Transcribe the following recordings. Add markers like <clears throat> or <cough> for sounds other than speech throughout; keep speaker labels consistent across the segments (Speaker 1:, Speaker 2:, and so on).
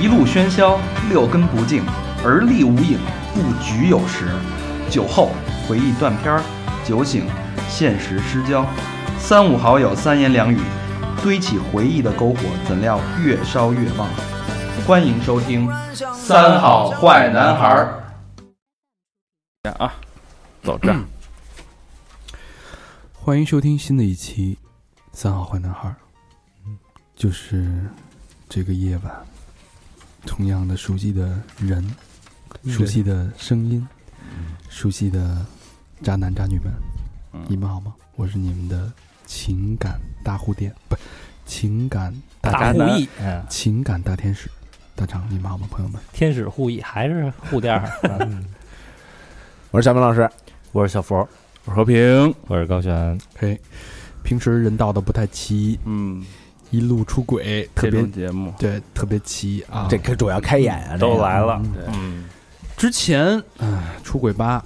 Speaker 1: 一路喧嚣，六根不净，而立无影，不局有时。酒后回忆断片儿，酒醒现实失焦。三五好友三言两语，堆起回忆的篝火，怎料越烧越旺。欢迎收听《三好坏男孩》儿
Speaker 2: 啊，走着。
Speaker 3: 欢迎收听新的一期《三好坏男孩》，
Speaker 2: 嗯
Speaker 3: 就是这个夜晚，同样的熟悉的人，熟悉的声音，
Speaker 2: 嗯
Speaker 3: 熟悉的渣男渣女们，你们好吗？我是你们的情感大护垫，不，情感大
Speaker 2: 大
Speaker 3: 渣
Speaker 2: 护
Speaker 3: 男，
Speaker 2: 翼，
Speaker 4: 哎，
Speaker 3: 情感大天使，大长，你们好吗，朋友们？
Speaker 4: 天使护翼还是护垫儿？嗯
Speaker 5: 我是小明老师，
Speaker 4: 我是小佛，
Speaker 2: 我是和平，
Speaker 4: 我是高璇，
Speaker 3: 嘿，平时人道的不太齐，
Speaker 2: 嗯，
Speaker 3: 一路出轨，特
Speaker 2: 这
Speaker 3: 别
Speaker 2: 种节目
Speaker 3: 对，特别齐啊。
Speaker 5: 这可主要开眼啊，
Speaker 2: 都来了，
Speaker 3: 嗯
Speaker 2: 嗯，
Speaker 3: 之前，唉，出轨吧，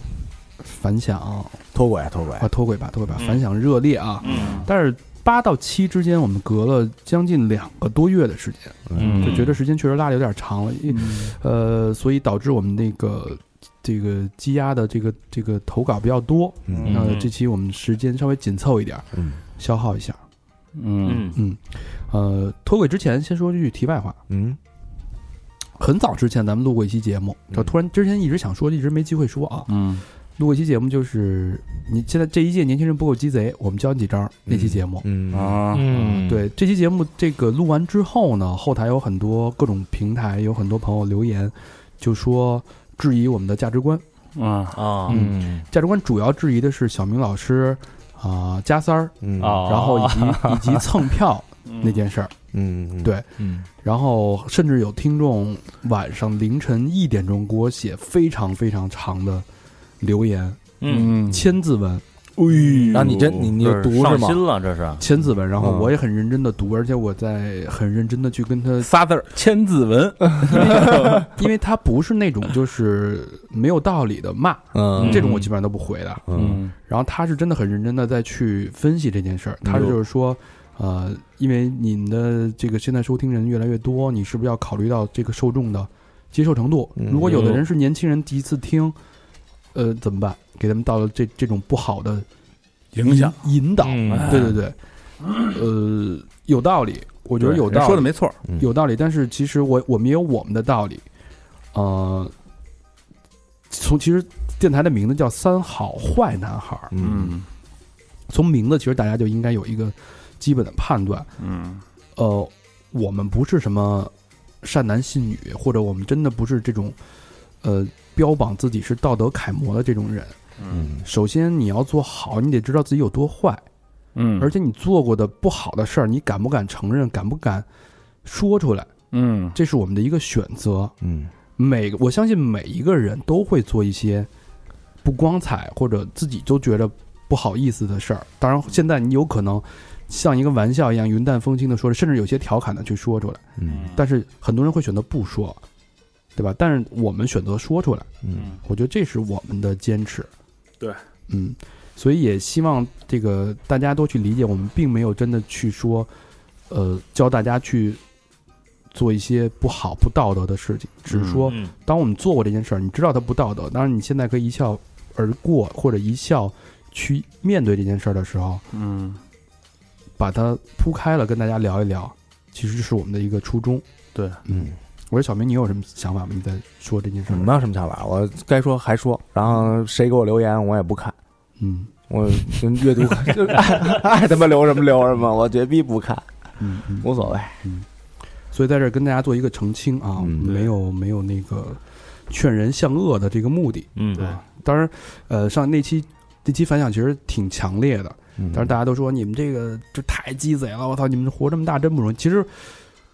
Speaker 3: 反响啊，
Speaker 5: 脱轨脱轨，
Speaker 3: 脱轨吧，脱轨吧，
Speaker 2: 哎嗯
Speaker 3: 反响热烈啊。
Speaker 2: 嗯
Speaker 3: 但是八到七之间，我们隔了将近两个多月的时间，
Speaker 2: 嗯
Speaker 3: 就觉得时间确实拉的有点长了，因呃，所以导致我们那个这个积压的这个这个投稿比较多。
Speaker 5: 嗯
Speaker 2: 嗯
Speaker 3: 那这期我们时间稍微紧凑一点，
Speaker 5: 嗯
Speaker 3: 消耗一下。
Speaker 2: 嗯
Speaker 3: 嗯，呃，脱轨之前先说句题外话，
Speaker 5: 嗯
Speaker 3: 很早之前咱们录过一期节目，就突然之前一直想说，一直没机会说啊。
Speaker 2: 嗯
Speaker 3: 录过一期节目，就是你现在这一届年轻人不够鸡贼，我们教你几招儿那期节目。
Speaker 5: 嗯
Speaker 2: 啊，
Speaker 4: 嗯，
Speaker 3: 对这期节目，这个录完之后呢，后台有很多各种平台有很多朋友留言，就说质疑我们的价值观。
Speaker 2: 啊，
Speaker 4: 啊，
Speaker 3: 嗯价值观主要质疑的是小明老师啊、加三儿，
Speaker 5: 嗯
Speaker 4: 哦，
Speaker 3: 然后以及、以及蹭票那
Speaker 2: 那
Speaker 3: 件事儿。
Speaker 5: 嗯
Speaker 3: 对
Speaker 4: 嗯，
Speaker 3: 然后甚至有听众晚上凌晨一点钟给我写非常非常长的留言，
Speaker 2: 嗯，
Speaker 3: 千字文。
Speaker 5: 然后你真你你就读是吗？
Speaker 4: 了，这是
Speaker 3: 千字文，然后
Speaker 5: 嗯
Speaker 3: 我也很认真的读，而且我在很认真的去跟他，
Speaker 2: 仨字儿千字文，
Speaker 3: <laughs> 因为他不是那种就是没有道理的骂，
Speaker 5: 嗯
Speaker 3: 这种我基本上都不回的。
Speaker 5: 嗯
Speaker 3: 然后他是真的很认真的在去分析这件事儿，
Speaker 5: 嗯
Speaker 3: 他是就是说，呃，因为你的这个现在收听人越来越多，你是不是要考虑到这个受众的接受程度？
Speaker 5: 嗯
Speaker 3: 如果有的人是年轻人第一次听，呃，怎么办？给他们到了这这种不好的
Speaker 2: 影响
Speaker 3: 引导，哎
Speaker 4: 嗯
Speaker 3: 对对对，呃，有道理，我
Speaker 2: 我
Speaker 3: 觉得有道理，
Speaker 2: 说的没错，
Speaker 3: 有道理，但是其实我我们也有我们的道理，呃，从其实电台的名字叫“三好坏男孩儿
Speaker 5: 嗯，
Speaker 3: 从名字其实大家就应该有一个基本的判断，
Speaker 2: 嗯
Speaker 3: 呃，我们不是什么善男信女，或者我们真的不是这种呃标榜自己是道德楷模的这种人。
Speaker 2: 嗯
Speaker 3: 首先你要做好，你得知道自己有多坏，
Speaker 2: 嗯
Speaker 3: 而且你做过的不好的事儿，你敢不敢承认，敢不敢说出来，
Speaker 2: 嗯
Speaker 3: 这是我们的一个选择。
Speaker 5: 嗯
Speaker 3: 每个我相信每一个人都会做一些不光彩或者自己都觉得不好意思的事儿。当然，现在你有可能像一个玩笑一样云淡风轻的说，甚至有些调侃的去说出来。
Speaker 5: 嗯
Speaker 3: 但是很多人会选择不说，对吧？但是我们选择说出来，
Speaker 5: 嗯
Speaker 3: 我觉得这是我们的坚持。
Speaker 2: 对，
Speaker 3: 嗯，所以也希望这个大家都去理解，我们并没有真的去说，呃，教大家去做一些不好、不道德的事情，只是说，
Speaker 4: 嗯
Speaker 3: 当我们做过这件事儿，你知道它不道德，当然你现在可以一笑而过，或者一笑去面对这件事儿的时候，
Speaker 2: 嗯
Speaker 3: 把它铺开了，跟大家聊一聊，其实是我们的一个初衷。
Speaker 2: 对，
Speaker 3: 嗯，我说小明，你有什么想法吗？你在说这件事
Speaker 5: 我
Speaker 3: 儿？
Speaker 2: 嗯
Speaker 5: 没有什么想法，我该说还说，然后谁给我留言我也不看，
Speaker 3: 嗯
Speaker 5: 我就阅读 <laughs> 就爱爱他妈留什么留什么，我绝逼不看，
Speaker 3: 嗯嗯。
Speaker 5: 无所谓。
Speaker 3: 所以在这儿跟大家做一个澄清啊，
Speaker 5: 嗯
Speaker 3: 没有没有那个劝人向恶的这个目的。
Speaker 4: 嗯
Speaker 2: 对
Speaker 3: 当然，呃，上那期那期反响其实挺强烈的，
Speaker 5: 嗯
Speaker 3: 但是大家都说你们这个这太鸡贼了，我操，你们活这么大真不容易。其实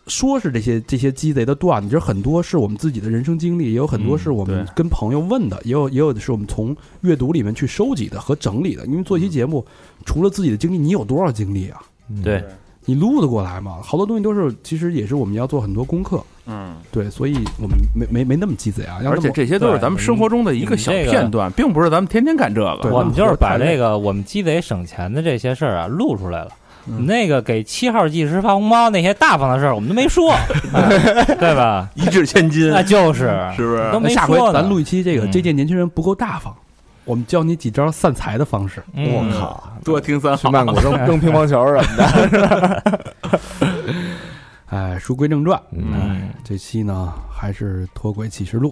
Speaker 3: 说是这些这些鸡贼的段子，其实很多是我们自己的人生经历，也有很多
Speaker 4: 嗯
Speaker 3: 是我们
Speaker 2: 对
Speaker 3: 跟朋友问的，也有也有的是我们从阅读里面去收集的和整理的。因为做一期节目，除了自己的经历，你有多少经历啊？
Speaker 4: 对，
Speaker 3: 你撸得过来吗？好多东西都是，其实也是我们要做很多功课，
Speaker 2: 嗯，
Speaker 3: 对，所以我们没没没那么鸡贼啊，要
Speaker 2: 而
Speaker 3: 那
Speaker 2: 且
Speaker 3: 么
Speaker 2: 这些都是咱们生活中的一个小片段，
Speaker 6: 啊
Speaker 2: 并不是咱们天天干这个，
Speaker 3: 对
Speaker 4: 我们
Speaker 3: 那么
Speaker 4: 就是
Speaker 3: 活得
Speaker 4: 把
Speaker 3: 太累
Speaker 4: 这个我们鸡贼省钱的这些事儿啊录出来了，
Speaker 3: 嗯
Speaker 4: 你那个给七号技师发红包那些大方的事儿，我们都没说，哎对吧？
Speaker 7: 一掷
Speaker 6: <laughs>
Speaker 7: 千金，
Speaker 6: 哎
Speaker 4: 那就是
Speaker 7: 是不是
Speaker 4: 都？没
Speaker 3: 下回
Speaker 4: 说呢
Speaker 3: 咱录一期这个，
Speaker 4: 嗯
Speaker 3: 这届年轻人不够大方，我们教你几招散财的方式。
Speaker 4: 嗯
Speaker 5: 我靠，
Speaker 7: 多听
Speaker 5: <laughs>
Speaker 7: 三
Speaker 5: 去
Speaker 7: 好，
Speaker 5: 曼谷 <laughs> 扔扔乒乓球什么的，
Speaker 3: 哎，书归正传，
Speaker 5: 嗯
Speaker 4: 嗯，
Speaker 3: 这期呢还是《脱轨启示录》，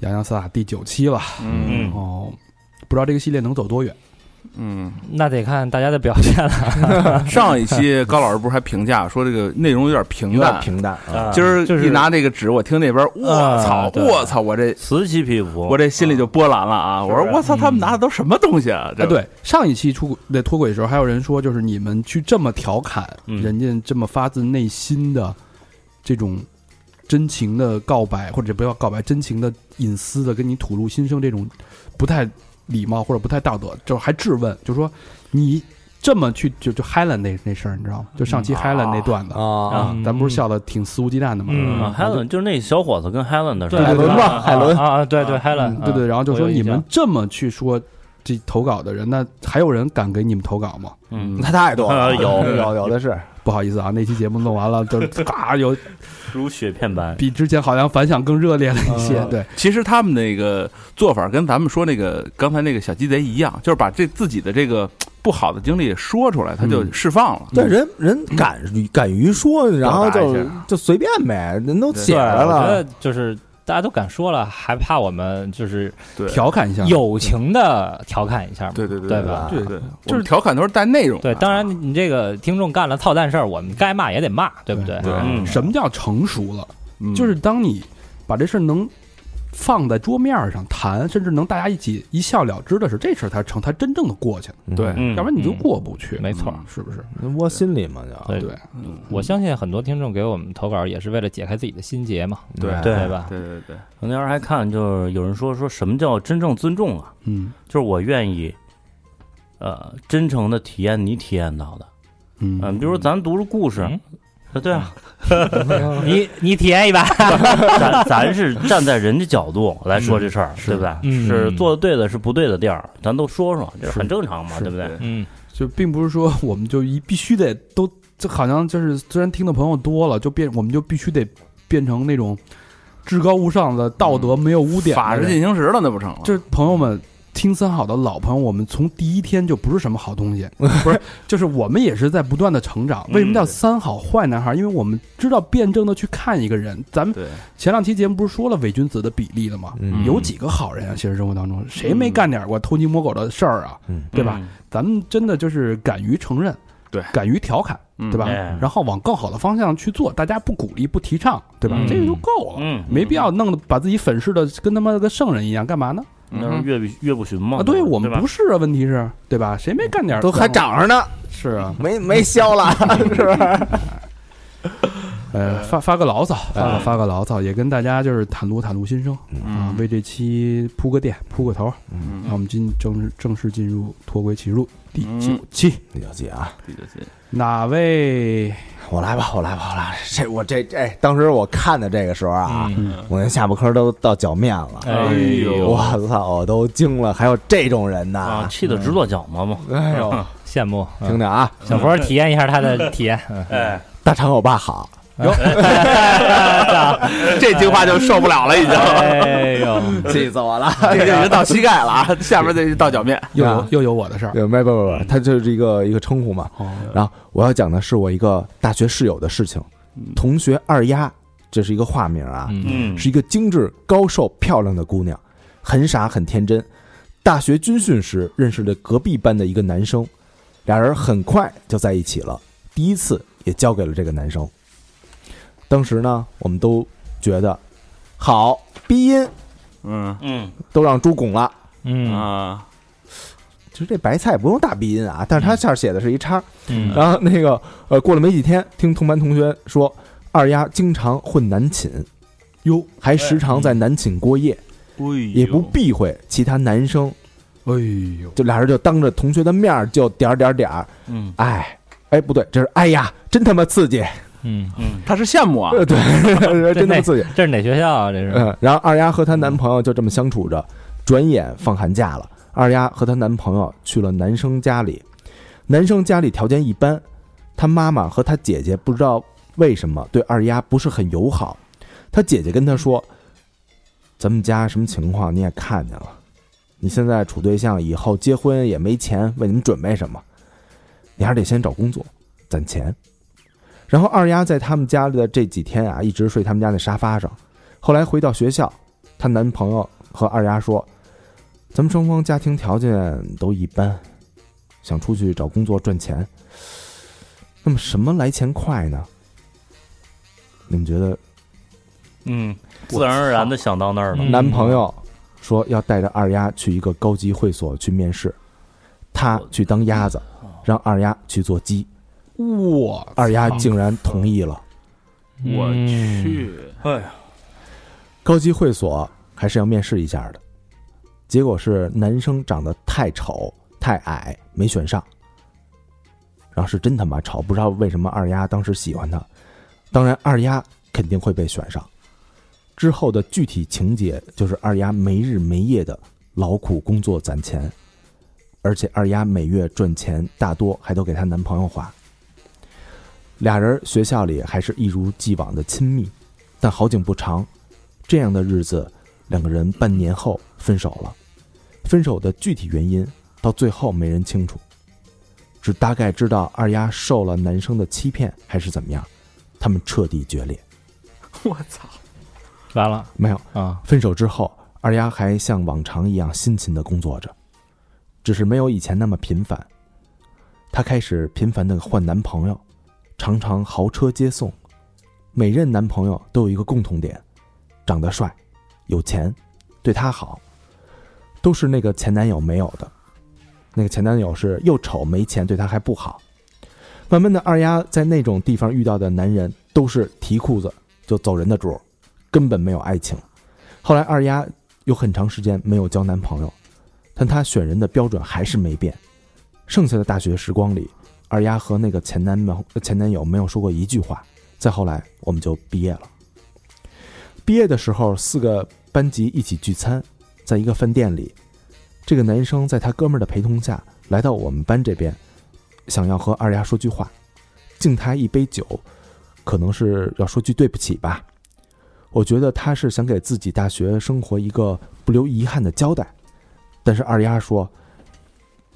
Speaker 3: 洋洋洒洒第九期了。
Speaker 2: 嗯
Speaker 3: 然后不知道这个系列能走多远，
Speaker 6: <laughs>
Speaker 2: 嗯，
Speaker 4: 那得看大家的表现了。
Speaker 2: 上一期高老师不是还评价说这个内容有点平
Speaker 5: 有点
Speaker 2: 淡，
Speaker 5: 平淡啊。
Speaker 4: 啊
Speaker 7: 今儿
Speaker 4: 就是
Speaker 7: 一拿这个纸，我听那边，我操
Speaker 4: 啊，对
Speaker 7: 我操，我这
Speaker 6: 此起彼伏。
Speaker 7: 我这心里就波澜了啊！我说我操，他们拿的都什么东西啊？
Speaker 3: 哎，
Speaker 7: 这
Speaker 3: 对，上一期出轨那脱轨的时候，还有人说，就是你们去这么调侃、
Speaker 6: 嗯
Speaker 3: 人家这么发自内心的这种真情的告白，或者不要告白，真情的隐私的跟你吐露心声，这种不太礼貌或者不太道德，就还质问，就说你这么去就就嗨了那那事儿，你知道吗？就上期嗨了那段子。
Speaker 5: 啊，
Speaker 3: 咱们不是笑的挺肆无忌惮的嘛？
Speaker 4: 嗯
Speaker 6: 啊，Helen 就是那小伙子跟 Helen 的事
Speaker 4: 对
Speaker 5: 海
Speaker 6: 儿，
Speaker 5: 伦吧，
Speaker 4: 啊
Speaker 5: 海伦，
Speaker 4: 啊，啊对啊对，海伦
Speaker 3: 嗯，对对，然后就
Speaker 4: 我
Speaker 3: 说
Speaker 4: 有印
Speaker 3: 你们
Speaker 4: 象
Speaker 3: 这么去说这投稿的人，那还有人敢给你们投稿吗？
Speaker 6: 嗯，
Speaker 5: 那太多嗯了，
Speaker 6: 啊有
Speaker 5: 有有的是，
Speaker 3: 不好意思啊，那期节目弄完了，就嘎有
Speaker 6: 如雪片般。
Speaker 3: 比之前好像反响更热烈了一些。对，
Speaker 7: 其实他们那个做法跟咱们说那个刚才那个小鸡贼一样，就是把这自己的这个不好的经历说出来，他就释放了。
Speaker 5: 对人人敢敢于说，然后
Speaker 7: 表达
Speaker 5: 就
Speaker 7: 一下
Speaker 5: 就随便呗，人都写
Speaker 4: 对，
Speaker 5: 出来
Speaker 4: 我觉得
Speaker 5: 了，
Speaker 4: 就是大家都敢说了，还怕我们就是
Speaker 7: 对
Speaker 3: 调侃一下，
Speaker 4: 友情的调侃一下嘛？
Speaker 7: 对对对
Speaker 4: 对
Speaker 7: 对
Speaker 4: 吧？
Speaker 7: 对对，就是调侃都是带内容
Speaker 4: 对，
Speaker 7: 的。
Speaker 4: 当然你这个听众干了操蛋事儿，我们该骂也得骂，对不对？
Speaker 7: 对
Speaker 6: 嗯，
Speaker 3: 什么叫成熟了？
Speaker 7: 嗯
Speaker 3: 就是当你把这事儿能放在桌面上谈，甚至能大家一起一笑了之的时候，这事儿才成，才真正的过去了，
Speaker 7: 对
Speaker 6: 嗯，
Speaker 3: 要不然你就过不去。
Speaker 4: 没错。
Speaker 3: 是不是？
Speaker 5: 窝心里嘛就
Speaker 4: 对
Speaker 3: 对，
Speaker 6: 嗯
Speaker 4: 我相信很多听众给我们投稿也是为了解开自己的心结嘛，
Speaker 5: 嗯
Speaker 7: 对
Speaker 6: 对
Speaker 4: 对嗯吧？
Speaker 7: 对对对，
Speaker 6: 我那时候还看，就是有人说说什么叫真正尊重啊？
Speaker 3: 嗯
Speaker 6: 就是我愿意，呃，真诚的体验你体验到的。
Speaker 3: 嗯，
Speaker 6: 嗯，比如咱读着故事
Speaker 4: 嗯，
Speaker 6: 啊对啊，
Speaker 4: <laughs> 你你体验一把，
Speaker 6: <laughs> 咱咱是站在人家角度来说这事儿，对不对？
Speaker 4: 嗯
Speaker 6: 是做的对的，是不对的地儿，咱都说说，这很正常嘛，
Speaker 3: 是
Speaker 6: 对不对？
Speaker 4: 嗯，
Speaker 3: 就并不是说我们就一必须得都，这好像就是虽然听的朋友多了，就变我们就必须得变成那种至高无上的道德没有污点的
Speaker 7: 法
Speaker 3: 人
Speaker 7: 制进行时了，那不
Speaker 6: 啊
Speaker 7: 成了？
Speaker 3: 就是朋友们听三好的老朋友，我们从第一天就不是什么好东西，不是，就是我们也是在不断的成长。为什么叫三好坏男孩？因为我们知道辩证的去看一个人。咱们
Speaker 7: 对
Speaker 3: 前两期节目不是说了伪君子的比例了吗？
Speaker 5: 嗯
Speaker 3: 有几个好人啊？现实生活当中，谁没干点过偷鸡摸狗的事儿啊？
Speaker 5: 嗯
Speaker 3: 对吧？咱们真的就是敢于承认，
Speaker 7: 对
Speaker 3: 敢于调侃，
Speaker 7: 嗯
Speaker 3: 对吧？
Speaker 6: 哎
Speaker 3: 然后往更好的方向去做，大家不鼓励不提倡，对吧？
Speaker 4: 嗯
Speaker 3: 这个就够了。
Speaker 6: 嗯，
Speaker 3: 没必要弄得把自己粉饰的跟他妈个圣人一样，干嘛呢？
Speaker 6: 那是
Speaker 7: 嗯
Speaker 6: 岳不岳不群嘛？
Speaker 3: 啊，对我们
Speaker 6: 吧
Speaker 3: 不是啊，问题是对吧？谁没干点
Speaker 5: 都还长着呢，
Speaker 3: 是啊，
Speaker 5: 没没消 <laughs> 了，是不是？嗯
Speaker 3: 呃，发发个牢骚，发个发个牢骚，也跟大家就是袒露袒露心声啊，为这期铺个垫，铺个头。
Speaker 5: 嗯
Speaker 3: 那我们今正式正式进入脱轨启示录第九期，
Speaker 5: 第九季啊，
Speaker 7: 对对对
Speaker 3: 哪位？
Speaker 5: 我来吧，我来吧，我来吧。这我这这，哎当时我看的这个时候啊，我那下巴颏都到脚面了，
Speaker 4: 嗯哎
Speaker 5: <laughs> 我操，我都惊了，还有这种人
Speaker 6: 啊，
Speaker 5: 呐！
Speaker 6: 气得直跺脚嘛嘛。
Speaker 5: 哎呦，
Speaker 4: 嗯羡慕。嗯
Speaker 5: 听着啊，
Speaker 4: 小佛体验一下他的
Speaker 6: <laughs>
Speaker 4: 体验，嗯
Speaker 6: 哎，
Speaker 5: 大长我爸好，
Speaker 7: <laughs> 这句话就受不了了，已经，
Speaker 4: 哎呦，
Speaker 5: 气死我了！
Speaker 6: 哎
Speaker 7: 这就已经到膝盖了 <laughs> 啊，下边这就到脚面。
Speaker 3: 又有
Speaker 5: 啊
Speaker 3: 又有我的事儿。
Speaker 5: 对，没不不不，他就是一个一个称呼嘛。
Speaker 3: 哦，
Speaker 5: 然后我要讲的是我一个大学室友的事情，同学二丫，这是一个化名啊，
Speaker 3: 嗯，
Speaker 6: 嗯，
Speaker 5: 是一个精致、高瘦、漂亮的姑娘，很傻很天真。大学军训时认识了隔壁班的一个男生，俩人很快就在一起了，第一次也交给了这个男生。当时呢，我们都觉得好逼音
Speaker 7: 嗯
Speaker 6: 嗯，
Speaker 5: 都让猪拱了。
Speaker 4: 嗯
Speaker 7: 啊，
Speaker 5: 其实这白菜不用大鼻音啊，但是他下面写的是一叉。
Speaker 4: 嗯
Speaker 5: 然后那个呃，过了没几天，听同班同学说，二丫经常混男寝，哟，还时常在男寝过夜，也
Speaker 7: 哎
Speaker 5: 不避讳其他男生，
Speaker 3: 哎呦，
Speaker 5: 就俩人就当着同学的面儿就点儿点儿点儿，
Speaker 6: 嗯，
Speaker 5: 哎哎不对，这是哎呀，真他妈刺激，
Speaker 4: 嗯，
Speaker 7: 他是羡慕啊，
Speaker 5: 呃 <laughs> 对，真他妈
Speaker 4: 那
Speaker 5: 刺激。
Speaker 4: 这是哪学校啊？这是
Speaker 5: 嗯，然后二丫和她男朋友就这么相处着，转眼放寒假了，二丫和她男朋友去了男生家里，男生家里条件一般，他妈妈和他姐姐不知道为什么对二丫不是很友好。他姐姐跟他说：“咱们家什么情况你也看见了，你现在处对象，以后结婚也没钱，为你们准备什么？你还是得先找工作，攒钱。”然后二丫在他们家的这几天啊，一直睡他们家那沙发上。后来回到学校，她男朋友和二丫说：“咱们双方家庭条件都一般，想出去找工作赚钱。那么什么来钱快呢？你们觉得
Speaker 6: 嗯，自然而然的想到那儿了。
Speaker 4: 嗯
Speaker 5: 男朋友说要带着二丫去一个高级会所去面试，他去当鸭子，让二丫去做鸡。
Speaker 3: 嗯
Speaker 5: 哇！二丫竟然同意了。
Speaker 6: 嗯
Speaker 7: 我去，
Speaker 5: 高级会所还是要面试一下的，结果是男生长得太丑太矮，没选上。然后是真他妈丑，不知道为什么二丫当时喜欢他。当然，二丫肯定会被选上。之后的具体情节就是二丫没日没夜的劳苦工作攒钱，而且二丫每月赚钱大多还都给她男朋友花。俩人学校里还是一如既往的亲密，但好景不长，这样的日子，两个人半年后分手了。分手的具体原因到最后没人清楚，只大概知道二丫受了男生的欺骗还是怎么样，他们彻底决裂。
Speaker 7: 我操！
Speaker 4: 完了
Speaker 5: 没有
Speaker 4: 啊，
Speaker 5: 分手之后，二丫还像往常一样辛勤的工作着，只是没有以前那么频繁。她开始频繁的换男朋友，常常豪车接送，每任男朋友都有一个共同点：长得帅、有钱、对她好，都是那个前男友没有的。那个前男友是又丑没钱，对她还不好。慢慢的，二丫在那种地方遇到的男人都是提裤子就走人的主儿，根本没有爱情。后来二丫有很长时间没有交男朋友，但她选人的标准还是没变。剩下的大学时光里，二丫和那个前男友前男友没有说过一句话。再后来，我们就毕业了。毕业的时候，四个班级一起聚餐，在一个饭店里，这个男生在他哥们儿的陪同下来到我们班这边，想要和二丫说句话，敬她一杯酒，可能是要说句对不起吧。我觉得他是想给自己大学生活一个不留遗憾的交代。但是二丫说：“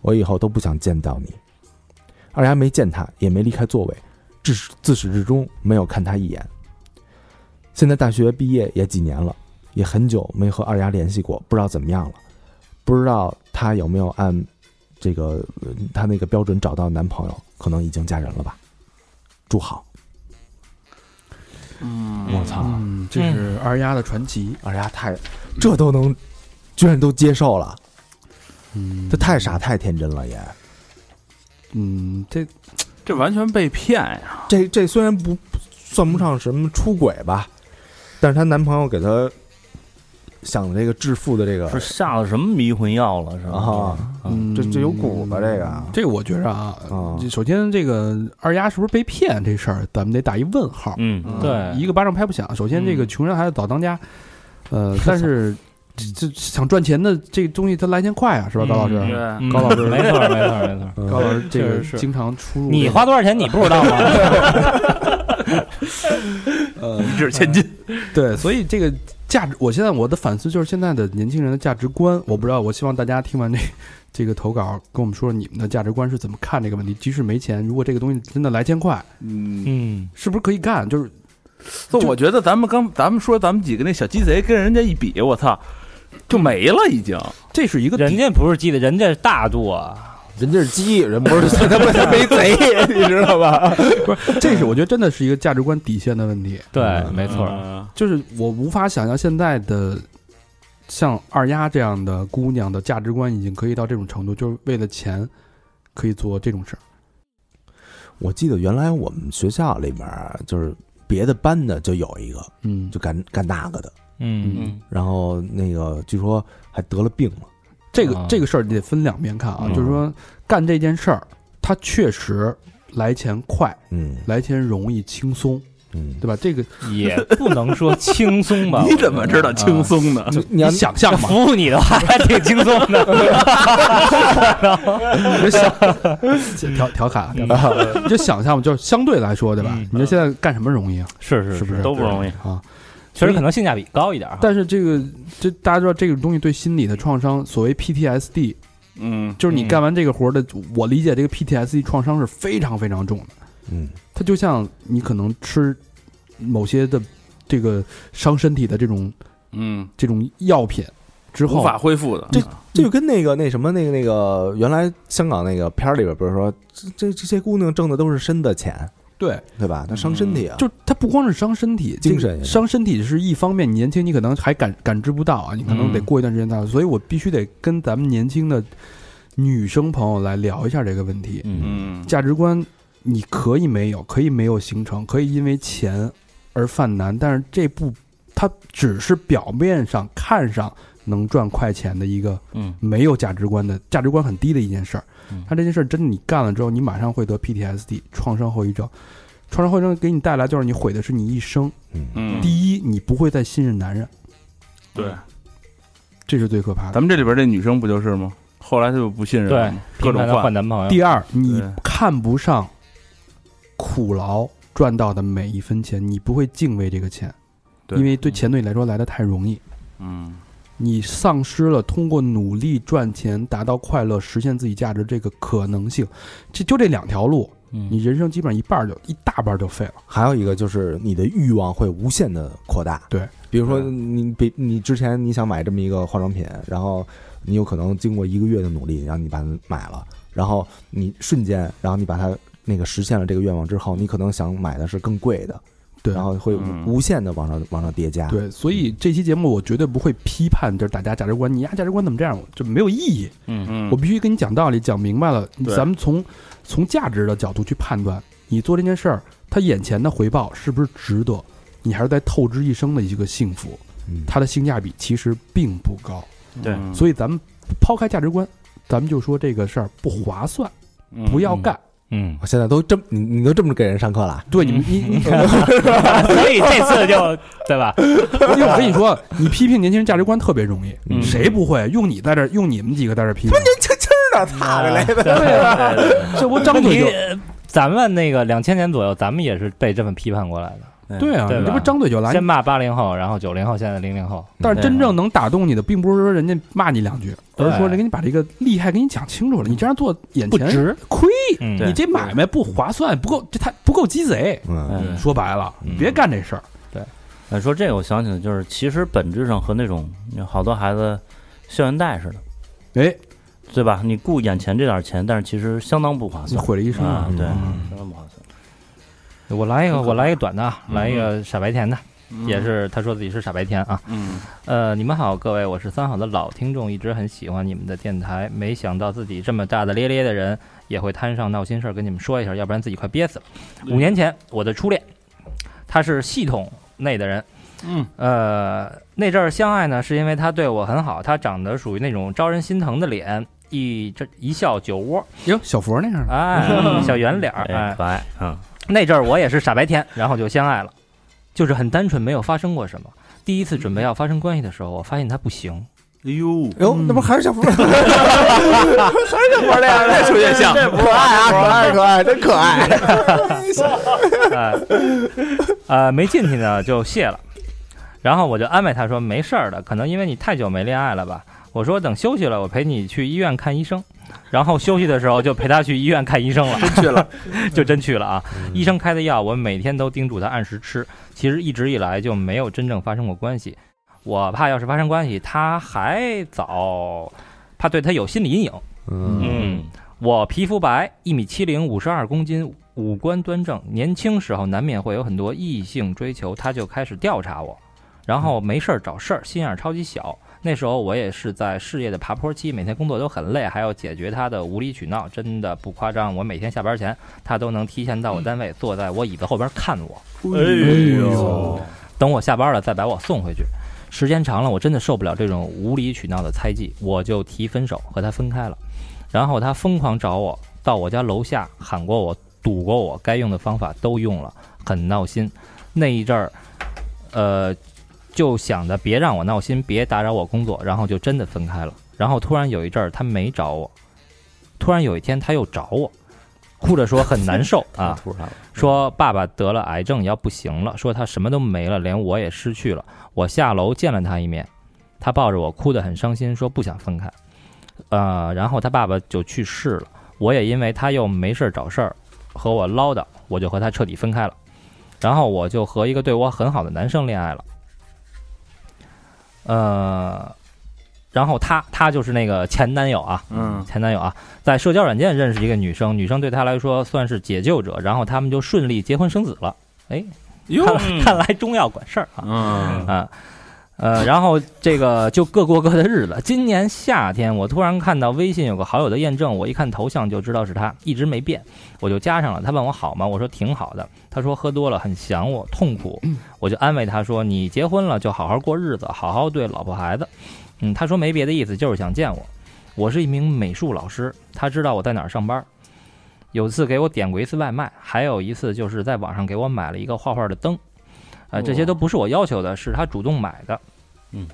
Speaker 5: 我以后都不想见到你。”二丫没见他，也没离开座位，至始自始至终没有看他一眼。现在大学毕业也几年了，也很久没和二丫联系过，不知道怎么样了，不知道她有没有按这个呃她那个标准找到男朋友，可能已经嫁人了吧。祝好，
Speaker 7: 嗯，
Speaker 5: 我操！
Speaker 3: 嗯，这是二丫的传奇，
Speaker 5: 二丫太，这都能，居然都接受了，
Speaker 3: 嗯，
Speaker 5: 这太傻太天真了也。
Speaker 3: 嗯，这
Speaker 7: 这完全被骗呀！
Speaker 5: 这这虽然不算不上什么出轨吧，但是她男朋友给她想的这个致富的这个
Speaker 6: 是下了什么迷魂药了？是吧？
Speaker 5: 啊，
Speaker 3: 嗯
Speaker 5: 这这有骨吧这个
Speaker 3: 这个我觉着啊，
Speaker 5: 啊
Speaker 3: 这首先这个二丫是不是被骗这事儿，咱们得打一问号。
Speaker 6: 嗯，
Speaker 5: 嗯
Speaker 4: 对嗯
Speaker 3: 一个巴掌拍不响。首先，这个穷人还是早当
Speaker 4: <laughs>
Speaker 3: 家，呃，但是这这想赚钱的这东西，它来钱快啊，是吧，
Speaker 4: 嗯
Speaker 3: 高老师？
Speaker 7: 对，
Speaker 3: 高
Speaker 6: <laughs>
Speaker 3: 老师
Speaker 4: 没错没错没错，
Speaker 3: 高老师这
Speaker 4: 确
Speaker 3: 个
Speaker 4: 实是
Speaker 3: 经常出入这个，
Speaker 4: 你花多少钱你不知道吗？
Speaker 6: <laughs>
Speaker 7: 一掷千金，
Speaker 3: 对，所以这个价值，我现在我的反思就是现在的年轻人的价值观，我不知道，我希望大家听完这 <laughs> 这个投稿，跟我们说说你们的价值观是怎么看这个问题。即使没钱，如果这个东西真的来钱快，
Speaker 7: 嗯，
Speaker 4: 嗯，
Speaker 3: 是不是可以干？就是
Speaker 7: 就我觉得咱们刚咱们说咱们几个那小鸡贼跟人家一比，我操，就没了已 <laughs> 经。
Speaker 3: 这是一个
Speaker 4: 人家不是鸡的，人家是大度啊，
Speaker 5: 人家是鸡，人不是他妈他没贼，你知道吧？
Speaker 3: 不是，这是我觉得真的是一个价值观底线的问题。
Speaker 4: 对，没错，
Speaker 7: 嗯
Speaker 3: 就是我无法想象现在的像二丫这样的姑娘的价值观已经可以到这种程度，就是为了钱可以做这种事儿。
Speaker 5: <laughs> 我记得原来我们学校里面就是别的班的就有一个
Speaker 3: 嗯
Speaker 5: 就干干那个的，
Speaker 4: 嗯
Speaker 7: 嗯，。
Speaker 5: 然后那个据说还得了病了。
Speaker 3: 这个、
Speaker 4: 啊
Speaker 3: 这个事儿你得分两面看啊，
Speaker 6: 嗯
Speaker 3: 就是说干这件事儿，它确实来钱快，
Speaker 5: 嗯
Speaker 3: 来钱容易轻松，
Speaker 5: 嗯， <laughs>
Speaker 3: 对吧？这个
Speaker 4: 也不能说轻松吧
Speaker 6: <laughs>
Speaker 7: 你怎么知道轻松呢？
Speaker 5: 你你
Speaker 3: 你
Speaker 5: 要
Speaker 3: 想象
Speaker 4: <laughs>
Speaker 3: 嘛，
Speaker 4: 服务你的话还挺轻松的，
Speaker 3: 你就想调调侃，调侃你就想象嘛，就是相对来说，对吧
Speaker 4: 嗯？
Speaker 3: 你说现在干什么容易啊？
Speaker 4: <laughs> 是
Speaker 3: 是不是
Speaker 6: 都不容易。
Speaker 3: 啊，
Speaker 4: 确实可能性价比高一点啊。
Speaker 3: 但是这个这大家知道，这个东西对心理的创伤，所谓 PTSD，
Speaker 7: 嗯，
Speaker 3: 就是你
Speaker 4: 嗯
Speaker 3: 干完这个活儿的，我理解这个 PTSD 创伤是非常非常重的。
Speaker 5: 嗯，
Speaker 3: 它就像你可能吃某些的这个伤身体的这种
Speaker 7: 嗯，
Speaker 3: 这种药品之
Speaker 7: 无
Speaker 3: 后，
Speaker 7: 法恢复的。
Speaker 5: 这这就跟那个那什么那个那个原来香港那个片儿里边，不是说这这这些姑娘挣的都是深的钱，
Speaker 3: 对，
Speaker 5: 对吧？她伤身体啊，
Speaker 3: 嗯就它不光是伤身体，这
Speaker 5: 精
Speaker 3: 个
Speaker 5: 神也是
Speaker 3: 伤身体是一方面，你年轻你可能还感感知不到啊，你可能得
Speaker 7: 嗯
Speaker 3: 过一段时间才有，所以我必须得跟咱们年轻的女生朋友来聊一下这个问题，
Speaker 6: 嗯，
Speaker 7: 嗯，
Speaker 3: 价值观你可以没有，可以没有形成，可以因为钱而犯难，但是这不，它只是表面上看上能赚快钱的一个
Speaker 6: 嗯
Speaker 3: 没有价值观的价值观很低的一件事儿
Speaker 6: 嗯。
Speaker 3: 他这件事儿真的你干了之后，你马上会得 PTSD 创伤后遗症。创伤后遗症给你带来就是你毁的是你一生。
Speaker 5: 嗯，
Speaker 7: 嗯，
Speaker 3: 第一，你不会再信任男人，
Speaker 7: 对，
Speaker 3: 这是最可怕的
Speaker 7: 咱。们这里边这女生不就是吗？后来她就不信任了
Speaker 4: 对
Speaker 7: 吗，
Speaker 4: 频
Speaker 7: 各种
Speaker 4: 繁的换男朋友，
Speaker 3: 第二，你
Speaker 7: 对
Speaker 3: 看不上苦劳赚到的每一分钱，你不会敬畏这个钱，
Speaker 7: 对
Speaker 3: 因为对钱对你来说来的太容易。
Speaker 7: 嗯
Speaker 3: 你丧失了通过努力赚钱达到快乐、实现自己价值这个可能性，这就这两条路，
Speaker 6: 嗯
Speaker 3: 你人生基本上一半儿就一大半儿就废了。
Speaker 5: 还有一个就是你的欲望会无限的扩大。
Speaker 3: 对，
Speaker 5: 比如说
Speaker 7: 对
Speaker 5: 你比你之前你想买这么一个化妆品，然后你有可能经过一个月的努力，然后你把它买了，然后你瞬间，然后你把它那个实现了这个愿望之后，你可能想买的是更贵的，
Speaker 3: 对，
Speaker 5: 然后会
Speaker 7: 嗯
Speaker 5: 无限的往上往上叠加。，
Speaker 3: 对，所以这期节目我绝对不会批判，就是大家价值观，你呀价值观怎么这样，就没有意义。
Speaker 6: 嗯
Speaker 7: 嗯，
Speaker 3: 我必须跟你讲道理，讲明白了，
Speaker 7: 对
Speaker 3: 咱们从从价值的角度去判断，你做这件事儿，它眼前的回报是不是值得，你还是在透支一生的一个幸福，
Speaker 5: 嗯，
Speaker 3: 它的性价比其实并不高。
Speaker 6: 对
Speaker 7: 嗯
Speaker 3: 所以咱们抛开价值观，咱们就说这个事儿不划算，不要干。
Speaker 5: <laughs>
Speaker 6: 嗯，
Speaker 5: 我现在都这么你你都这么给人上课了，
Speaker 3: 对，你们你你，
Speaker 4: 所以这次就 <laughs> 对吧？
Speaker 3: <laughs> 因为我跟你说，你批评年轻人价值观特别容易，
Speaker 5: 嗯
Speaker 3: 谁不会？用你在这儿，用你们几个在这儿批评，
Speaker 5: 轻轻的踏着来呗。
Speaker 4: 对啊，
Speaker 3: 这不 <laughs> 张
Speaker 4: 问
Speaker 3: 嘴
Speaker 4: 题
Speaker 3: 就
Speaker 4: 呃咱们那个两千年左右，咱们也是被这么批判过来的，
Speaker 3: 对啊，
Speaker 4: 对
Speaker 3: 你这
Speaker 4: 吧
Speaker 3: 不张嘴就来
Speaker 4: 先。骂八零后，然后九零后，现在零零后，嗯
Speaker 3: 但是真正能打动你的，并不是说人家骂你两句，而
Speaker 4: 对
Speaker 3: 是说人给你把这个利害给你讲清楚了。你这样做眼前
Speaker 4: 值，
Speaker 3: 亏，
Speaker 4: 嗯，
Speaker 3: 你
Speaker 6: 对
Speaker 3: 这买卖不划算，不够这太不够鸡贼。
Speaker 5: 嗯，
Speaker 6: 嗯，
Speaker 3: 说白了，别干这事儿。
Speaker 6: 哎，说这个我想起来，就是其实本质上和那种好多孩子校园贷似的，
Speaker 3: 哎，
Speaker 6: 对吧？你顾眼前这点钱，但是其实相当不划
Speaker 3: 你
Speaker 6: 算
Speaker 3: 毁了一生
Speaker 6: 啊，对，
Speaker 3: 嗯
Speaker 6: 相当不划算。
Speaker 4: 我来一个，
Speaker 7: 很可怕
Speaker 4: 我来一个短的啊，
Speaker 7: 嗯
Speaker 4: 来一个傻白甜的，
Speaker 7: 嗯
Speaker 4: 也是他说自己是傻白甜啊。
Speaker 7: 嗯
Speaker 4: 呃，你们好，各位，我是三好的老听众，一直很喜欢你们的电台。没想到自己这么大大咧咧的人，也会摊上闹心事儿，跟你们说一下，要不然自己快憋死了。
Speaker 7: 嗯
Speaker 4: 五年前，我的初恋，他是系统内的人，
Speaker 7: 嗯，
Speaker 4: 呃，那阵儿相爱呢，是因为他对我很好，他长得属于那种招人心疼的脸，一这一笑酒窝，
Speaker 3: 哟，小佛那样的，
Speaker 7: <laughs>
Speaker 4: 哎，小圆脸儿，哎
Speaker 6: 哎，，可爱，嗯，
Speaker 4: 那阵儿我也是傻白甜，然后就相爱了，就是很单纯，没有发生过什么。第一次准备要发生关系的时候，我发现他不行，
Speaker 7: 哎呦，
Speaker 5: 哟，那不还是小福，还是小福那样的，
Speaker 7: 特别像，
Speaker 5: 可爱啊，可爱，可爱，真可爱。
Speaker 4: 呃，呃，没进去呢就谢了。然后我就安慰他说没事儿的，可能因为你太久没恋爱了吧。我说等休息了，我陪你去医院看医生。然后休息的时候就陪他去医院看医生了，真去了， <laughs> 就真去了啊！医生开的药我每天都叮嘱他按时吃，其实一直以来就没有真正发生过关系。我怕要是发生关系，他还早，怕对他有心理阴影。
Speaker 5: 嗯
Speaker 4: 嗯，我皮肤白，一米七零，五十二公斤，五官端正。年轻时候难免会有很多异性追求，他就开始调查我，然后没事儿找事儿，心眼儿超级小。那时候我也是在事业的爬坡期，每天工作都很累，还要解决他的无理取闹，真的不夸张。我每天下班前，他都能提前到我单位，坐在我椅子后边看我。
Speaker 3: 哎
Speaker 6: 呦，
Speaker 4: 等我下班了再把我送回去。时间长了，我真的受不了这种无理取闹的猜忌，我就提分手，和他分开了。然后他疯狂找我，到我家楼下喊过我，堵过我，该用的方法都用了，很闹心。那一阵儿，呃，就想着别让我闹心，别打扰我工作，然后就真的分开了。然后突然有一阵儿他没找我，突然有一天他又找我，哭着说很难受啊，
Speaker 6: 突然了，
Speaker 4: 说爸爸得了癌症要不行了，说他什么都没了，连我也失去了。我下楼见了他一面，他抱着我哭得很伤心，说不想分开。呃，然后他爸爸就去世了，我也因为他又没事儿找事儿和我唠叨，我就和他彻底分开了。然后我就和一个对我很好的男生恋爱了。呃，然后他他就是那个前男友啊，
Speaker 7: 嗯，
Speaker 4: 前男友啊，在社交软件认识一个女生，女生对他来说算是解救者，然后他们就顺利结婚生子了。哎，
Speaker 7: 哟，
Speaker 4: 看来看来中药管事儿啊
Speaker 7: 嗯，
Speaker 4: 啊，呃，然后这个就各过各的日子。今年夏天，我突然看到微信有个好友的验证，我一看头像就知道是他，一直没变，我就加上了。他问我好吗？我说挺好的。他说喝多了很想我，痛苦，我就安慰他说你结婚了就好好过日子，好好对老婆孩子。嗯，他说没别的意思，就是想见我。我是一名美术老师，他知道我在哪儿上班。有次给我点过一次外卖，还有一次就是在网上给我买了一个画画的灯，呃，这些都不是我要求的，是他主动买的。
Speaker 6: 嗯，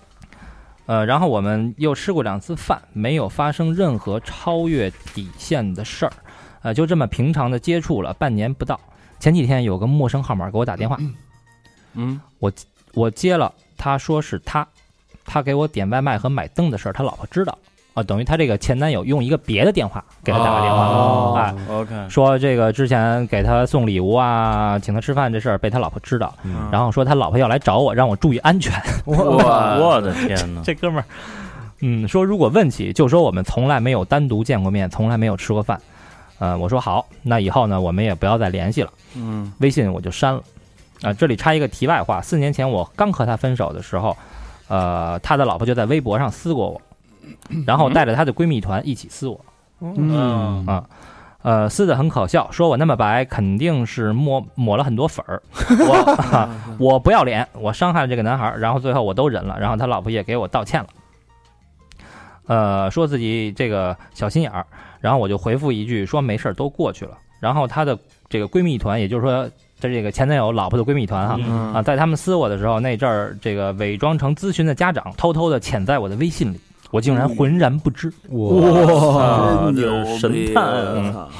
Speaker 4: 呃，然后我们又吃过两次饭，没有发生任何超越底线的事儿，呃，就这么平常的接触了半年不到。前几天有个陌生号码给我打电话，
Speaker 7: 嗯，
Speaker 4: 我接了，他说是他，他给我点外卖和买灯的事儿，他老婆知道啊，等于他这个前男友用一个别的电话给他打个电话，
Speaker 7: 哦
Speaker 4: 哎，
Speaker 6: ，OK，
Speaker 4: 说这个之前给他送礼物啊，请他吃饭这事儿被他老婆知道，
Speaker 7: 嗯
Speaker 4: 然后说他老婆要来找我，让我注意安全。 <laughs>
Speaker 6: 我我的天哪，
Speaker 4: 这哥们儿，嗯，说如果问起，就说我们从来没有单独见过面，从来没有吃过饭。呃，我说好，那以后呢，我们也不要再联系了。
Speaker 7: 嗯，
Speaker 4: 微信我就删了。啊、这里插一个题外话，四年前我刚和他分手的时候，呃，他的老婆就在微博上撕过我，然后带着他的闺蜜团一起撕我，
Speaker 3: 嗯
Speaker 4: 啊呃，撕的很可笑，说我那么白，肯定是抹抹了很多粉儿，我我不要脸，我伤害了这个男孩儿，然后最后我都忍了，然后他老婆也给我道歉了，呃，说自己这个小心眼儿，然后我就回复一句说没事儿，都过去了，然后她的这个闺蜜团，也就是说她这个前男友老婆的闺蜜团哈、
Speaker 7: 嗯
Speaker 4: 啊，在他们撕我的时候，那阵儿这个伪装成咨询的家长，偷偷的潜在我的微信里，我竟然浑然不知。
Speaker 6: 哇
Speaker 7: 真
Speaker 6: 这
Speaker 7: 牛
Speaker 6: 是
Speaker 7: 逼
Speaker 6: 神探
Speaker 7: 我
Speaker 6: 啊，
Speaker 7: 操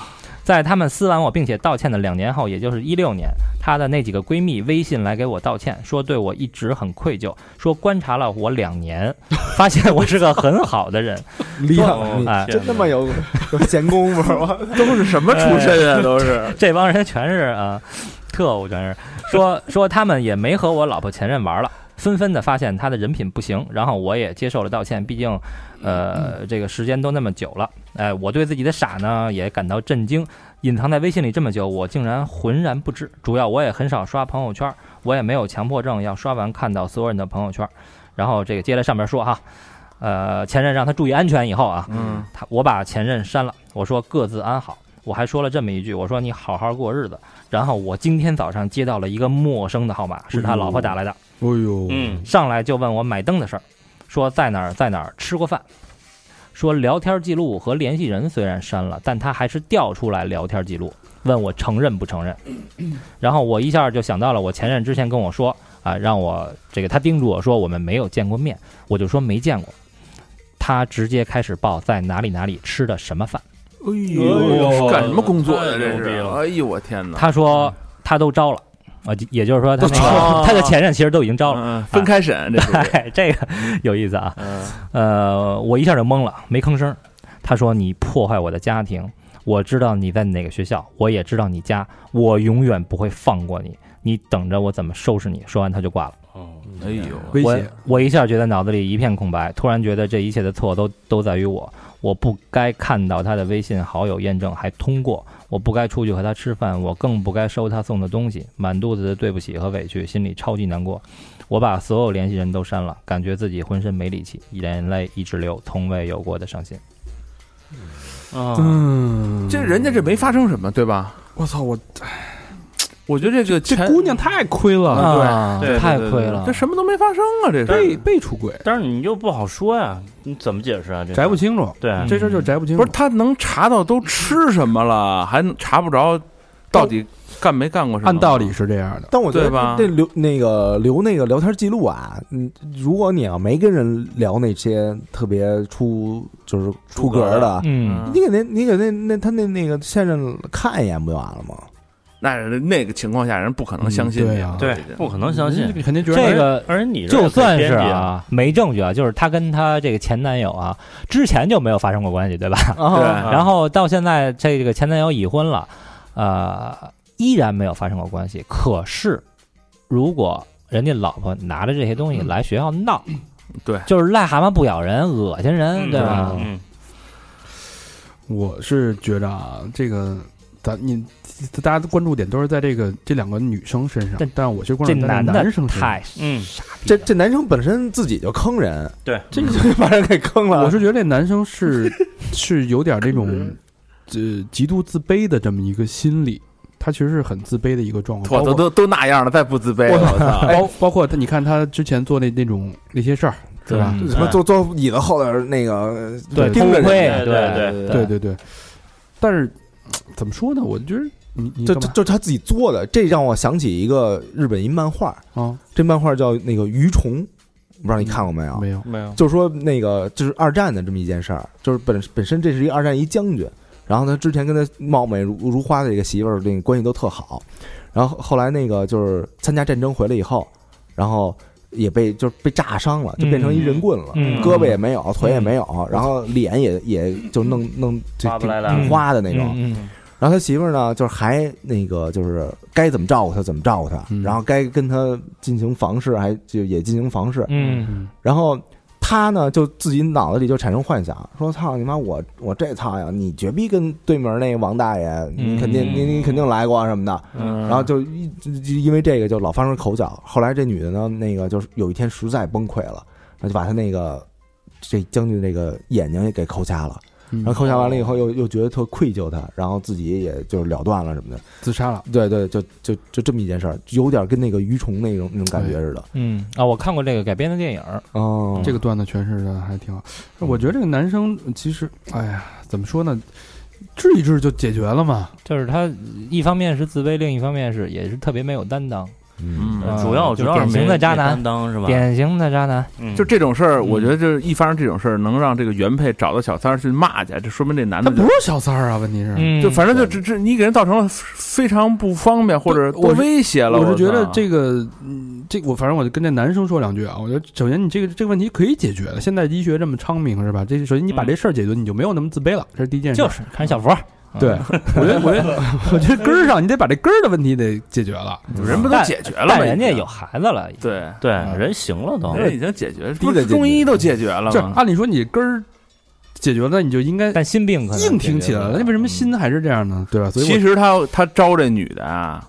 Speaker 4: 在他们撕完我并且道歉的两年后，也就是一六年，她的那几个闺蜜微信来给我道歉，说对我一直很愧疚，说观察了我两年，发现我是个很好的人。
Speaker 5: 李
Speaker 6: 哦
Speaker 5: 想，你
Speaker 4: 哎
Speaker 5: 真他妈有有闲工夫，我
Speaker 7: 都是什么出身啊？都是，
Speaker 4: 这帮人全是啊、呃特务全是说说他们也没和我老婆前任玩了，纷纷的发现他的人品不行，然后我也接受了道歉，毕竟呃这个时间都那么久了，哎、我对自己的傻呢也感到震惊，隐藏在微信里这么久，我竟然浑然不知。主要我也很少刷朋友圈，我也没有强迫症要刷完看到所有人的朋友圈。然后这个接着上面说哈，呃前任让他注意安全以后啊，
Speaker 7: 嗯
Speaker 4: 他我把前任删了，我说各自安好，我还说了这么一句，我说你好好过日子。然后我今天早上接到了一个陌生的号码，是他老婆打来的，
Speaker 3: 哎呦，
Speaker 6: 嗯，
Speaker 4: 上来就问我买灯的事儿，说在哪儿在哪儿吃过饭，说聊天记录和联系人虽然删了，但他还是调出来聊天记录，问我承认不承
Speaker 7: <clears throat>
Speaker 4: 认。然后我一下就想到了我前任之前跟我说啊，让我这个他叮嘱我说我们没有见过面，我就说没见过。他直接开始报在哪里哪里吃的什么饭，
Speaker 7: 哎呦，干什么工作呀？这
Speaker 6: 太牛
Speaker 7: 是
Speaker 6: 逼，了
Speaker 7: 哎呦我天哪！
Speaker 4: 他说他都招了，啊，也就是说他那
Speaker 7: 都招
Speaker 4: 个 <laughs>
Speaker 7: 了
Speaker 4: 他的前任其实都已经
Speaker 7: <laughs>
Speaker 4: 招了。
Speaker 7: 嗯分开审，这是，
Speaker 4: 哎，这个有意思啊，
Speaker 7: 嗯
Speaker 4: 呃，我一下就懵了，没吭声。他说：“你破坏我的家庭，我知道你在哪个学校，我也知道你家，我永远不会放过你，你等着我怎么收拾你。”说完他就挂了。
Speaker 6: 哦，
Speaker 7: 哎呦，
Speaker 3: 威
Speaker 4: 我
Speaker 3: 胁，
Speaker 4: 我一下觉得脑子里一片空白，突然觉得这一切的错都都在于我，我不该看到他的微信好友验证还通过，我不该出去和他吃饭，我更不该收他送的东西，满肚子的对不起和委屈，心里超级难过。我把所有联系人都删了，感觉自己浑身没力气，眼泪一直流，从未有过的伤心。
Speaker 6: 啊
Speaker 3: 嗯，
Speaker 7: 这人家这没发生什么，对吧？
Speaker 3: 我操，我
Speaker 7: 我觉得这个
Speaker 3: 这
Speaker 7: 前
Speaker 3: 姑娘太亏了，
Speaker 7: 啊，对，对
Speaker 4: 太
Speaker 7: 对
Speaker 4: 亏
Speaker 7: 对
Speaker 4: 了
Speaker 7: 这什么都没发生啊，这
Speaker 3: 被
Speaker 7: 是。
Speaker 3: 被出轨，
Speaker 6: 但是你又不好说呀，你怎么解释啊？这
Speaker 3: 摘不清楚，
Speaker 6: 对，
Speaker 3: 嗯这事儿就摘不清
Speaker 7: 不
Speaker 3: 楚，
Speaker 7: 是他能查到都吃什么了，还能查不着到底干没干过什么？
Speaker 3: 按道理是这样的，
Speaker 5: 但我觉得
Speaker 7: 对吧
Speaker 5: 那留那个留那个聊天记录啊，嗯，如果你要没跟人聊那些特别出就是出格
Speaker 7: 出格
Speaker 5: 的，
Speaker 4: 嗯，
Speaker 7: 嗯，
Speaker 5: 你给那你给那那他那那个现任看一眼不就完了吗？
Speaker 7: 那人那个情况下，人不可能相信
Speaker 3: 嗯对
Speaker 7: 你
Speaker 3: 啊嗯
Speaker 7: 对，
Speaker 6: 不可能相信。
Speaker 3: 你肯定觉得哎
Speaker 4: 这个
Speaker 6: 而你这
Speaker 4: 就算
Speaker 6: 偏
Speaker 4: 是
Speaker 6: 见，
Speaker 4: 啊，没证据啊，就是她跟她这个前男友啊，之前就没有发生过关系，对吧？
Speaker 3: 哦
Speaker 5: 啊，
Speaker 3: 嗯
Speaker 4: 然后到现在这个前男友已婚了，呃，依然没有发生过关系。可是，如果人家老婆拿着这些
Speaker 3: 嗯
Speaker 4: 东西来学校闹，
Speaker 7: 对
Speaker 4: 就是癞蛤蟆不咬人，恶心人，对吧？
Speaker 6: 嗯，
Speaker 3: 我是觉着啊，这个咱你大家的关注点都是在这个这两个女生身上，
Speaker 4: 但
Speaker 3: 但是我是关
Speaker 4: 这
Speaker 3: 注在
Speaker 4: 男的
Speaker 3: 男生身上。
Speaker 4: 太
Speaker 6: 嗯
Speaker 4: 傻逼
Speaker 5: 这
Speaker 4: 了，
Speaker 5: 这男生本身自己就坑人，
Speaker 6: 对，
Speaker 5: 这就把人给坑了。
Speaker 3: <laughs> 我是觉得这男生是是有点那种呃极度自卑的这么一个心理，他其实是很自卑的一个状
Speaker 7: 我
Speaker 3: 况。
Speaker 7: 都
Speaker 3: 包括
Speaker 7: 都都那样了，再不自卑了，我操！
Speaker 3: 包包括他，你看他之前做那那种那些事儿，是吧？
Speaker 6: 嗯
Speaker 5: 什么坐坐椅子后边那个
Speaker 4: 对
Speaker 5: 盯
Speaker 4: 偷
Speaker 5: 着
Speaker 4: 窥，
Speaker 5: 人
Speaker 6: 对对
Speaker 4: 对
Speaker 3: 对对对。但是怎么说呢？我觉得你你
Speaker 5: 就
Speaker 3: 干
Speaker 5: 就
Speaker 3: 嘛
Speaker 5: 就他自己做的，这让我想起一个日本一漫画，
Speaker 3: 啊？
Speaker 5: 这漫画叫那个《鱼虫》，不
Speaker 4: 嗯
Speaker 5: 知道你看过没有？
Speaker 3: 没有，
Speaker 7: 啊没有，
Speaker 5: 就是说那个就是二战的这么一件事儿，就是本本身这是一个二战一将军，然后他之前跟他貌美如如花的这个媳妇儿那个关系都特好，然后后来那个就是参加战争回来以后，然后也被就是被炸伤了，就变成一人棍了。
Speaker 4: 嗯
Speaker 5: 胳膊也没有，腿也没有，然后脸也也就弄弄就
Speaker 6: 花不
Speaker 5: 挺
Speaker 6: 来了
Speaker 5: 挺花的那种。
Speaker 4: 嗯嗯
Speaker 5: 然后他媳妇儿呢，就是还那个就是该怎么照顾他怎么照顾他，
Speaker 3: 嗯
Speaker 5: 然后该跟他进行房事还就也进行房事，
Speaker 4: 嗯，
Speaker 3: 嗯，
Speaker 5: 然后他呢，就自己脑子里就产生幻想，说：“操你妈，我我这操呀，你绝逼跟对门那个王大爷，你肯定你你肯定来过啊什么的。”
Speaker 6: 嗯
Speaker 5: 然后就一就就因为这个就老发生口角。后来这女的呢，那个就是有一天实在崩溃了，那就把他那个这将军这个眼睛也给抠瞎了。
Speaker 3: 嗯
Speaker 5: 然后抠瞎完了以后，又又觉得特愧疚他，然后自己也就了断了什么的。
Speaker 3: 自杀了。
Speaker 5: 对对，就就就这么一件事儿，有点跟那个鱼虫那种那种感觉似的。
Speaker 4: 嗯啊，我看过这个改编的电影儿，
Speaker 7: 嗯
Speaker 5: 哦，
Speaker 3: 嗯这个段子诠释的还挺好。我觉得这个男生其实，哎呀，怎么说呢？治一治就解决了嘛。
Speaker 4: 就是他一方面是自卑，另一方面是也是特别没有担当，
Speaker 5: 嗯，
Speaker 6: 嗯主要
Speaker 4: 就
Speaker 6: 主要是
Speaker 4: 典型
Speaker 6: 没
Speaker 4: 的渣
Speaker 6: 没
Speaker 4: 男
Speaker 6: 担当是吧？
Speaker 4: 典型的渣男。
Speaker 6: 嗯
Speaker 7: 就这种事儿，我觉得就是一发生这种事儿，能让这个原配找到小三儿去骂去，这说明这男
Speaker 3: 他
Speaker 7: 的
Speaker 3: 不
Speaker 7: 就是
Speaker 3: 小三儿啊，问题是，
Speaker 4: 嗯，
Speaker 7: 就反正就这这你给人造成了非常不方便或者
Speaker 3: 我是
Speaker 7: 威胁了。
Speaker 3: 我是觉
Speaker 7: 操
Speaker 3: 得这个，嗯，这我反正我就跟这男生说两句啊。我觉得首先你这个这个问题可以解决的，现在医学这么昌明是吧？这首先你把这事儿解决，你就没有那么自卑了，这是第一件事。
Speaker 4: 嗯就是看小佛，
Speaker 5: 对，
Speaker 3: 我觉得，我觉
Speaker 4: <laughs>
Speaker 3: 得，我觉得根儿上你得把这根儿的问题得解决了。
Speaker 7: 人不都
Speaker 4: 但
Speaker 7: 解决了吗？
Speaker 4: 但人家
Speaker 7: 已经
Speaker 4: 有孩子了，
Speaker 7: 对，
Speaker 6: 对人行了都，
Speaker 7: 啊人已经解决，不
Speaker 5: 逼着
Speaker 7: 是
Speaker 5: 解决
Speaker 7: 中医都解决了
Speaker 3: 这
Speaker 7: 吗？
Speaker 3: 按理说你根儿解决了，你就应该
Speaker 4: 但心病可能
Speaker 3: 硬挺起来了。那为什么
Speaker 4: 心？
Speaker 3: 心还是这样呢？对吧？所以我
Speaker 7: 其实他他招这女的啊，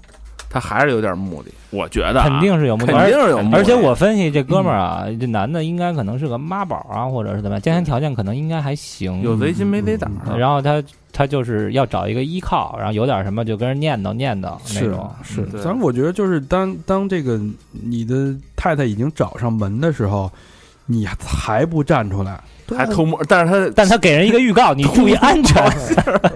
Speaker 7: 他还是有点目的，我觉得啊
Speaker 4: 肯定是有目的，
Speaker 7: 肯定是有目的，
Speaker 4: 而而且我分析这哥们儿啊，这男的应该可能是个妈宝啊，或者是怎么样，家庭条件可能应该还行。
Speaker 7: 有贼心没贼胆儿，
Speaker 4: 然后他他就是要找一个依靠，然后有点什么就跟人念叨念叨那
Speaker 3: 是啊
Speaker 4: 种。嗯
Speaker 3: 是，
Speaker 7: 对
Speaker 3: 反正我觉得就是当当这个你的太太已经找上门的时候，你还不站出来，
Speaker 7: 还偷摸，但是他
Speaker 4: 但他给人一个预告，你注意安全。
Speaker 3: 啊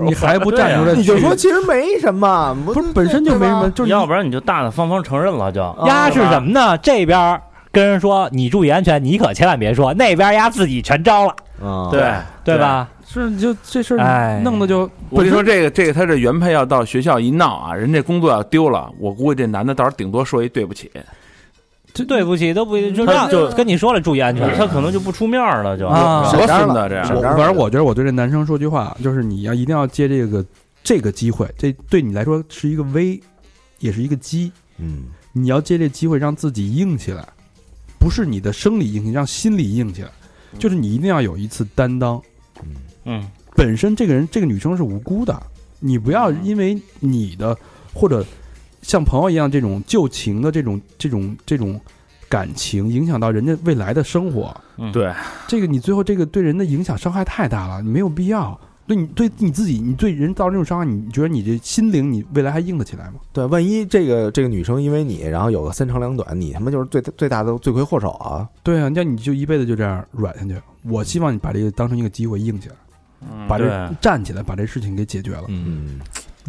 Speaker 3: 你还不站出来去，
Speaker 5: 你就说其实没什么，不
Speaker 3: 不是本身就没什么，就是
Speaker 6: 要不然你就大大方方承认了就。
Speaker 4: 鸭是什么呢？这边儿跟人说你注意安全，你可千万别说，那边鸭自己全招了，
Speaker 5: 啊，
Speaker 6: 对，
Speaker 4: 对吧？
Speaker 3: 是你就这事
Speaker 4: 哎
Speaker 3: 儿弄的就
Speaker 7: 我跟你说，这个这个，他这原配要到学校一闹啊，人这工作要丢了，我估计这男的到时候顶多说一对不起，
Speaker 4: 对不起，都不就
Speaker 6: 他
Speaker 4: 让
Speaker 6: 就
Speaker 4: 跟你说了注意安全。
Speaker 6: 他可能就不出面了，就
Speaker 4: 啊
Speaker 7: 多
Speaker 5: 当然
Speaker 7: 孙
Speaker 5: 了
Speaker 7: 子这样
Speaker 5: 我。
Speaker 3: 反正我觉得我对这男生说句话，就是你要一定要借这个这个机会，这对你来说是一个危，也是一个机，
Speaker 5: 嗯，
Speaker 3: 你要借这机会让自己硬起来，不是你的生理硬，让心理硬起来，就是你一定要有一次担当。
Speaker 6: 嗯，
Speaker 3: 本身这个人这个女生是无辜的，你不要因为你的或者像朋友一样这种旧情的这种这种这种感情影响到人家未来的生活。
Speaker 6: 嗯
Speaker 7: 对，
Speaker 3: 这个你最后这个对人的影响伤害太大了，你没有必要。对你对你自己，你对人造成这种伤害，你觉得你这心灵，你未来还硬得起来吗？
Speaker 5: 对，万一这个这个女生因为你，然后有个三长两短，你他妈就是最最大的罪魁祸首啊！
Speaker 3: 对啊，那你就一辈子就这样软下去。我希望你把这个当成一个机会硬起来，把这
Speaker 6: 对
Speaker 3: 站起来，把这事情给解决了。
Speaker 5: 嗯，
Speaker 4: 嗯，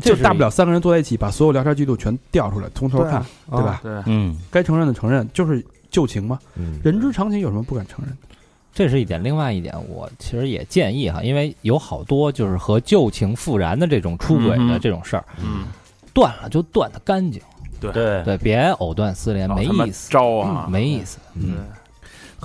Speaker 3: 就大不了三个人坐在一起，把所有聊天记录全调出来，从头看，对吧？
Speaker 7: 对，
Speaker 6: 嗯，
Speaker 3: 该承认的承认，就是旧情嘛，
Speaker 5: 嗯，
Speaker 3: 人之常情，有什么不敢承认的？
Speaker 4: 这是一点。另外一点，我其实也建议哈，因为有好多就是和旧情复燃的这种出轨
Speaker 7: 嗯
Speaker 4: 的
Speaker 7: 哼
Speaker 4: 这种事儿，
Speaker 7: 嗯，
Speaker 4: 断了就断的干净，
Speaker 6: 对，
Speaker 4: 对，别藕断丝连，
Speaker 7: 老
Speaker 4: 没
Speaker 7: 他妈
Speaker 4: 意思，
Speaker 7: 招啊，
Speaker 4: 没意思。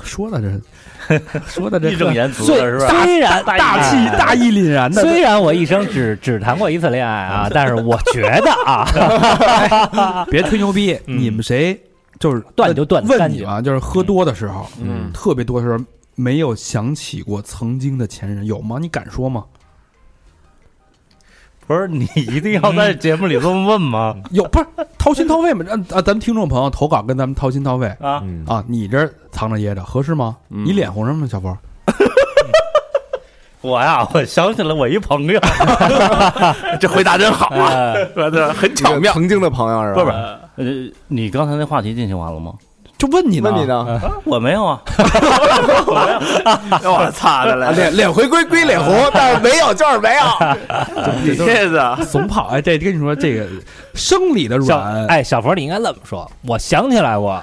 Speaker 3: 说的这，
Speaker 4: <laughs>
Speaker 3: 说的
Speaker 6: <laughs>
Speaker 3: 这
Speaker 6: 义正言辞
Speaker 4: 虽
Speaker 6: 的是吧？
Speaker 4: 虽然
Speaker 3: 嗯
Speaker 4: 哎
Speaker 3: 大气大
Speaker 7: 嗯
Speaker 3: 义凛然的，
Speaker 4: 虽然我一生只只谈过一次恋爱啊，但是我觉得啊，
Speaker 3: 别吹牛逼，
Speaker 4: <laughs> 嗯
Speaker 3: 你们谁就是
Speaker 4: 断就断
Speaker 3: 问
Speaker 4: 干
Speaker 3: 你
Speaker 4: 净
Speaker 3: 啊，就是喝多的时候，
Speaker 7: 嗯，
Speaker 3: 特别多的时候没有想起过曾经的前任，有吗？你敢说吗？
Speaker 6: 不是你一定要在节目里这么问吗？
Speaker 3: 有不是掏心掏肺吗？让啊，咱们听众朋友投稿跟咱们掏心掏肺
Speaker 6: 啊，
Speaker 5: 嗯
Speaker 3: 啊，你这藏着掖着合适吗？
Speaker 7: 嗯
Speaker 3: 你脸红什么？小佛，
Speaker 6: <laughs> 我呀，我想起了我一朋友，
Speaker 7: <laughs> 这回答真好啊，
Speaker 6: <laughs> 呃，
Speaker 7: <laughs> 对，很
Speaker 5: 这
Speaker 7: 巧
Speaker 5: 个
Speaker 7: 妙。
Speaker 5: 曾经的朋友是
Speaker 6: 不是不
Speaker 5: 吧？
Speaker 6: 是，呃你刚才那话题进行完了吗？
Speaker 3: 就问你呢，
Speaker 5: 问你呢？
Speaker 6: 我没有啊，
Speaker 7: 我操的
Speaker 5: 啊
Speaker 7: 嘞，
Speaker 5: 脸脸回归归脸红，但是没有就是没有。
Speaker 7: 你这个
Speaker 3: 怂跑哎，这跟你说这个生理的
Speaker 4: 小
Speaker 3: 软，
Speaker 4: 哎，小佛，你应该这么说。我想起来过，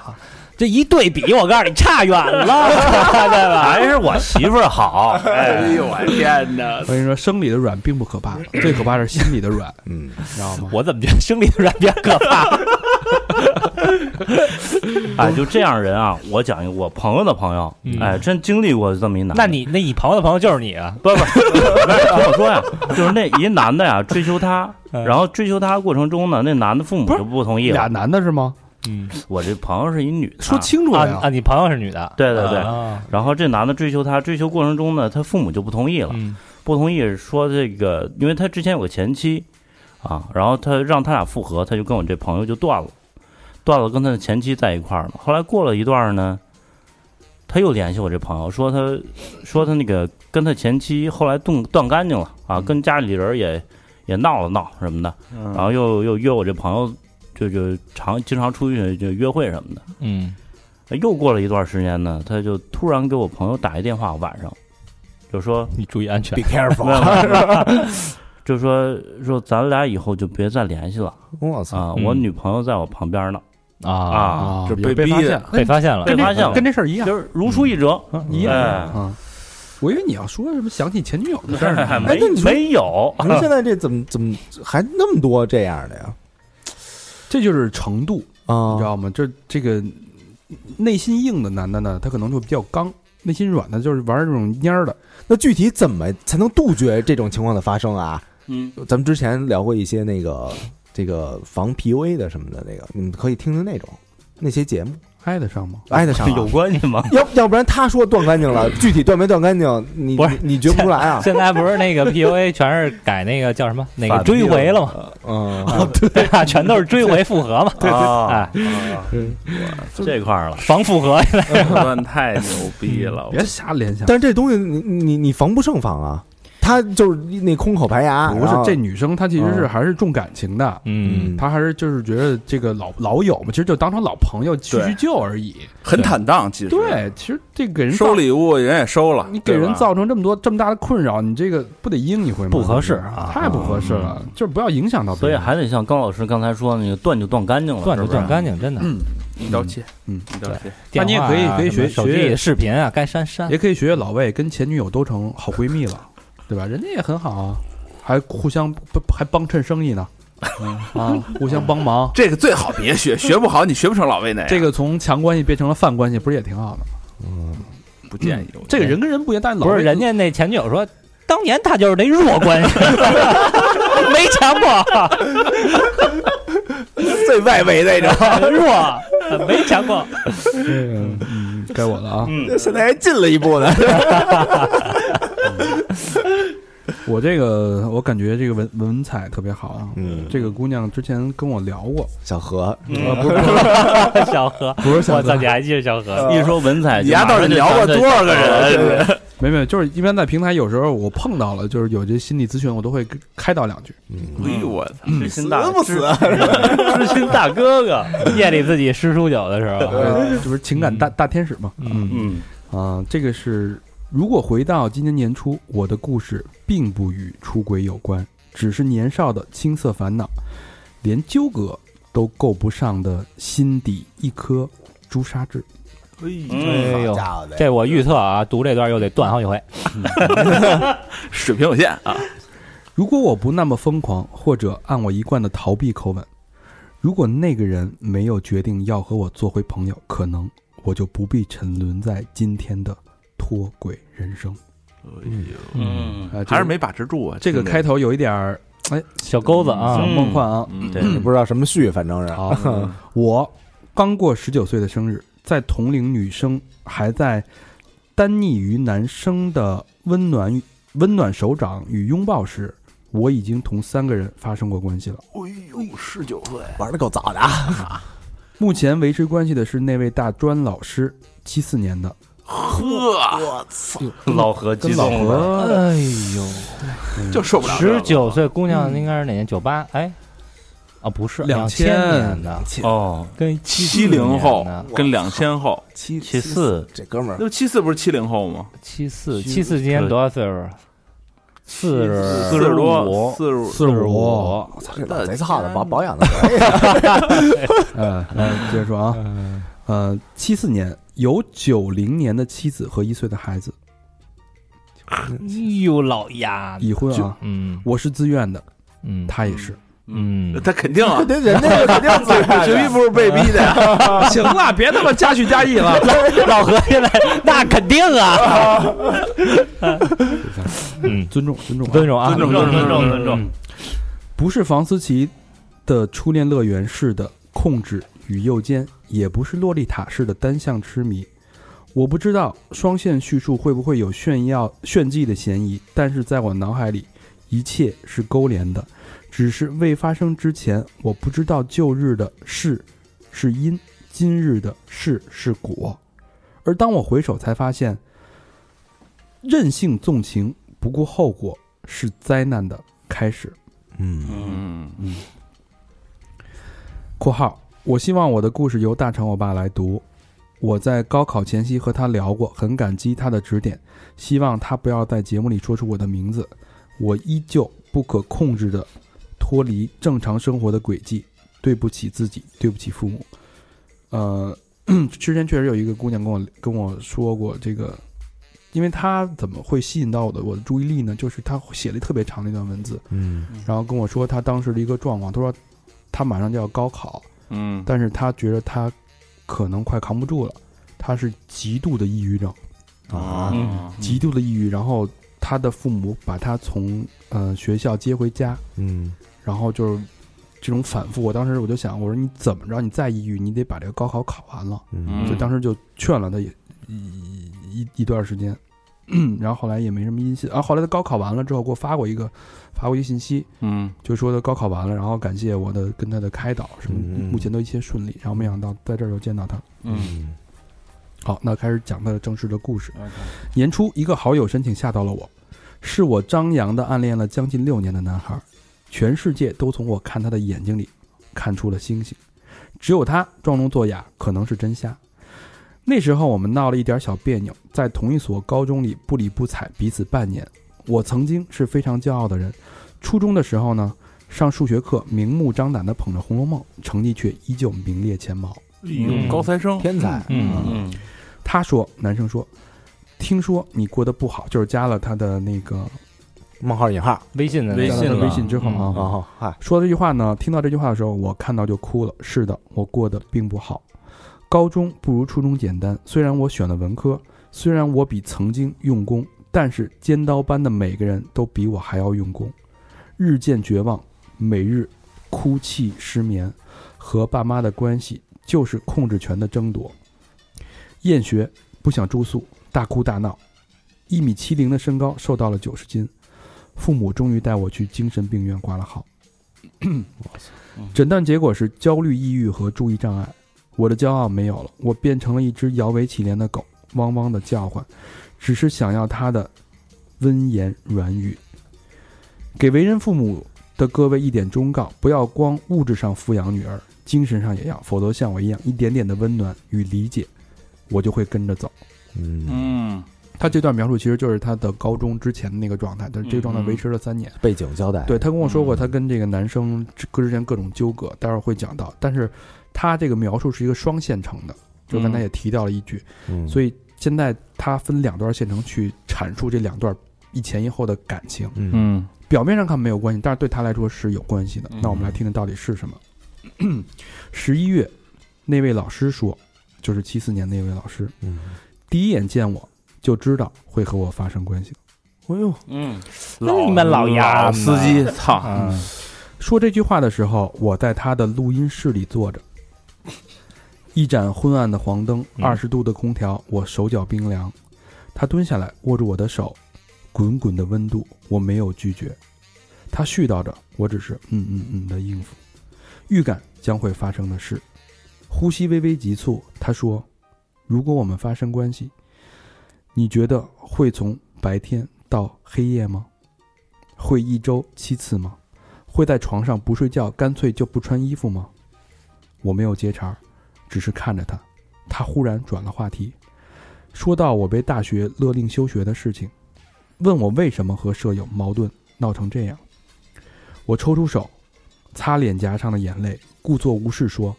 Speaker 4: 这一对比，我告诉你，差远了，对吧？
Speaker 6: 还是我媳妇儿好。
Speaker 7: 哎呦我天哪
Speaker 3: 我！跟你说，生理的软并不可怕，最可怕是心理的软，
Speaker 5: 嗯，
Speaker 3: 你知道吗？
Speaker 4: 我怎么觉得生理的软变可怕？
Speaker 6: 哎，就这样人啊，我讲一个我朋友的朋友，
Speaker 4: 嗯
Speaker 6: 哎，真经历过这么一男的。
Speaker 4: <laughs> 那你那你朋友的朋友就是你啊？
Speaker 6: 不不，听我说呀， <laughs> 就是那一男的呀追求她，
Speaker 4: 嗯
Speaker 6: 然后追求她过程中呢，那男的父母
Speaker 3: 不是
Speaker 6: 就不同意
Speaker 3: 俩
Speaker 6: 了。
Speaker 3: 男的是吗？
Speaker 4: 嗯，
Speaker 6: 我这朋友是一女的，
Speaker 3: 说清楚
Speaker 4: 啊
Speaker 3: 了呀
Speaker 4: 啊，你朋友是女的？
Speaker 6: 对对对
Speaker 4: 啊
Speaker 6: 然后这男的追求她，追求过程中呢，他父母就不同意了，
Speaker 4: 嗯
Speaker 6: 不同意说这个，因为他之前有个前妻啊，然后他让他俩复合，他就跟我这朋友就断了，断了跟他的前妻在一块儿了。后来过了一段儿呢，他又联系我这朋友，说他说他那个跟他前妻后来断断干净了啊，跟家里人也也闹了闹什么的，
Speaker 7: 嗯
Speaker 1: 嗯
Speaker 6: 然
Speaker 7: 啊
Speaker 6: 后又又约我这朋友就就常经常出去就约会什么的。
Speaker 4: 嗯，
Speaker 6: 又过了一段时间呢，他就突然给我朋友打一电话，晚上就说
Speaker 4: 你注意安全
Speaker 5: Be。careful！
Speaker 6: <laughs> 就说说咱俩以后就别再联系了
Speaker 5: 我操！
Speaker 6: 啊！
Speaker 4: 嗯
Speaker 6: 我女朋友在我旁边呢
Speaker 4: 啊，
Speaker 6: 啊，
Speaker 3: 啊
Speaker 7: 这
Speaker 3: 被嗯
Speaker 7: 被逼
Speaker 3: 发现了，
Speaker 4: 被发现了，
Speaker 6: 被发现了
Speaker 3: 跟，这事儿一样，
Speaker 6: 就是如出一辙，
Speaker 3: 啊一样
Speaker 6: 哎
Speaker 3: 啊。我以为你要说什么想起前女友的事儿呢，
Speaker 6: 哎 <laughs>
Speaker 5: 哎
Speaker 6: 没
Speaker 5: 那你说
Speaker 6: 没有，
Speaker 5: 你说现在这怎么怎么还那么多这样的呀？
Speaker 3: 这就是程度，你知
Speaker 5: 啊，
Speaker 3: 道吗？这这个内心硬的男的呢，他可能就比较刚；内心软的，就是玩这种蔫儿的。
Speaker 5: 那具体怎么才能杜绝这种情况的发生啊？
Speaker 6: 嗯，
Speaker 5: 咱们之前聊过一些那个这个防 PUA 的什么的那个，你们可以听听那种那些节目，
Speaker 3: 挨得上吗？
Speaker 5: 挨得上
Speaker 6: <laughs>
Speaker 5: 啊、
Speaker 6: 有关
Speaker 5: <laughs>
Speaker 6: 系吗？
Speaker 5: 要要不然他说断干净了，具体断没断干净，你
Speaker 4: 不是
Speaker 5: 你你觉不出来啊？
Speaker 4: 现在不是那个 PUA 全是改那个叫什么那
Speaker 6: 反
Speaker 4: 个
Speaker 6: 面
Speaker 4: 追回了嘛，
Speaker 5: 嗯，
Speaker 4: 对吧？全都是追回复合嘛，
Speaker 6: 啊
Speaker 4: 哎，
Speaker 6: 这块儿了，
Speaker 4: 防复合。
Speaker 7: 段太牛逼了！
Speaker 3: 别瞎联想。
Speaker 5: 但是这东西你你你防不胜防啊，他就是那空口白
Speaker 7: 啊
Speaker 3: 不
Speaker 5: 牙，
Speaker 3: 是
Speaker 5: 然后
Speaker 3: 这女生，她其实是
Speaker 5: 嗯
Speaker 3: 还是重感情的，
Speaker 4: 嗯，
Speaker 5: 嗯
Speaker 3: 她还是就是觉得这个老老友嘛，其实就当成老朋友叙叙
Speaker 7: 对
Speaker 3: 旧而已。
Speaker 7: <laughs> 很坦荡，其实
Speaker 3: 对，其实这给人造
Speaker 7: 收礼物人也收了，
Speaker 3: 你给
Speaker 7: 对
Speaker 3: 人
Speaker 7: 吧
Speaker 3: 造成这么多这么大的困扰，你这个不得应一回吗？
Speaker 4: 不合适啊
Speaker 3: 太不合适了，就是不要影响到别
Speaker 6: 所以
Speaker 3: 人。
Speaker 6: 还得像高老师刚才说，那个断就断干净了，
Speaker 4: 断就是
Speaker 6: 不是
Speaker 4: 断干净，真的。
Speaker 3: 嗯
Speaker 7: 一刀切，
Speaker 3: 嗯
Speaker 7: 一刀切，
Speaker 3: 那
Speaker 4: 电
Speaker 3: 你也
Speaker 4: 话
Speaker 3: 可以
Speaker 4: 啊
Speaker 3: 可以
Speaker 4: 什么
Speaker 3: 学
Speaker 4: 手
Speaker 3: 学
Speaker 4: 机视频啊，该删删
Speaker 3: 也。可以学学老魏，跟前女友都成好闺蜜了， <laughs> 对吧？人家也很好啊，还互相不还帮衬生意呢，啊，互相帮忙。
Speaker 7: 这个最好别 <laughs> 学，学不好你学不成老魏那样。
Speaker 3: 这个从强关系变成了泛关系，不是也挺好的吗？嗯
Speaker 7: 不建议，我
Speaker 3: 这个人跟人不一样，但是老
Speaker 4: 不是
Speaker 3: 魏
Speaker 4: 人家那前女友说，当年他就是那弱关系， <laughs> 没强过，
Speaker 5: <laughs> 最外围那种，
Speaker 4: 弱没强过。
Speaker 3: <laughs> 嗯， <laughs> 该我了啊！
Speaker 5: 现在还进了一步呢。
Speaker 3: 我这个我感觉这个文文采特别好啊。
Speaker 5: 嗯，
Speaker 3: 这个姑娘之前跟我聊过，
Speaker 5: 小何，
Speaker 3: 啊不是
Speaker 4: 小何，
Speaker 3: 不是小
Speaker 4: 我
Speaker 3: 何
Speaker 4: 操，你还记得小
Speaker 3: <laughs>
Speaker 4: 何？
Speaker 6: 呃一说文采，
Speaker 7: 你丫到底聊过多少个人？
Speaker 3: 没没，就是一般在平台有时候我碰到了，就是有这心理咨询，我都会跟开导两句。
Speaker 7: 哎呦我操！
Speaker 1: 嗯
Speaker 6: 知 <laughs> 心大
Speaker 5: 死不嗯死？
Speaker 4: 知心大哥哥， <laughs> 夜里自己吃书酒的时候，
Speaker 3: 对，呃这不是情感大大天使嘛？嗯
Speaker 6: 嗯，
Speaker 3: 啊，这个是如果回到今年年初，我的故事并不与出轨有关，只是年少的青涩烦恼，连纠葛都够不上的心底一颗朱砂痣。
Speaker 4: 哎呦，
Speaker 5: 家伙的，
Speaker 4: 这我预测啊，读这段又得断好几回。
Speaker 7: 水平有限啊，
Speaker 3: 如果我不那么疯狂，或者按我一贯的逃避口吻，如果那个人没有决定要和我做回朋友，可能我就不必沉沦在今天的脱轨人生。
Speaker 4: 哎
Speaker 6: 嗯，
Speaker 3: 啊，这个
Speaker 7: 还是没把持住啊。
Speaker 3: 这个
Speaker 7: 真的
Speaker 3: 开头有一点儿
Speaker 4: 小钩子啊
Speaker 3: 小，梦幻啊。
Speaker 7: 嗯
Speaker 6: 对，
Speaker 5: 不知道什么序，反正是
Speaker 3: 好， <laughs> 我刚过十九岁的生日，在同龄女生还在单溺于男生的温暖温暖手掌与拥抱时，我已经同三个人发生过关系了。
Speaker 5: 玩的够早的啊，
Speaker 3: 目前维持关系的是那位大专老师，七四年的，
Speaker 6: 嗯老何激
Speaker 3: 跟老
Speaker 6: 动了，
Speaker 3: 何
Speaker 4: 哎呦，
Speaker 3: 嗯
Speaker 7: 就受不了这个
Speaker 4: 十九岁姑娘应该是哪年？九八？哎，啊，不是，两
Speaker 3: 2000
Speaker 4: 年的，
Speaker 6: 哦，
Speaker 4: 跟
Speaker 7: 七零后跟两千后，
Speaker 5: 七
Speaker 6: 七，四
Speaker 5: 这哥们儿
Speaker 7: 那七四不是七零后吗？
Speaker 4: 七四七四今年多少岁数？四十
Speaker 7: 四十多，
Speaker 4: 五
Speaker 7: 四十
Speaker 3: 四
Speaker 4: 十五，
Speaker 3: 五，
Speaker 5: 操，这老贼操的，保保养的 <laughs> 可以，
Speaker 3: 呃，来接着说啊，
Speaker 4: 嗯
Speaker 3: 呃，七四年有九零年的妻子和一岁的孩子，
Speaker 4: 哎呦老鸭，
Speaker 3: 已婚啊，
Speaker 4: 嗯
Speaker 3: 我是自愿的，
Speaker 4: 嗯
Speaker 3: 他也是。
Speaker 4: 嗯，
Speaker 7: 他肯定啊，
Speaker 5: 这人家肯定自然
Speaker 7: 绝 <laughs> 逼不是被逼的呀。
Speaker 3: <laughs> 行了，别他妈加许加意了。
Speaker 4: 老何现 <laughs> 在那肯定啊，嗯，
Speaker 3: 尊重，尊重、啊，
Speaker 4: 尊重啊，
Speaker 3: <laughs>
Speaker 7: 尊重尊重尊重
Speaker 4: 嗯
Speaker 3: 不是房思琪的初恋乐园式的控制与诱奸，也不是洛丽塔式的单向痴迷。我不知道双线叙述会不会有炫耀炫技的嫌疑，但是在我脑海里，一切是勾连的，只是未发生之前，我不知道旧日的是是因，今日的是是果。而当我回首，才发现，任性纵情不顾后果是灾难的开始。
Speaker 5: 嗯，
Speaker 7: 嗯，
Speaker 3: （括号）我希望我的故事由大长我爸来读。我在高考前夕和他聊过，很感激他的指点，希望他不要在节目里说出我的名字。我依旧不可控制的脱离正常生活的轨迹，对不起自己，对不起父母。呃，之前确实有一个姑娘跟我跟我说过这个，因为她怎么会吸引到我的我的注意力呢？就是她写了特别长的一段文字，
Speaker 5: 嗯，
Speaker 3: 然后跟我说她当时的一个状况，她说她马上就要高考，
Speaker 7: 嗯，
Speaker 3: 但是他觉得他可能快扛不住了，他是极度的抑郁症，
Speaker 5: 啊，
Speaker 7: 嗯
Speaker 3: 极度的抑郁，然后他的父母把他从呃学校接回家，
Speaker 5: 嗯，
Speaker 3: 然后就是这种反复，我当时我就想，我说你怎么着，你再抑郁，你得把这个高考考完了，
Speaker 5: 嗯
Speaker 3: 所以当时就劝了他一一一一段时间。 <clears throat> 然后后来也没什么音信，啊然、后后来他高考完了之后，给我发过一个发过一个信息，
Speaker 7: 嗯，
Speaker 3: 就说他高考完了，然后感谢我的跟他的开导什么，
Speaker 5: 嗯
Speaker 3: 目前都一切顺利。然后没想到在这儿又见到他，
Speaker 5: 嗯，
Speaker 3: 好，那开始讲他的正式的故事。年初，一个好友申请吓到了我，是我张扬的暗恋了将近六年的男孩，全世界都从我看他的眼睛里看出了星星，只有他装聋作哑，可能是真瞎。那时候我们闹了一点小别扭，在同一所高中里不理不睬彼此半年。我曾经是非常骄傲的人，初中的时候呢，上数学课明目张胆地捧着《红楼梦》，成绩却依旧名列前茅。
Speaker 4: 嗯
Speaker 7: 高材生，
Speaker 5: 天才，
Speaker 4: 嗯
Speaker 6: 嗯
Speaker 3: 他说，男生说，听说你过得不好，就是加了他的那个
Speaker 5: 冒号引号，
Speaker 4: 微信的那
Speaker 6: 微
Speaker 3: 加
Speaker 4: 个
Speaker 3: 了
Speaker 6: 信
Speaker 3: 他
Speaker 6: 了
Speaker 3: 的
Speaker 6: 嗯
Speaker 3: 微信之后啊，
Speaker 5: 然后嗨，
Speaker 3: 说这句话呢，听到这句话的时候，我看到就哭了。是的，我过得并不好，高中不如初中简单。虽然我选了文科，虽然我比曾经用功，但是尖刀班的每个人都比我还要用功，日渐绝望，每日哭泣失眠，和爸妈的关系就是控制权的争夺。厌学，不想住宿，大哭大闹，一米七零的身高瘦到了九十斤，父母终于带我去精神病院挂了号。诊断结果是焦虑、抑郁和注意障碍。我的骄傲没有了，我变成了一只摇尾乞怜的狗，汪汪的叫唤，只是想要它的温言软语。给为人父母的各位一点忠告：不要光物质上抚养女儿，精神上也要，否则像我一样，一点点的温暖与理解，我就会跟着走。
Speaker 5: 嗯，
Speaker 7: 嗯，
Speaker 3: 他这段描述其实就是他的高中之前的那个状态，但是这个状态维持了三年。
Speaker 5: 背景交代，
Speaker 3: 对他跟我说过，他跟这个男生之之间各种纠葛，待会儿会讲到。但是他这个描述是一个双线程的，就刚才也提到了一句，
Speaker 5: 嗯，
Speaker 3: 所
Speaker 5: 以
Speaker 3: 以现在他分两段线程去阐述这两段一前一后的感情，
Speaker 5: 嗯
Speaker 7: 嗯
Speaker 3: 表面上看没有关系，但是对他来说是有关系的
Speaker 7: 嗯。
Speaker 3: 那我们来听听到底是什么。十一月，那位老师说，就是七四年那位老师，
Speaker 5: 嗯，
Speaker 3: 第一眼见我就知道会和我发生关系。
Speaker 5: 哎呦，
Speaker 6: 嗯，
Speaker 4: 你们老
Speaker 7: 老
Speaker 4: 鸭子
Speaker 7: 司机，操，
Speaker 4: 啊，
Speaker 3: 说这句话的时候，我在他的录音室里坐着，一盏昏暗的黄灯，
Speaker 4: 嗯
Speaker 3: 二十度的空调，我手脚冰凉。他蹲下来握住我的手，滚滚的温度，我没有拒绝。他絮叨着，我只是嗯嗯嗯的应付。预感将会发生的事，呼吸微微急促。他说：“如果我们发生关系，你觉得会从白天到黑夜吗？会一周七次吗？”会在床上不睡觉，干脆就不穿衣服吗？我没有接茬儿，只是看着他。他忽然转了话题，说到我被大学勒令休学的事情，问我为什么和舍友矛盾闹成这样。我抽出手，擦脸颊上的眼泪，故作无事说：“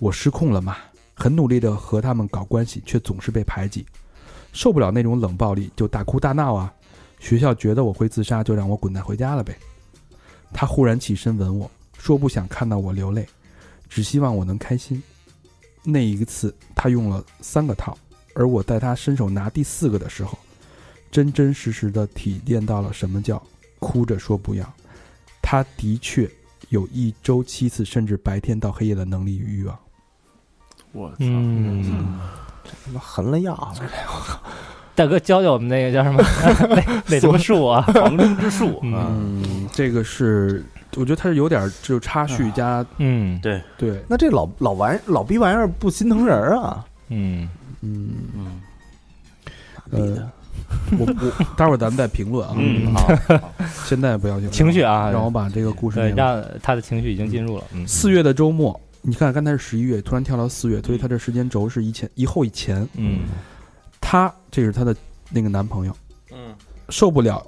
Speaker 3: 我失控了嘛，很努力的和他们搞关系，却总是被排挤，受不了那种冷暴力就大哭大闹啊。学校觉得我会自杀，就让我滚蛋回家了呗。”他忽然起身吻我，说不想看到我流泪，只希望我能开心。那一次，他用了三个套，而我在他伸手拿第四个的时候，真真实实的体验到了什么叫哭着说不要。他的确有一周七次，甚至白天到黑夜的能力与欲望。
Speaker 7: 我操，
Speaker 4: 嗯，
Speaker 5: 他妈狠了药，啊
Speaker 4: 大哥教教我们那个叫什么 <laughs> 那那什么术啊？，
Speaker 6: 黄金之术
Speaker 4: 嗯
Speaker 3: 嗯，这个是，我觉得他是有点就插叙加
Speaker 4: 嗯
Speaker 6: 对，
Speaker 3: 对，
Speaker 5: 那这老老玩老逼玩意儿不心疼人儿啊，
Speaker 4: 嗯
Speaker 3: 嗯，
Speaker 6: 嗯，
Speaker 3: 呃，我我待会儿咱们再评论啊，
Speaker 6: 嗯
Speaker 3: 好，现在不要紧，
Speaker 4: 情绪啊
Speaker 3: 让我把这个故事
Speaker 4: 对，
Speaker 3: 念完。
Speaker 4: 让他的情绪已经进入了，嗯，
Speaker 3: 四月的周末，你看刚才是十一月，突然跳到四月，所以他这时间轴是一前一后一前。
Speaker 4: 嗯
Speaker 3: 她这是她的那个男朋友，
Speaker 7: 嗯
Speaker 3: 受不了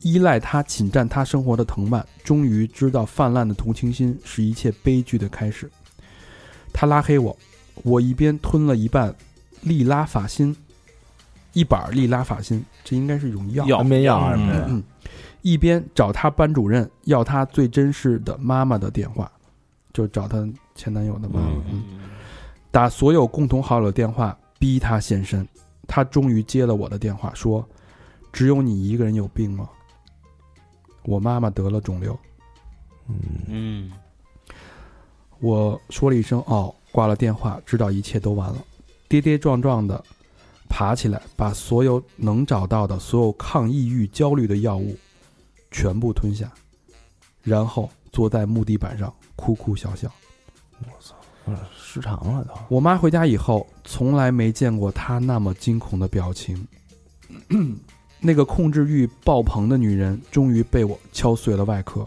Speaker 3: 依赖他、侵占他生活的藤蔓，终于知道泛滥的同情心是一切悲剧的开始。他拉黑我，我一边吞了一半利拉法辛，一板利拉法辛，这应该是一种药，
Speaker 5: 安眠药啊什么的，
Speaker 4: 嗯
Speaker 3: 一边找他班主任要他最真实的妈妈的电话，就找他前男友的妈妈，嗯打所有共同好友的电话逼他现身。他终于接了我的电话，说：“只有你一个人有病吗？我妈妈得了肿瘤。
Speaker 6: 嗯，”
Speaker 3: 我说了一声“哦”，挂了电话，知道一切都完了，跌跌撞撞的爬起来，把所有能找到的所有抗抑郁、焦虑的药物全部吞下，然后坐在木地板上哭哭笑笑。
Speaker 5: 失常了都，
Speaker 3: 我妈回家以后，从来没见过她那么惊恐的表情。 <clears throat> 那个控制欲爆棚的女人，终于被我敲碎了外壳。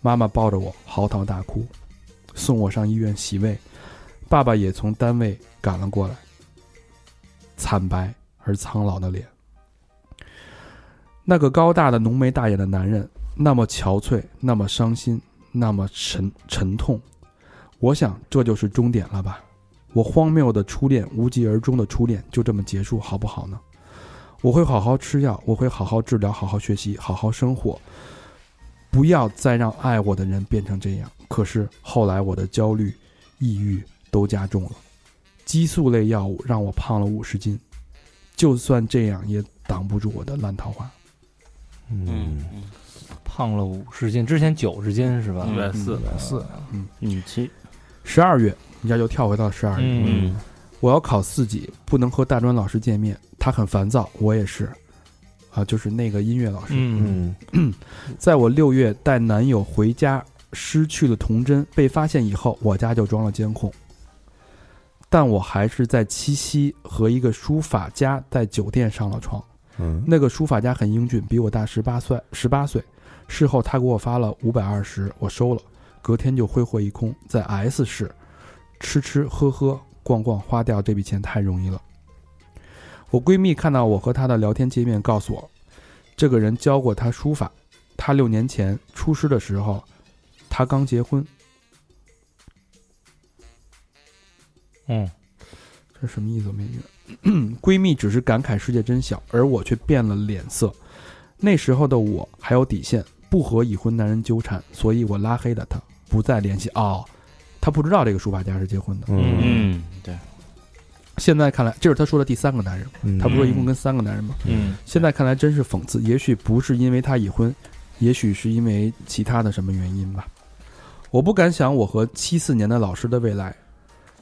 Speaker 3: 妈妈抱着我嚎啕大哭，送我上医院洗胃。爸爸也从单位赶了过来，惨白而苍老的脸。那个高大的浓眉大眼的男人，那么憔悴，那么伤心，那么沉沉痛。我想这就是终点了吧。我荒谬的初恋，无疾而终的初恋，就这么结束，好不好呢？我会好好吃药，我会好好治疗，好好学习，好好生活，不要再让爱我的人变成这样。可是后来我的焦虑、抑郁都加重了，激素类药物让我胖了五十斤，就算这样也挡不住我的烂桃花。
Speaker 5: 嗯，
Speaker 4: 胖了五十斤，之前九十斤是吧？
Speaker 6: 嗯
Speaker 7: 一百四，
Speaker 3: 四，
Speaker 6: 孕期，
Speaker 3: 十二月，你这就跳回到十二月。
Speaker 4: 嗯，
Speaker 3: 我要考四级，不能和大专老师见面，他很烦躁，我也是。啊，就是那个音乐老师，
Speaker 4: 嗯
Speaker 5: 嗯
Speaker 3: 在我六月带男友回家失去了童真被发现以后，我家就装了监控，但我还是在七夕和一个书法家在酒店上了床。
Speaker 5: 嗯，
Speaker 3: 那个书法家很英俊，比我大十八岁，十八岁。事后他给我发了五百二十，我收了，隔天就挥霍一空，在 S 市吃吃喝喝逛逛花掉这笔钱太容易了。我闺蜜看到我和她的聊天界面，告诉我，这个人教过她书法。她六年前出师的时候，她刚结婚。
Speaker 4: 嗯，
Speaker 3: 这是什么意思？我没明白。 <clears throat> 闺蜜只是感慨世界真小，而我却变了脸色。那时候的我还有底线，不和已婚男人纠缠，所以我拉黑了她，不再联系。哦，她不知道这个书法家是结婚的。
Speaker 6: 嗯，
Speaker 3: 现在看来，这是她说的第三个男人。
Speaker 5: 嗯
Speaker 3: 她不是说一共跟三个男人吗？
Speaker 4: 嗯
Speaker 3: 现在看来真是讽刺，也许不是因为他已婚，也许是因为其他的什么原因吧。我不敢想我和七四年的老师的未来，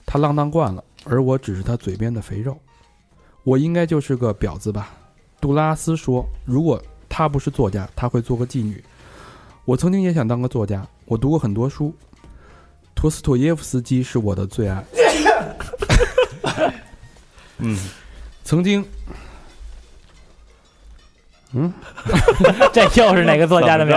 Speaker 3: 他浪荡惯了，而我只是他嘴边的肥肉，我应该就是个婊子吧？杜拉斯说，如果他不是作家，他会做个妓女。我曾经也想当个作家，我读过很多书，陀思妥耶夫斯基是我的最爱。
Speaker 6: 嗯，
Speaker 3: 曾经
Speaker 4: 这又是哪个作家的名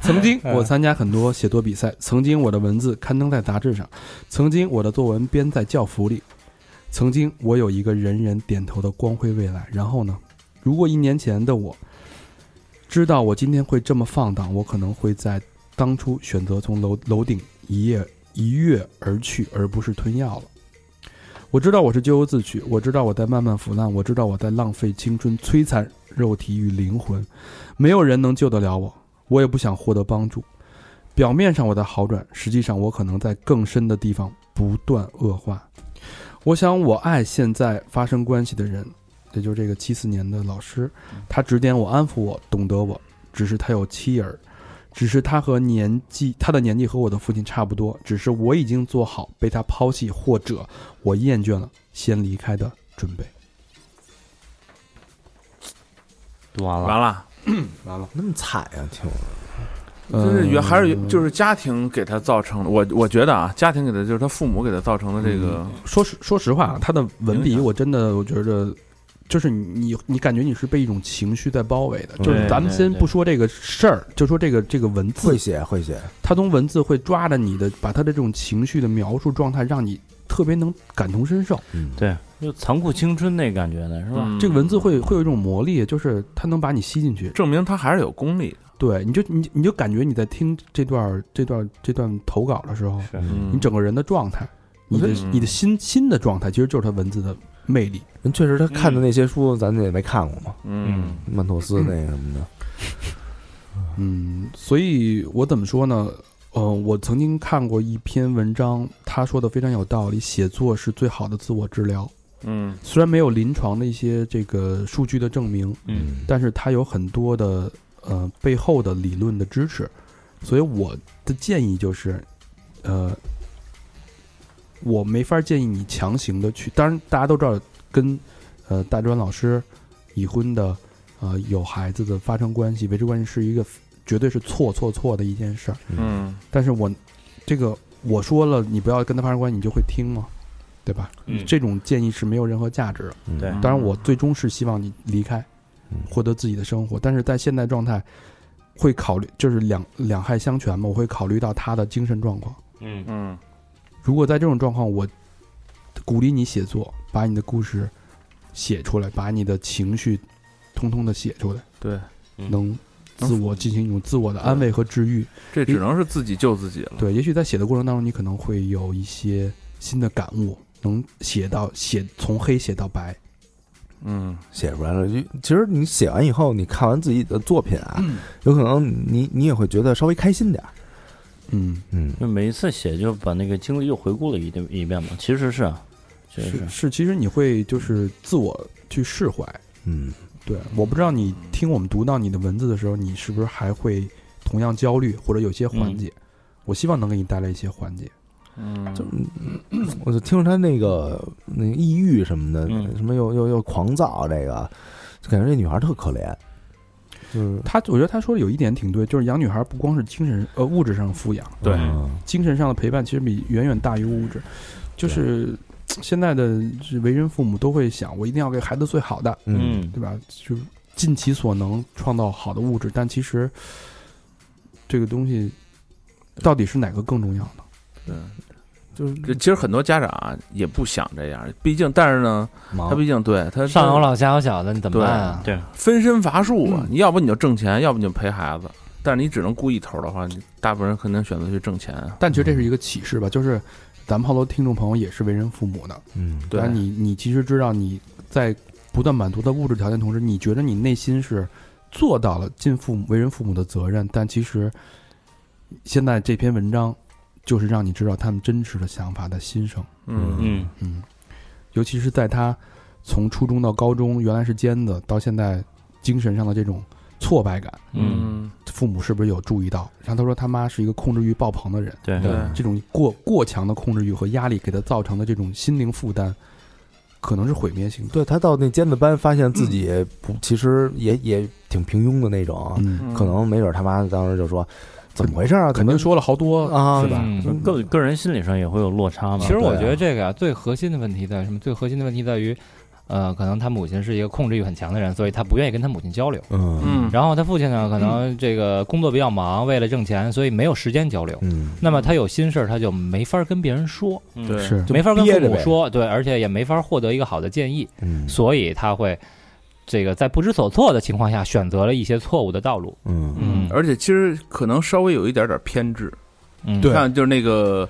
Speaker 6: 怎么着了？
Speaker 4: 字
Speaker 3: 曾经
Speaker 4: 嗯
Speaker 3: 我参加很多写作比赛，曾经我的文字刊登在杂志上，曾经我的作文编在教辅里，曾经我有一个人人点头的光辉未来。然后呢？如果一年前的我知道我今天会这么放荡，我可能会在当初选择从楼楼顶一夜一跃而去，而不是吞药了。我知道我是咎由自取，我知道我在慢慢腐烂，我知道我在浪费青春，摧残肉体与灵魂，没有人能救得了我。我也不想获得帮助。表面上我在好转，实际上我可能在更深的地方不断恶化。我想，我爱现在发生关系的人，也就是这个七四年的老师，
Speaker 7: 嗯
Speaker 3: 他指点我、安抚我、懂得我，只是他有妻儿，只是他和年纪，他的年纪和我的父亲差不多，只是我已经做好被他抛弃或者我厌倦了先离开的准备。
Speaker 6: 读完了，
Speaker 7: 完了，
Speaker 5: 那么惨啊呀，听我
Speaker 3: 嗯
Speaker 7: 真是原还是就是家庭给他造成的。我我觉得啊，家庭给他就是他父母给他造成的这个，
Speaker 3: 嗯说实说实话，啊他的文
Speaker 7: 影
Speaker 3: 笔
Speaker 7: 响
Speaker 3: 我真的我觉得，就是你你你感觉你是被一种情绪在包围的。就是
Speaker 6: 对
Speaker 3: 咱们
Speaker 6: 对
Speaker 3: 先
Speaker 6: 对
Speaker 3: 不说这个事儿，就说这个这个文字
Speaker 5: 会，写会写，
Speaker 3: 他从文字会抓着你的，把他的这种情绪的描述状态，让你特别能感同身受。
Speaker 5: 嗯，
Speaker 6: 对，就残酷青春那感觉的是吧？
Speaker 7: 嗯
Speaker 3: 这个文字会会有一种魔力，就是它能把你吸进去。
Speaker 7: 证明他还是有功力的。
Speaker 3: 对，你就你你就感觉你在听这段这段这段投稿的时候，
Speaker 6: 是
Speaker 7: 嗯
Speaker 3: 你整个人的状态，你的
Speaker 7: 我觉得嗯
Speaker 3: 你的心心的状态，其实就是他文字的魅力。
Speaker 5: 人确实他看的那些书，咱也没看过嘛，
Speaker 7: 嗯，
Speaker 5: 曼妥思那个什么的，
Speaker 3: 嗯，所以我怎么说呢？呃，我曾经看过一篇文章，他说的非常有道理，写作是最好的自我治疗。
Speaker 7: 嗯
Speaker 3: 虽然没有临床的一些这个数据的证明，
Speaker 6: 嗯，
Speaker 3: 但是它有很多的呃背后的理论的支持。所以我的建议就是，呃，我没法建议你强行的去。当然，大家都知道跟呃大专老师已婚的呃有孩子的发生关系、维持关系是一个绝对是错错错的一件事儿。
Speaker 7: 嗯，
Speaker 3: 但是我这个我说了，你不要跟他发生关系，你就会听吗？对吧？
Speaker 6: 嗯
Speaker 3: 这种建议是没有任何价值的。
Speaker 5: 嗯
Speaker 6: 对
Speaker 3: 当然，我最终是希望你离开
Speaker 5: 嗯，
Speaker 3: 获得自己的生活。但是在现在状态，会考虑就是两两害相权嘛，我会考虑到他的精神状况。
Speaker 6: 嗯
Speaker 7: 嗯
Speaker 3: 如果在这种状况，我鼓励你写作，把你的故事写出来，把你的情绪通通的写出来，
Speaker 7: 对，
Speaker 3: 嗯能自我进行一种自我的安慰和治愈。
Speaker 7: 这只能是自己救自己了。
Speaker 3: 对，也嗯许在写的过程当中，你可能会有一些新的感悟，能写到写从黑写到白。
Speaker 7: 嗯，
Speaker 5: 写出来了。就其实你写完以后，你看完自己的作品啊，有可能你你也会觉得稍微开心点儿。
Speaker 3: 嗯，
Speaker 5: 嗯，
Speaker 6: 就每一次写就把那个经历又回顾了一遍一遍嘛，其实是啊，确实
Speaker 3: 是是，其实你会就是自我去释怀。
Speaker 5: 嗯，
Speaker 3: 对，我不知道你听我们读到你的文字的时候，你是不是还会同样焦虑或者有些缓解？我希望能给你带来一些缓解。
Speaker 7: 嗯
Speaker 5: 我就听着他那个那个抑郁什么的，
Speaker 6: 嗯
Speaker 5: 什么又又又狂躁，这个就感觉这女孩特可怜。就是
Speaker 3: 他，我觉得他说的有一点挺对，就是养女孩不光是精神呃物质上富养，
Speaker 7: 对
Speaker 5: 嗯
Speaker 3: 精神上的陪伴其实比远远大于物质。就是现在的为人父母都会想，我一定要给孩子最好的，
Speaker 5: 嗯，
Speaker 6: 嗯
Speaker 3: 对吧？就是尽其所能创造好的物质，但其实这个东西到底是哪个更重要呢？
Speaker 5: 就是
Speaker 7: 这其实很多家长啊也不想这样，毕竟，但是呢，
Speaker 5: 忙
Speaker 7: 他毕竟对他
Speaker 4: 上有老下有小的，你怎么办啊？
Speaker 6: 对，
Speaker 7: 分身乏术啊，你要不你就挣钱，要不你就陪孩子。但是你只能顾一头的话，你大部分人肯定选择去挣钱啊。
Speaker 3: 但其实这是一个启示吧，就是咱们好多听众朋友也是为人父母的，
Speaker 5: 嗯，
Speaker 7: 对
Speaker 3: 那你你其实知道你在不断满足的物质条件同时，你觉得你内心是做到了尽父母为人父母的责任，但其实现在这篇文章就是让你知道他们真实的想法的心声，
Speaker 7: 嗯
Speaker 6: 嗯，
Speaker 3: 嗯，尤其是在他从初中到高中，原来是尖子，到现在精神上的这种挫败感，
Speaker 6: 嗯，
Speaker 3: 父母是不是有注意到？然后他说他妈是一个控制欲爆棚的人。
Speaker 5: 嗯
Speaker 6: 对
Speaker 7: 对，
Speaker 3: 这种过过强的控制欲和压力给他造成的这种心灵负担，可能是毁灭性的。
Speaker 5: 对他到那尖子班，发现自己也不，其实也也挺平庸的那种，啊
Speaker 3: 嗯，
Speaker 5: 可能没准他妈当时就说怎么回事啊，
Speaker 3: 肯定说了好多
Speaker 5: 怎么啊，
Speaker 3: 是吧？
Speaker 4: 嗯
Speaker 5: 嗯
Speaker 6: 个个人心理上也会有落差嘛。
Speaker 4: 其实我
Speaker 5: 对啊
Speaker 4: 觉得这个啊，最核心的问题在于什么？最核心的问题在于，呃，可能他母亲是一个控制欲很强的人，所以他不愿意跟他母亲交流。
Speaker 5: 嗯
Speaker 7: 嗯
Speaker 4: 然后他父亲呢，可能这个工作比较忙，为了挣钱，所以没有时间交流。
Speaker 5: 嗯，
Speaker 4: 那么他有心事儿，他就没法跟别人说，
Speaker 7: 对
Speaker 3: 是
Speaker 4: 没法跟
Speaker 5: 憋
Speaker 4: 父
Speaker 5: 着
Speaker 4: 母
Speaker 5: 呗
Speaker 4: 说，对，而且也没法获得一个好的建议，
Speaker 5: 嗯
Speaker 4: 所以他会这个在不知所措的情况下选择了一些错误的道路。
Speaker 5: 嗯
Speaker 4: 嗯
Speaker 7: 而且其实可能稍微有一点点偏执，
Speaker 4: 嗯，
Speaker 7: 你看就是那个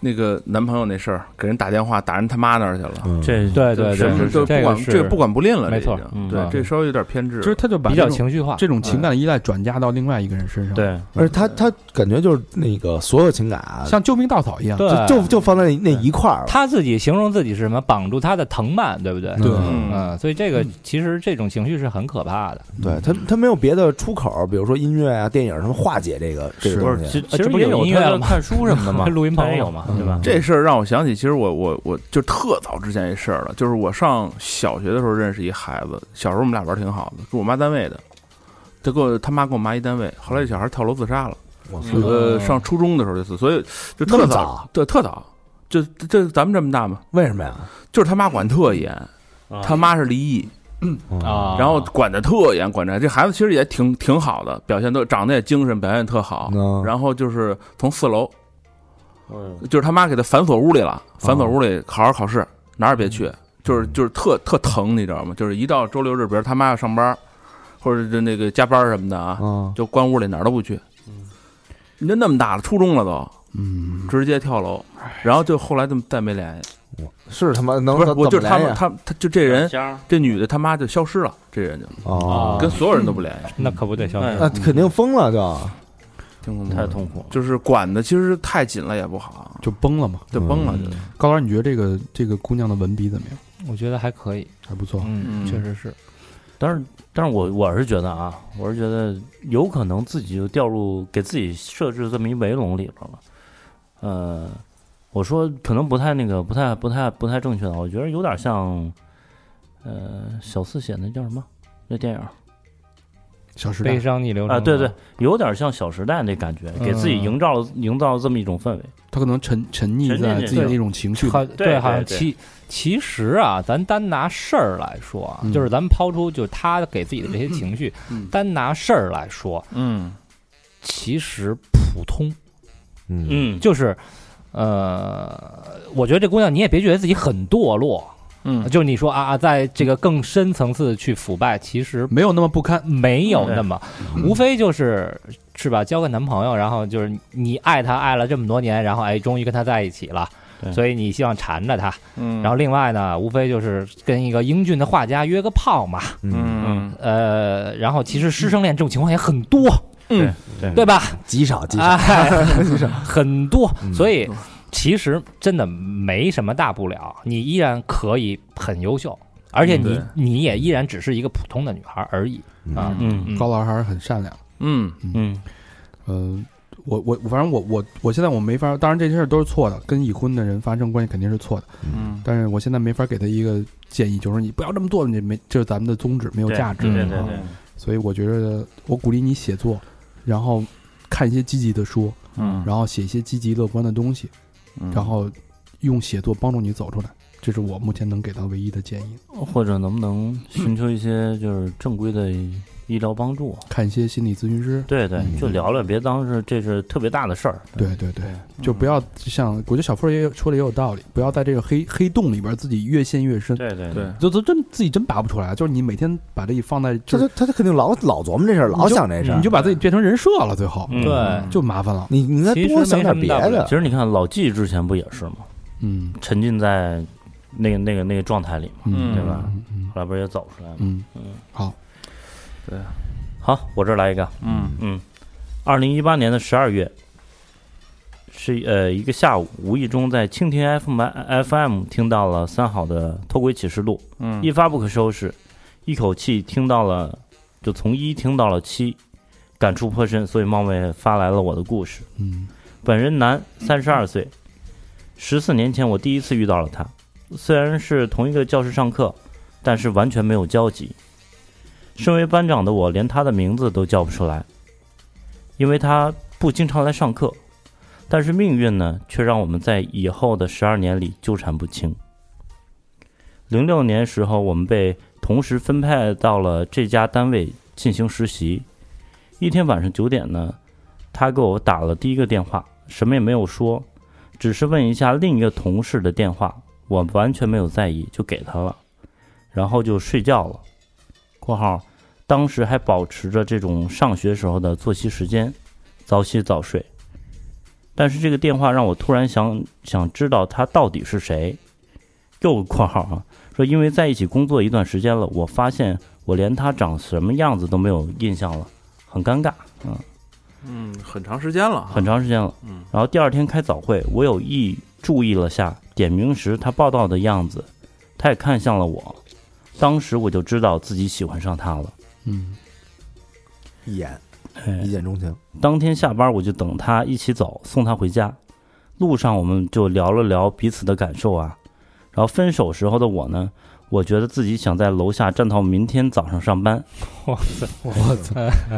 Speaker 7: 那个男朋友那事儿，给人打电话打人他妈那儿去了，
Speaker 5: 嗯，
Speaker 6: 这
Speaker 4: 对对
Speaker 7: 什么
Speaker 4: 对，
Speaker 7: 都不
Speaker 4: 这
Speaker 7: 管
Speaker 4: 个
Speaker 7: 这
Speaker 4: 是
Speaker 7: 不管不吝了，
Speaker 4: 没错
Speaker 7: 这已经
Speaker 6: 嗯
Speaker 7: 对
Speaker 4: 啊，
Speaker 7: 这稍微有点偏执，
Speaker 3: 就是他就把
Speaker 4: 比较
Speaker 3: 这种
Speaker 4: 情绪化。
Speaker 3: 这种情感的依赖转嫁到另外一个人身上，，
Speaker 6: 对，
Speaker 5: 而且他他感觉就是那个所有情感啊，
Speaker 3: 像救命稻草一样。
Speaker 4: 对，
Speaker 5: 就就就放在那那一块儿了，
Speaker 4: 呃他自己形容自己是什么？绑住他的藤蔓，对不对？
Speaker 5: 对
Speaker 7: 嗯
Speaker 4: 嗯，所以这个其实这种情绪是很可怕的。
Speaker 5: 嗯对他他没有别的出口，比如说音乐啊、电影什么化解这个这
Speaker 3: 是
Speaker 5: 个东
Speaker 6: 其
Speaker 5: 西，
Speaker 6: 其
Speaker 4: 这
Speaker 6: 实
Speaker 4: 不
Speaker 6: 呃也
Speaker 4: 也有
Speaker 6: 有
Speaker 4: 音乐
Speaker 6: 他
Speaker 4: 了吗
Speaker 6: 看书什么的嘛
Speaker 4: <laughs> ，录音棚
Speaker 6: 他也
Speaker 4: 了
Speaker 6: 有嘛，
Speaker 4: 嗯
Speaker 6: 对吧？
Speaker 7: 这事儿让我想起，其实我我我就特早之前一事儿了，就是我上小学的时候认识一孩子，小时候我们俩玩儿挺好的，住我妈单位的，他跟我他妈跟我妈一单位，后来这小孩跳楼自杀了，
Speaker 5: 我操
Speaker 7: 呃，上初中的时候就是，所以
Speaker 5: 那
Speaker 7: 就特
Speaker 5: 么
Speaker 7: 早，
Speaker 5: 早，啊
Speaker 7: 对，特早，这这这咱们这么大嘛，
Speaker 5: 为什么呀？
Speaker 7: 就是他妈管特严，
Speaker 6: 啊
Speaker 7: 他妈是离异，
Speaker 4: 啊，
Speaker 7: 然后管的特严，管着这孩子其实也挺挺好的，表现都长得也精神，表现也特好，
Speaker 5: 嗯，
Speaker 7: 啊然后就是从四楼
Speaker 6: 嗯
Speaker 7: 就是他妈给他反锁屋里了，反锁屋里好好考试，哪儿也别
Speaker 5: 嗯
Speaker 7: 去，就是就是特特疼，你知道吗？就是一到周六日，比如他妈要上班，或者是那个加班什么的啊，
Speaker 5: 啊，
Speaker 7: 就关屋里哪儿都不去。
Speaker 5: 嗯
Speaker 7: 你这那么大了，初中了都，
Speaker 3: 嗯，
Speaker 7: 直接跳楼，
Speaker 5: 哎
Speaker 7: 然后就后来就再没联系，
Speaker 5: 是他妈能
Speaker 7: 不是
Speaker 5: 怎
Speaker 7: 我就
Speaker 5: 怎么啊
Speaker 7: 是他
Speaker 5: 来
Speaker 7: 们
Speaker 5: 呀
Speaker 7: 他他就这人
Speaker 6: 家儿
Speaker 7: 这女的他妈就消失了，这人就
Speaker 4: 啊
Speaker 5: 哦，
Speaker 7: 跟所有人都不联系，
Speaker 4: 那可不得消
Speaker 6: 哎
Speaker 4: 失。
Speaker 5: 那肯定疯了就，
Speaker 7: 挺恐怖
Speaker 6: 太
Speaker 7: 的。
Speaker 6: 痛苦了。
Speaker 7: 就是管的其实太紧了也不好，
Speaker 3: 就崩了嘛。嗯
Speaker 7: 就崩了就。
Speaker 3: 高老师，你觉得这个这个姑娘的文笔怎么样？
Speaker 4: 我觉得还可以，
Speaker 3: 还不错。
Speaker 4: 嗯，
Speaker 7: 嗯
Speaker 4: 确实是。
Speaker 6: 但是，但是我我是觉得啊，我是觉得有可能自己就掉入给自己设置这么一围笼里边了。呃，我说可能不太那个，不太不太不太正确的，我觉得有点像，呃，小四写那叫什么那电影儿
Speaker 3: 小时
Speaker 4: 悲
Speaker 3: 代，
Speaker 4: 伤逆流
Speaker 6: 啊？
Speaker 4: 成
Speaker 6: 对
Speaker 4: 河
Speaker 6: 对，，有点像《小时代》那感觉，给自己
Speaker 4: 嗯
Speaker 6: 营造了营造了这么一种氛围。
Speaker 3: 他可能沉沉溺
Speaker 6: 沉浸
Speaker 3: 在
Speaker 6: 进
Speaker 3: 自己
Speaker 6: 去
Speaker 3: 那种情绪里，
Speaker 4: 好，
Speaker 6: 对
Speaker 4: 好像
Speaker 6: 对
Speaker 4: 其其实啊，咱单拿事儿来说啊，
Speaker 3: 嗯
Speaker 4: 就是咱们抛出就是他给自己的这些情绪，
Speaker 7: 嗯
Speaker 4: 单拿事儿来说，
Speaker 7: 嗯
Speaker 4: 其实普通，
Speaker 5: 嗯
Speaker 6: 嗯，
Speaker 4: 就是，呃，我觉得这姑娘你也别觉得自己很堕落，
Speaker 7: 嗯，
Speaker 4: 就是你说啊，啊在这个更深层次去腐败，其实
Speaker 3: 没有那么不堪。
Speaker 4: 没有那么，无非就是是吧？交个男朋友，然后就是你爱他爱了这么多年，然后哎，终于跟他在一起了
Speaker 6: 对。
Speaker 4: 所以你希望缠着他，
Speaker 7: 嗯
Speaker 4: 然后另外呢，无非就是跟一个英俊的画家约个炮嘛，
Speaker 7: 嗯
Speaker 4: 呃，然后其实师生恋这种情况也很多，
Speaker 7: 嗯
Speaker 6: 对
Speaker 4: 对吧？
Speaker 5: 极少极少，
Speaker 4: 哎， <laughs> 很多，
Speaker 5: 嗯
Speaker 4: 所以其实真的没什么大不了，你依然可以很优秀，而且你
Speaker 7: 嗯
Speaker 4: 你也依然只是一个普通的女孩而已啊。
Speaker 6: 嗯
Speaker 4: 嗯
Speaker 3: 高老师还是很善良。
Speaker 7: 嗯
Speaker 6: 嗯
Speaker 3: 嗯，我我反正我我我现在我没法，当然这些事儿都是错的，跟已婚的人发生关系肯定是错的，
Speaker 7: 嗯
Speaker 3: 但是我现在没法给他一个建议，就是你不要这么做，你没这是咱们的宗旨，没有
Speaker 6: 对
Speaker 3: 价值。
Speaker 6: 对对
Speaker 4: 嗯
Speaker 6: 对对，
Speaker 3: 所以我觉得我鼓励你写作，然后看一些积极的书，
Speaker 7: 嗯，
Speaker 3: 然后写一些积极乐观的东西，然后用写作帮助你走出来。这是我目前能给到唯一的建议。
Speaker 6: 或者能不能寻求一些就是正规的医疗帮助。啊
Speaker 3: 看一些心理咨询师。
Speaker 6: 对对，
Speaker 3: 嗯
Speaker 6: 就聊聊，别当是这是特别大的事儿。
Speaker 3: 对嗯对对，就不要像我觉得小富也有说的也有道理，不要在这个黑黑洞里边自己越陷越深。
Speaker 6: 对对
Speaker 7: 对，
Speaker 3: 就就真自己真拔不出来，就是你每天把自己放在，
Speaker 5: 他
Speaker 3: 就
Speaker 5: 就是他他肯定老老琢磨这事儿，老想这事儿
Speaker 3: 你。就把自己变成人设了，最后
Speaker 6: 嗯
Speaker 4: 对
Speaker 3: 就麻烦了。
Speaker 5: 你你应该
Speaker 4: 其实
Speaker 5: 多想点别
Speaker 4: 没什么
Speaker 5: 的
Speaker 6: 其。实你看老纪之前不也是吗？
Speaker 3: 嗯
Speaker 6: 沉浸在那个那个那个状态里嘛，
Speaker 3: 嗯，
Speaker 6: 对吧？
Speaker 3: 嗯嗯
Speaker 6: 后来不是也走出来了？
Speaker 3: 嗯
Speaker 6: 嗯
Speaker 3: 好，
Speaker 6: 好，我这儿来一个，
Speaker 7: 嗯
Speaker 6: 嗯，二零一八年的十二月，是呃一个下午，无意中在蜻蜓 FM FM 听到了三好的《偷窥启示录》，
Speaker 7: 嗯
Speaker 6: 一发不可收拾，一口气听到了，就从一听到了七，感触颇深，所以冒昧发来了我的故事。
Speaker 3: 嗯
Speaker 6: 本人男，三十二岁。十四年前，我第一次遇到了他，虽然是同一个教室上课，但是完全没有交集。身为班长的我，连他的名字都叫不出来，因为他不经常来上课。但是命运呢，却让我们在以后的十二年里纠缠不清。零六年时候，我们被同时分派到了这家单位进行实习。一天晚上九点呢，他给我打了第一个电话，什么也没有说，只是问一下另一个同事的电话，我完全没有在意，就给他了，然后就睡觉了。（括号当时还保持着这种上学时候的作息时间，早起早睡。）但是这个电话让我突然想想知道他到底是谁。又（括号啊）说因为在一起工作一段时间了，我发现我连他长什么样子都没有印象了，很尴尬。嗯。
Speaker 7: 嗯，很长时间了哈，
Speaker 6: 很长时间了。
Speaker 7: 嗯，
Speaker 6: 然后第二天开早会，我有意注意了下点名时他报道的样子，他也看向了我，当时我就知道自己喜欢上他了。
Speaker 3: 嗯
Speaker 5: 一眼
Speaker 6: 哎
Speaker 5: 一见钟情，
Speaker 6: 当天下班我就等他一起走，送他回家。路上我们就聊了聊彼此的感受啊。然后分手时候的我呢，我觉得自己想在楼下站到明天早上上班。
Speaker 3: 我操，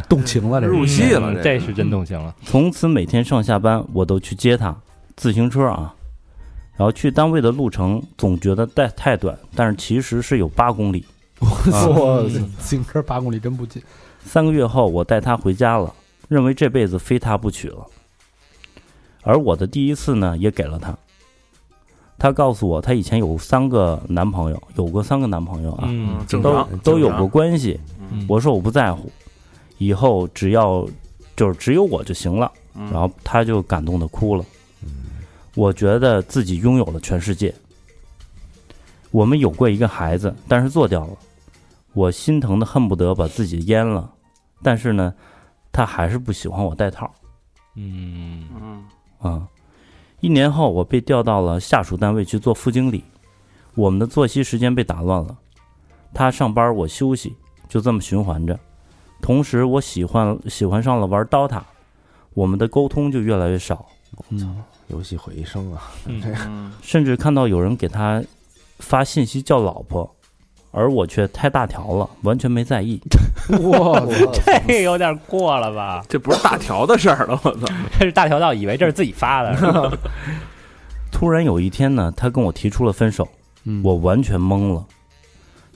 Speaker 3: 动情了这
Speaker 4: 嗯
Speaker 5: 嗯
Speaker 7: 入
Speaker 3: 是。
Speaker 7: 戏了，
Speaker 8: 这
Speaker 7: 个
Speaker 8: 是真动情了。
Speaker 6: 从此每天上下班我都去接他，自行车啊。然后去单位的路程总觉得太太短，但是其实是有八公里。
Speaker 3: <laughs> 我操，自行车八公里真不近。
Speaker 6: 三个月后，我带他回家了，认为这辈子非他不娶了。而我的第一次呢，也给了他。他告诉我，他以前有三个男朋友，有过三个男朋友啊，
Speaker 7: 嗯
Speaker 4: 嗯，
Speaker 7: 正
Speaker 6: 都
Speaker 7: 常
Speaker 6: 都有
Speaker 7: 正常
Speaker 6: 过关系。
Speaker 7: 嗯
Speaker 6: 我说我不在乎，以后只要就是只有我就行了。
Speaker 7: 嗯
Speaker 6: 然后他就感动的哭了。我觉得自己拥有了全世界。我们有过一个孩子，但是做掉了，我心疼的恨不得把自己阉了，但是呢，他还是不喜欢我戴套
Speaker 8: 嗯，
Speaker 7: 嗯
Speaker 6: 啊、一年后，我被调到了下属单位去做副经理，我们的作息时间被打乱了，他上班我休息，就这么循环着。同时，我喜欢喜欢上了玩 DOTA，我们的沟通就越来越少。
Speaker 3: 嗯，
Speaker 5: 游戏毁一生啊！
Speaker 4: <laughs>
Speaker 7: 嗯
Speaker 6: 甚至看到有人给他发信息叫老婆，而我却太大条了，完全没在意。
Speaker 3: 哇，
Speaker 4: 这有点过了吧？
Speaker 7: 这不是大条的事儿了，我操！
Speaker 4: 这是大条道以为这是自己发的，是吧
Speaker 6: 突然有一天呢，他跟我提出了分手，
Speaker 3: 嗯
Speaker 6: 我完全懵了，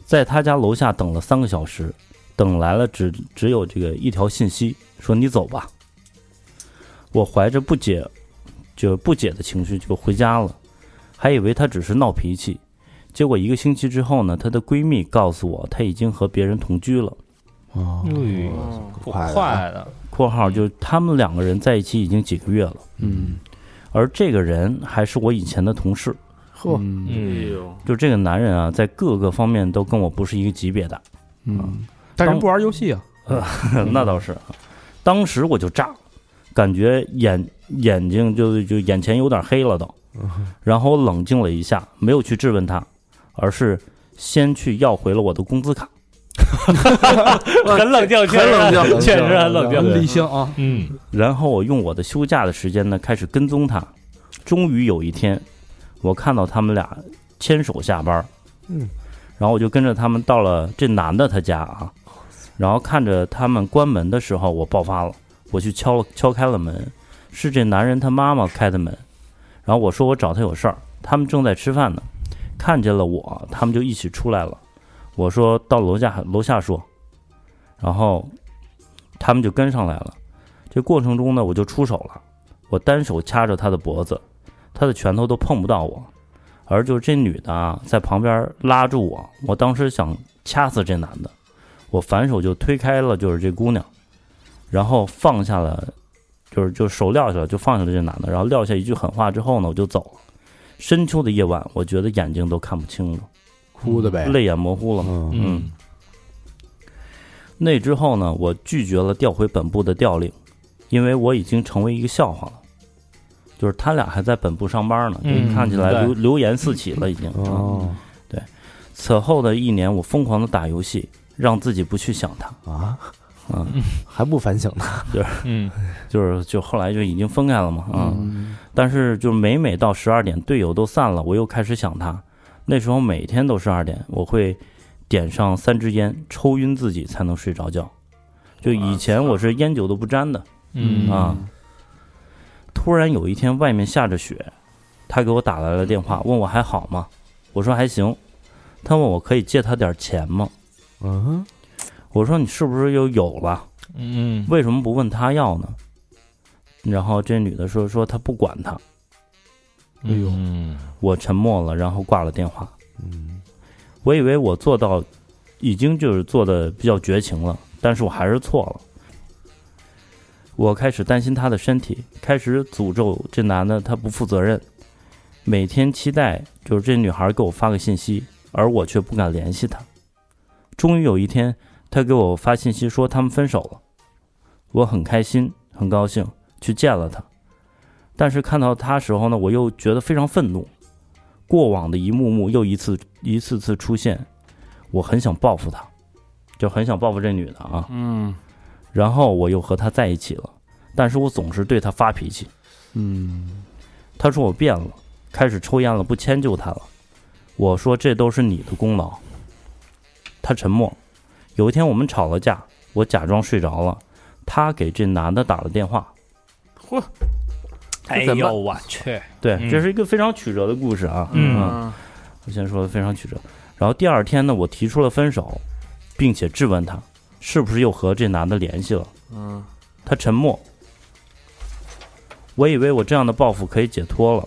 Speaker 6: 在他家楼下等了三个小时，等来了只只有这个一条信息，说你走吧。我怀着不解就不解的情绪就回家了，还以为他只是闹脾气，结果一个星期之后呢，她的闺蜜告诉我，她已经和别人同居了。
Speaker 3: 哦
Speaker 4: 不
Speaker 5: 快了
Speaker 4: 快的，
Speaker 6: （括号就是他们两个人在一起已经几个月了，
Speaker 3: 嗯
Speaker 6: 而这个人还是我以前的同事。
Speaker 5: 呵，
Speaker 3: 嗯
Speaker 7: 哎
Speaker 4: 嗯，
Speaker 7: 呦，
Speaker 6: 就这个男人啊，在各个方面都跟我不是一个级别的，
Speaker 3: 嗯，但是不玩游戏啊。
Speaker 6: <laughs> 那倒是。啊当时我就炸了，感觉眼眼睛就就眼前有点黑了都。然后我冷静了一下，没有去质问他，而是先去要回了我的工资卡。
Speaker 4: <laughs> 很冷静，确
Speaker 7: 很冷
Speaker 4: 实
Speaker 7: 静，
Speaker 4: 确实很冷静。
Speaker 3: 理性啊，
Speaker 4: 嗯，
Speaker 6: 然后我用我的休假的时间呢，开始跟踪他。终于有一天，我看到他们俩牵手下班，
Speaker 5: 嗯，
Speaker 6: 然后我就跟着他们到了这男的他家啊，然后看着他们关门的时候，我爆发了，我去敲了敲开了门，是这男人他妈妈开的门，然后我说我找他有事儿，他们正在吃饭呢，看见了我，他们就一起出来了，我说到楼下楼下说，然后他们就跟上来了。这过程中呢，我就出手了，我单手掐着她的脖子，她的拳头都碰不到我。而就是这女的啊，在旁边拉住我，我当时想掐死这男的，我反手就推开了，就是这姑娘，然后放下了，就是就手撂下了，就放下了这男的，然后撂下一句狠话之后呢，我就走了。深秋的夜晚，我觉得眼睛都看不清了，
Speaker 5: 哭的呗。
Speaker 6: 泪眼模糊了嘛。
Speaker 5: 嗯，
Speaker 6: 嗯，那之后呢，我拒绝了调回本部的调令，因为我已经成为一个笑话了。就是他俩还在本部上班呢，
Speaker 8: 嗯
Speaker 6: 就看起来
Speaker 8: 对
Speaker 6: 流流言四起了，已经。嗯
Speaker 5: 哦
Speaker 6: 此后的一年，我疯狂的打游戏，让自己不去想他。
Speaker 5: 啊，
Speaker 6: 嗯，
Speaker 5: 还不反省呢？
Speaker 8: 嗯，
Speaker 6: 就是就后来就已经分开了嘛。嗯，但是就每每到十二点，队友都散了，我又开始想他。那时候每天都是二点，我会点上三支烟，抽晕自己才能睡着觉。就以前我是烟酒都不沾的，
Speaker 8: 嗯
Speaker 6: 啊。突然有一天，外面下着雪，他给我打来了电话，问我还好吗？我说还行。他问我可以借他点钱吗？
Speaker 5: 嗯，
Speaker 6: 我说你是不是又有了？
Speaker 8: 嗯
Speaker 6: 为什么不问他要呢？然后这女的说说她不管他。
Speaker 3: 哎呦，
Speaker 8: 嗯
Speaker 6: 我沉默了，然后挂了电话。
Speaker 5: 嗯，
Speaker 6: 我以为我做到，已经就是做的比较绝情了，但是我还是错了。我开始担心他的身体，开始诅咒这男的他不负责任，每天期待就是这女孩给我发个信息，而我却不敢联系她。终于有一天，她给我发信息说他们分手了，我很开心，很高兴去见了她。但是看到她时候呢，我又觉得非常愤怒，过往的一幕幕又一次一次次出现，我很想报复她，就很想报复这女的啊。
Speaker 7: 嗯，
Speaker 6: 然后我又和她在一起了，但是我总是对她发脾气。
Speaker 3: 嗯，
Speaker 6: 她说我变了，开始抽烟了，不迁就她了。我说这都是你的功劳。她沉默。有一天我们吵了架，我假装睡着了，她给这男的打了电话。
Speaker 4: 哎
Speaker 7: 怎么
Speaker 4: 呦我去，
Speaker 6: 对，
Speaker 4: 嗯
Speaker 6: 这是一个非常曲折的故事啊。
Speaker 4: 嗯
Speaker 6: 我先说的非常曲折。然后第二天呢，我提出了分手，并且质问他是不是又和这男的联系了。
Speaker 7: 嗯，
Speaker 6: 他沉默。我以为我这样的报复可以解脱了，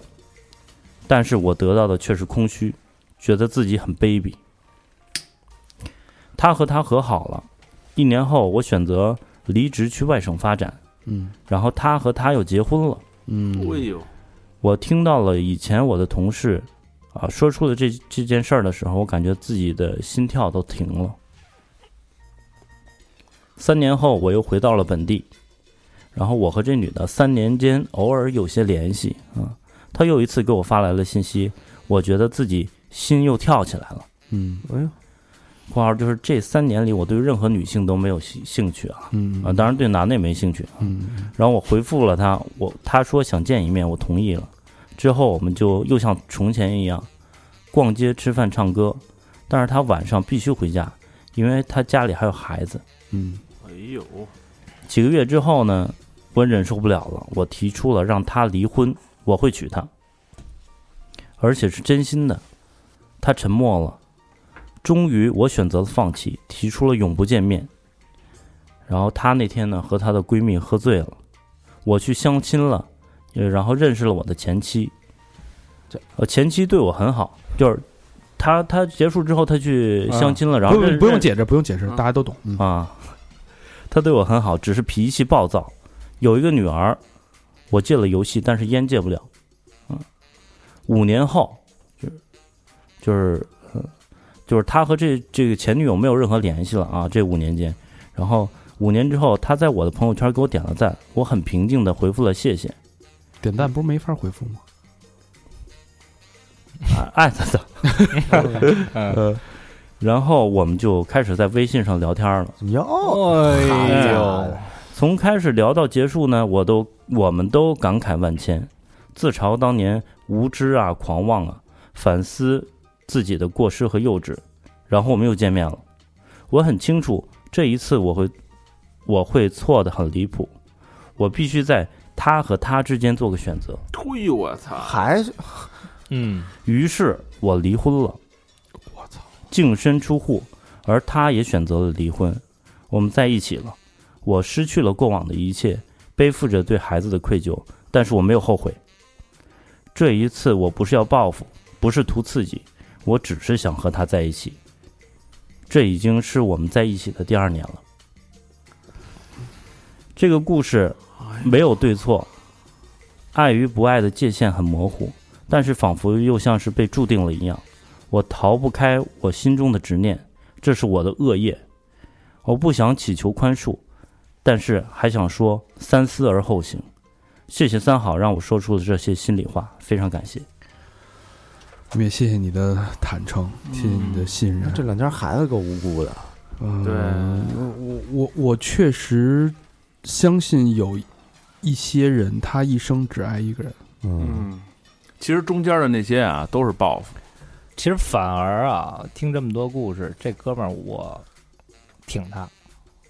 Speaker 6: 但是我得到的却是空虚，觉得自己很卑鄙。他和他和好了，一年后我选择离职去外省发展，
Speaker 3: 嗯
Speaker 6: 然后他和他又结婚了。
Speaker 3: 嗯，
Speaker 7: 哎呦，
Speaker 6: 我听到了以前我的同事啊说出了这这件事儿的时候，我感觉自己的心跳都停了。三年后，我又回到了本地，然后我和这女的三年间偶尔有些联系啊，她又一次给我发来了信息，我觉得自己心又跳起来了。
Speaker 3: 嗯
Speaker 5: 哎呦，
Speaker 6: （括号就是这三年里，我对任何女性都没有兴兴趣啊
Speaker 3: 嗯
Speaker 6: 啊，当然对男的也没兴趣。
Speaker 3: 嗯
Speaker 6: 然后我回复了他，我他说想见一面，我同意了。之后我们就又像从前一样，逛街、吃饭、唱歌。但是他晚上必须回家，因为他家里还有孩子。
Speaker 3: 嗯
Speaker 7: 哎呦，
Speaker 6: 几个月之后呢，我忍受不了了，我提出了让他离婚，我会娶她，而且是真心的。他沉默了，终于我选择了放弃，提出了永不见面。然后她那天呢和她的闺蜜喝醉了，我去相亲了，呃然后认识了我的前妻。呃，前妻对我很好，就是她她结束之后，她去相亲了，然后
Speaker 3: 啊不
Speaker 6: 认
Speaker 3: 用不用
Speaker 6: 认
Speaker 3: 解释，不用解释，
Speaker 7: 嗯
Speaker 3: 大家都懂。嗯
Speaker 6: 啊，他对我很好，只是脾气暴躁。有一个女儿，我戒了游戏，但是烟戒不了。嗯，五年后，就是就是、呃就是他和这这个前女友没有任何联系了啊，这五年间。然后五年之后，他在我的朋友圈给我点了赞，我很平静的回复了谢谢。
Speaker 3: 点赞不是没法回复吗？
Speaker 6: 啊 <laughs> 艾特他，嗯
Speaker 5: 呃，
Speaker 6: 然后我们就开始在微信上聊天了。
Speaker 5: 哟，
Speaker 8: 哎
Speaker 5: 好
Speaker 8: 呦
Speaker 5: 家，
Speaker 6: 从开始聊到结束呢，我都我们都感慨万千，自嘲当年无知啊、狂妄啊，反思自己的过失和幼稚。然后我们又见面了，我很清楚这一次我会我会错的很离谱，我必须在他和他之间做个选择。
Speaker 7: 推我操！
Speaker 5: 还是
Speaker 8: 嗯
Speaker 6: 于是我离婚了，我操，净身出户，而他也选择了离婚。我们在一起了，我失去了过往的一切，背负着对孩子的愧疚，但是我没有后悔。这一次我不是要报复，不是图刺激，我只是想和他在一起。这已经是我们在一起的第二年了。这个故事没有对错，爱与不爱的界限很模糊，但是仿佛又像是被注定了一样。我逃不开我心中的执念，这是我的恶业。我不想祈求宽恕，但是还想说三思而后行。谢谢三好让我说出了这些心里话，非常感谢。
Speaker 3: 我们也谢谢你的坦诚，谢谢你的信任。
Speaker 5: 这两家孩子够无辜的，
Speaker 3: 嗯，
Speaker 7: 对
Speaker 3: 我我我确实相信有一些人，他一生只爱一个人。
Speaker 5: 嗯，
Speaker 7: 嗯，其实中间的那些啊，都是报复。
Speaker 4: 其实反而啊，听这么多故事，这哥们儿我挺他，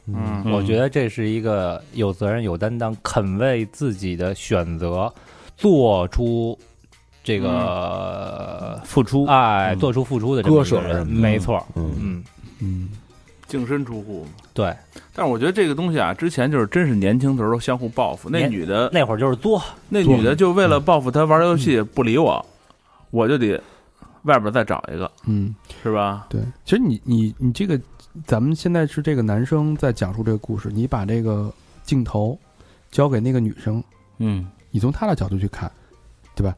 Speaker 7: 嗯，
Speaker 4: 我觉得这是一个有责任、有担当、肯为自己的选择做出这个
Speaker 6: 付出，
Speaker 4: 哎
Speaker 6: 嗯
Speaker 4: 做出付出的这么一个
Speaker 5: 割舍什
Speaker 4: 人，
Speaker 5: 么的
Speaker 4: 没错，
Speaker 5: 嗯
Speaker 4: 嗯，
Speaker 3: 嗯，
Speaker 7: 净身出户嘛。
Speaker 4: 对，
Speaker 7: 但是我觉得这个东西啊，之前就是真是年轻的时候相互报复。那
Speaker 4: 年
Speaker 7: 女的，
Speaker 4: 那会儿就是作，
Speaker 7: 那女的就为了报复他玩游戏不理我，我就得外边再找一个，
Speaker 3: 嗯，
Speaker 7: 是吧？
Speaker 3: 对，其实你你你这个，咱们现在是这个男生在讲述这个故事，你把这个镜头交给那个女生，
Speaker 6: 嗯，
Speaker 3: 你从她的角度去看，对吧？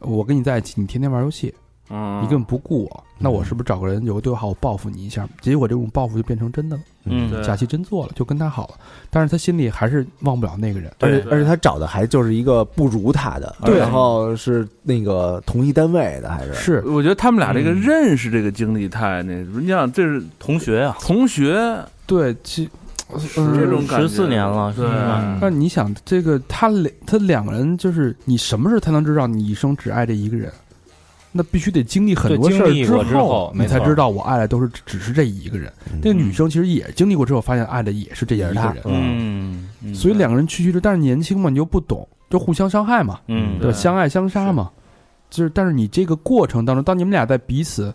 Speaker 3: 我跟你在一起，你天天玩游戏，
Speaker 7: 嗯，
Speaker 3: 你根本不顾我，那我是不是找个人有个对话，我报复你一下？结果这种报复就变成真的了，
Speaker 6: 嗯
Speaker 7: 对
Speaker 3: 假戏真做了，就跟他好了，但是他心里还是忘不了那个人。
Speaker 5: 而且
Speaker 7: 对
Speaker 5: 而且他找的还就是一个不如他的，
Speaker 3: 对
Speaker 5: 然后是那个同一单位的，还是
Speaker 3: 是，
Speaker 7: 我觉得他们俩这个认识这个经历太那，你想这是
Speaker 6: 同学啊，
Speaker 7: 同学
Speaker 3: 对，其嗯
Speaker 7: 这种感觉，
Speaker 6: 14年了
Speaker 7: 对
Speaker 6: 是吧
Speaker 3: 那你想，这个他两他两个人，就是你什么时候才能知道你一生只爱这一个人？那必须得经历很多
Speaker 4: 对
Speaker 3: 事儿
Speaker 4: 经历过之后
Speaker 3: 你
Speaker 4: 没
Speaker 3: 才
Speaker 4: 错嗯
Speaker 3: 知道我爱的都是只只是这一个人。那个女生其实也经历过之后，发现爱的也是这一
Speaker 5: 也
Speaker 3: 个
Speaker 5: 是他
Speaker 3: 人，
Speaker 6: 嗯，
Speaker 3: 所以两个人曲曲折，但是年轻嘛，你又不懂，就互相伤害嘛，
Speaker 6: 嗯
Speaker 3: 对吧，相爱相杀嘛。就是，但是你这个过程当中，当你们俩在彼此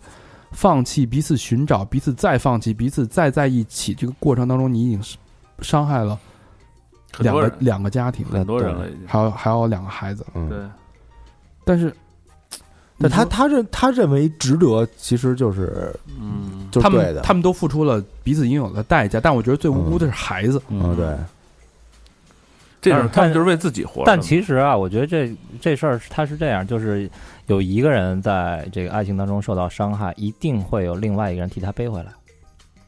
Speaker 3: 放弃、彼此寻找、彼此再放弃、彼此再在一起这个过程当中，你已经是伤害了
Speaker 7: 很
Speaker 3: 两
Speaker 7: 多
Speaker 3: 个
Speaker 7: 人
Speaker 3: 两个家庭，
Speaker 7: 很多人了已经。
Speaker 3: 还有还有两个孩子。
Speaker 5: 嗯
Speaker 7: 对，
Speaker 3: 但是，
Speaker 5: 但他
Speaker 3: 你说
Speaker 5: 他认他认为值得，其实就是
Speaker 7: 嗯，
Speaker 5: 就是
Speaker 3: 他
Speaker 5: 对
Speaker 3: 们
Speaker 5: 的，
Speaker 3: 他们都付出了彼此应有的代价，但我觉得最无辜的是孩子。
Speaker 5: 嗯对，
Speaker 7: 这
Speaker 4: 但
Speaker 7: 种
Speaker 4: 是
Speaker 7: 他们就是为自己活着嘛。
Speaker 4: 但其实啊，我觉得这这事儿它是这样，就是有一个人在这个爱情当中受到伤害，一定会有另外一个人替他背回来，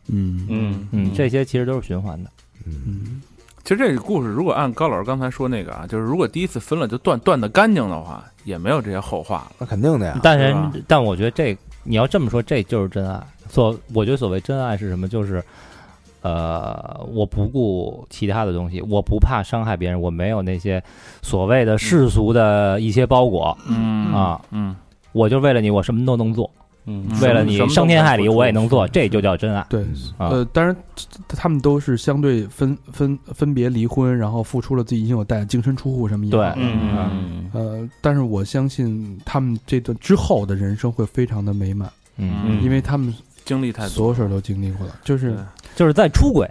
Speaker 3: 嗯
Speaker 6: 嗯
Speaker 4: 嗯，这些其实都是循环的，
Speaker 3: 嗯，
Speaker 7: 其实这个故事，如果按高老师刚才说那个啊，就是如果第一次分了就断断的干净的话，也没有这些后话了。
Speaker 5: 那肯定的呀，
Speaker 4: 嗯但
Speaker 7: 是吧
Speaker 4: 是，但我觉得这你要这么说，这就是真爱。所我觉得所谓真爱是什么？就是，呃，我不顾其他的东西，我不怕伤害别人，我没有那些所谓的世俗的一些包裹，
Speaker 7: 嗯
Speaker 4: 啊，
Speaker 7: 嗯，
Speaker 4: 我就为了你，我什么都能做，
Speaker 6: 嗯
Speaker 7: 嗯
Speaker 4: 为了
Speaker 7: 什
Speaker 4: 你
Speaker 7: 么
Speaker 4: 伤天害理
Speaker 7: 都能
Speaker 4: 我也能做，
Speaker 7: 做嗯
Speaker 4: 这就叫真爱。
Speaker 3: 对，
Speaker 4: 啊
Speaker 3: 呃，当然，他们都是相对分分分别离婚，然后付出了自己应有代价，净身出户什么也
Speaker 4: 对
Speaker 3: 好
Speaker 6: 嗯
Speaker 3: 呃，但是我相信他们这段之后的人生会非常的美满，
Speaker 4: 嗯，
Speaker 6: 嗯
Speaker 3: 因为他们
Speaker 7: 经历太多，
Speaker 3: 所有事儿都经历过了。就是
Speaker 7: 对
Speaker 4: 就是在出轨，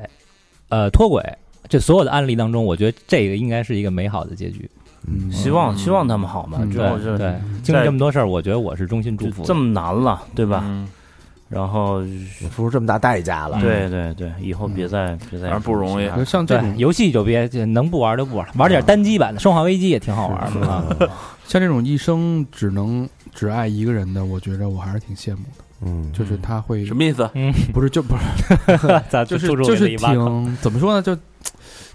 Speaker 4: 呃，脱轨这所有的案例当中，我觉得这个应该是一个美好的结局。
Speaker 3: 嗯，
Speaker 6: 希望希望他们好嘛，
Speaker 3: 嗯
Speaker 7: 啊
Speaker 6: 之后
Speaker 4: 对
Speaker 6: 这
Speaker 4: 对，经历这么多事儿，我觉得我是衷心祝
Speaker 6: 这
Speaker 4: 福的。
Speaker 6: 这么难了，对
Speaker 7: 对
Speaker 6: 吧？？
Speaker 7: 嗯
Speaker 6: 然后
Speaker 5: 付出这么大代价了，
Speaker 6: 对对对，以后别再别再
Speaker 7: 反正不容易
Speaker 6: 是吧
Speaker 3: 像这
Speaker 4: 对，
Speaker 3: 种
Speaker 4: 游戏就别就能不玩就不玩，玩点单机版的《生化危机》也挺好玩的啊。
Speaker 3: 像这种一生只能只爱一个人的，我觉得我还是挺羡慕的，
Speaker 5: 嗯，
Speaker 3: 就是他会
Speaker 7: 什么意思？
Speaker 4: 嗯，
Speaker 3: 不是就不是。
Speaker 4: <laughs> 咱
Speaker 3: 啊就是
Speaker 4: 注入
Speaker 3: 就
Speaker 4: 了
Speaker 3: 是
Speaker 4: 一挖坑
Speaker 3: 挺怎么说呢，就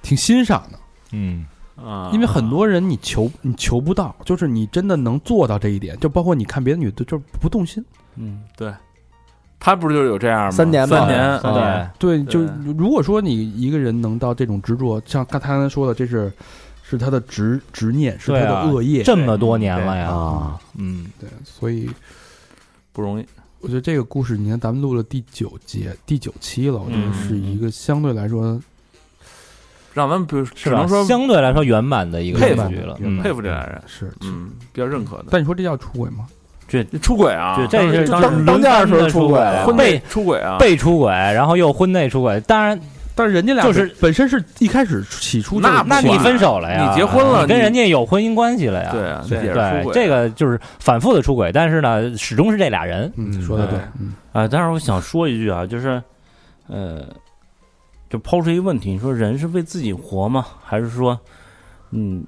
Speaker 3: 挺欣赏的，
Speaker 4: 嗯
Speaker 7: 啊，
Speaker 3: 因为很多人你求你求不到，就是你真的能做到这一点，就包括你看别的女的，就是不动心。
Speaker 6: 嗯
Speaker 7: 他不是就有这样吗？
Speaker 5: 三年吧
Speaker 7: 三年，嗯啊
Speaker 4: 对
Speaker 7: 对，
Speaker 3: 对，就
Speaker 7: 对
Speaker 3: 如果说你一个人能到这种执着，像刚才他说的，这是是他的执执念，是他
Speaker 4: 对啊
Speaker 3: 的恶业，
Speaker 4: 这么多年了呀，
Speaker 5: 啊，
Speaker 4: 嗯，
Speaker 3: 对，所以
Speaker 7: 不容易。
Speaker 3: 我觉得这个故事，你看咱们录了第九节第九期了，我觉得
Speaker 7: 嗯
Speaker 3: 是一个相对来说
Speaker 7: 让咱们不只
Speaker 4: 是吧
Speaker 7: 能说？
Speaker 4: 相对来说圆满的一个
Speaker 7: 佩
Speaker 4: 结
Speaker 7: 服
Speaker 4: 局了。
Speaker 3: 圆满
Speaker 7: 佩服这俩人，
Speaker 3: 是，
Speaker 7: 嗯，比较认可的。
Speaker 3: 但你说这叫出轨吗？
Speaker 7: 出轨啊，
Speaker 6: 对
Speaker 4: 这是
Speaker 5: 当
Speaker 4: 时
Speaker 5: 当家的时候出轨了
Speaker 4: 轮番的出轨
Speaker 7: 婚
Speaker 4: 被
Speaker 7: 内出轨啊，
Speaker 4: 被出轨，然后又婚内出轨。当然，
Speaker 3: 但是人家俩
Speaker 8: 就是
Speaker 3: 本本身是一开始起初就
Speaker 7: 那
Speaker 3: 是
Speaker 8: 那
Speaker 7: 不
Speaker 8: 你
Speaker 7: 管
Speaker 8: 分手了
Speaker 4: 啊
Speaker 8: 呀？
Speaker 7: 你结婚了
Speaker 8: 你跟
Speaker 7: 你
Speaker 8: 人家有婚姻关系了呀？
Speaker 7: 对啊，
Speaker 3: 对
Speaker 7: 也是出
Speaker 8: 对，
Speaker 7: 轨。
Speaker 8: 这个就是反复的出轨，但是呢，始终是这俩人。
Speaker 3: 嗯，说的对，嗯，
Speaker 6: 啊，但是我想说一句啊，就是，呃，就抛出一个问题，你说人是为自己活吗？还是说，嗯，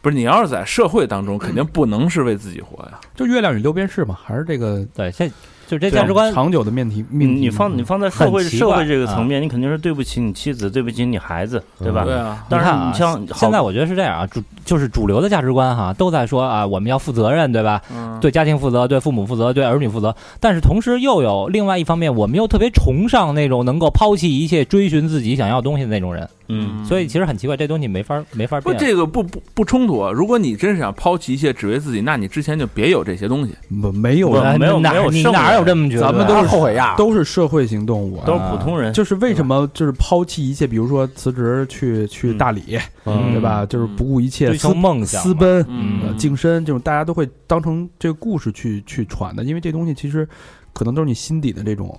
Speaker 7: 不是你要是在社会当中，肯定不能是为自己活呀。
Speaker 3: 就月亮与六便士嘛，还是这个
Speaker 8: 对，现就这价值观，
Speaker 3: 长久的命题
Speaker 6: 你
Speaker 3: 命题
Speaker 6: 你放你放在社
Speaker 8: 很
Speaker 6: 会
Speaker 8: 奇
Speaker 6: 社
Speaker 8: 怪
Speaker 6: 会这个
Speaker 8: 啊
Speaker 6: 层面，你肯定是对不起你妻子，对不起你孩子，对吧？
Speaker 5: 嗯对
Speaker 7: 啊，
Speaker 6: 但是
Speaker 8: 你看啊
Speaker 6: 像好
Speaker 4: 现在
Speaker 6: 多
Speaker 4: 我觉得是这样啊，主就是主流的价值观哈，都在说啊，我们要负责任，对吧？
Speaker 7: 嗯，
Speaker 4: 对家庭负责，对父母负责，对儿女负责。但是同时又有另外一方面，我们又特别崇尚那种能够抛弃一切、追寻自己想要东西的那种人。
Speaker 6: 嗯，
Speaker 4: 所以其实很奇怪，这东西没法没法
Speaker 7: 不，
Speaker 4: 变。
Speaker 7: 这个不不不冲突啊。如果你真是想抛弃一切，只为自己，那你之前就别有这些东西。
Speaker 3: 不没有
Speaker 6: 不
Speaker 3: 人
Speaker 6: 是没有
Speaker 4: 哪
Speaker 6: 没有
Speaker 4: 你
Speaker 6: 圣
Speaker 4: 哪
Speaker 6: 人
Speaker 4: 有这么觉得？
Speaker 3: 咱们都是
Speaker 5: 后悔呀，
Speaker 3: 都是社会性动物啊，
Speaker 6: 都是普通人，
Speaker 3: 就是为什么就是抛弃一切，比如说辞职去去
Speaker 6: 嗯
Speaker 3: 大理，
Speaker 6: 嗯
Speaker 3: 对吧？就是不顾一切
Speaker 4: 追求
Speaker 3: 私
Speaker 4: 梦想嘛
Speaker 3: 私奔、
Speaker 7: 嗯
Speaker 3: 呃净身这种，大家都会当成这个故事去去传的，因为这东西其实可能都是你心底的这种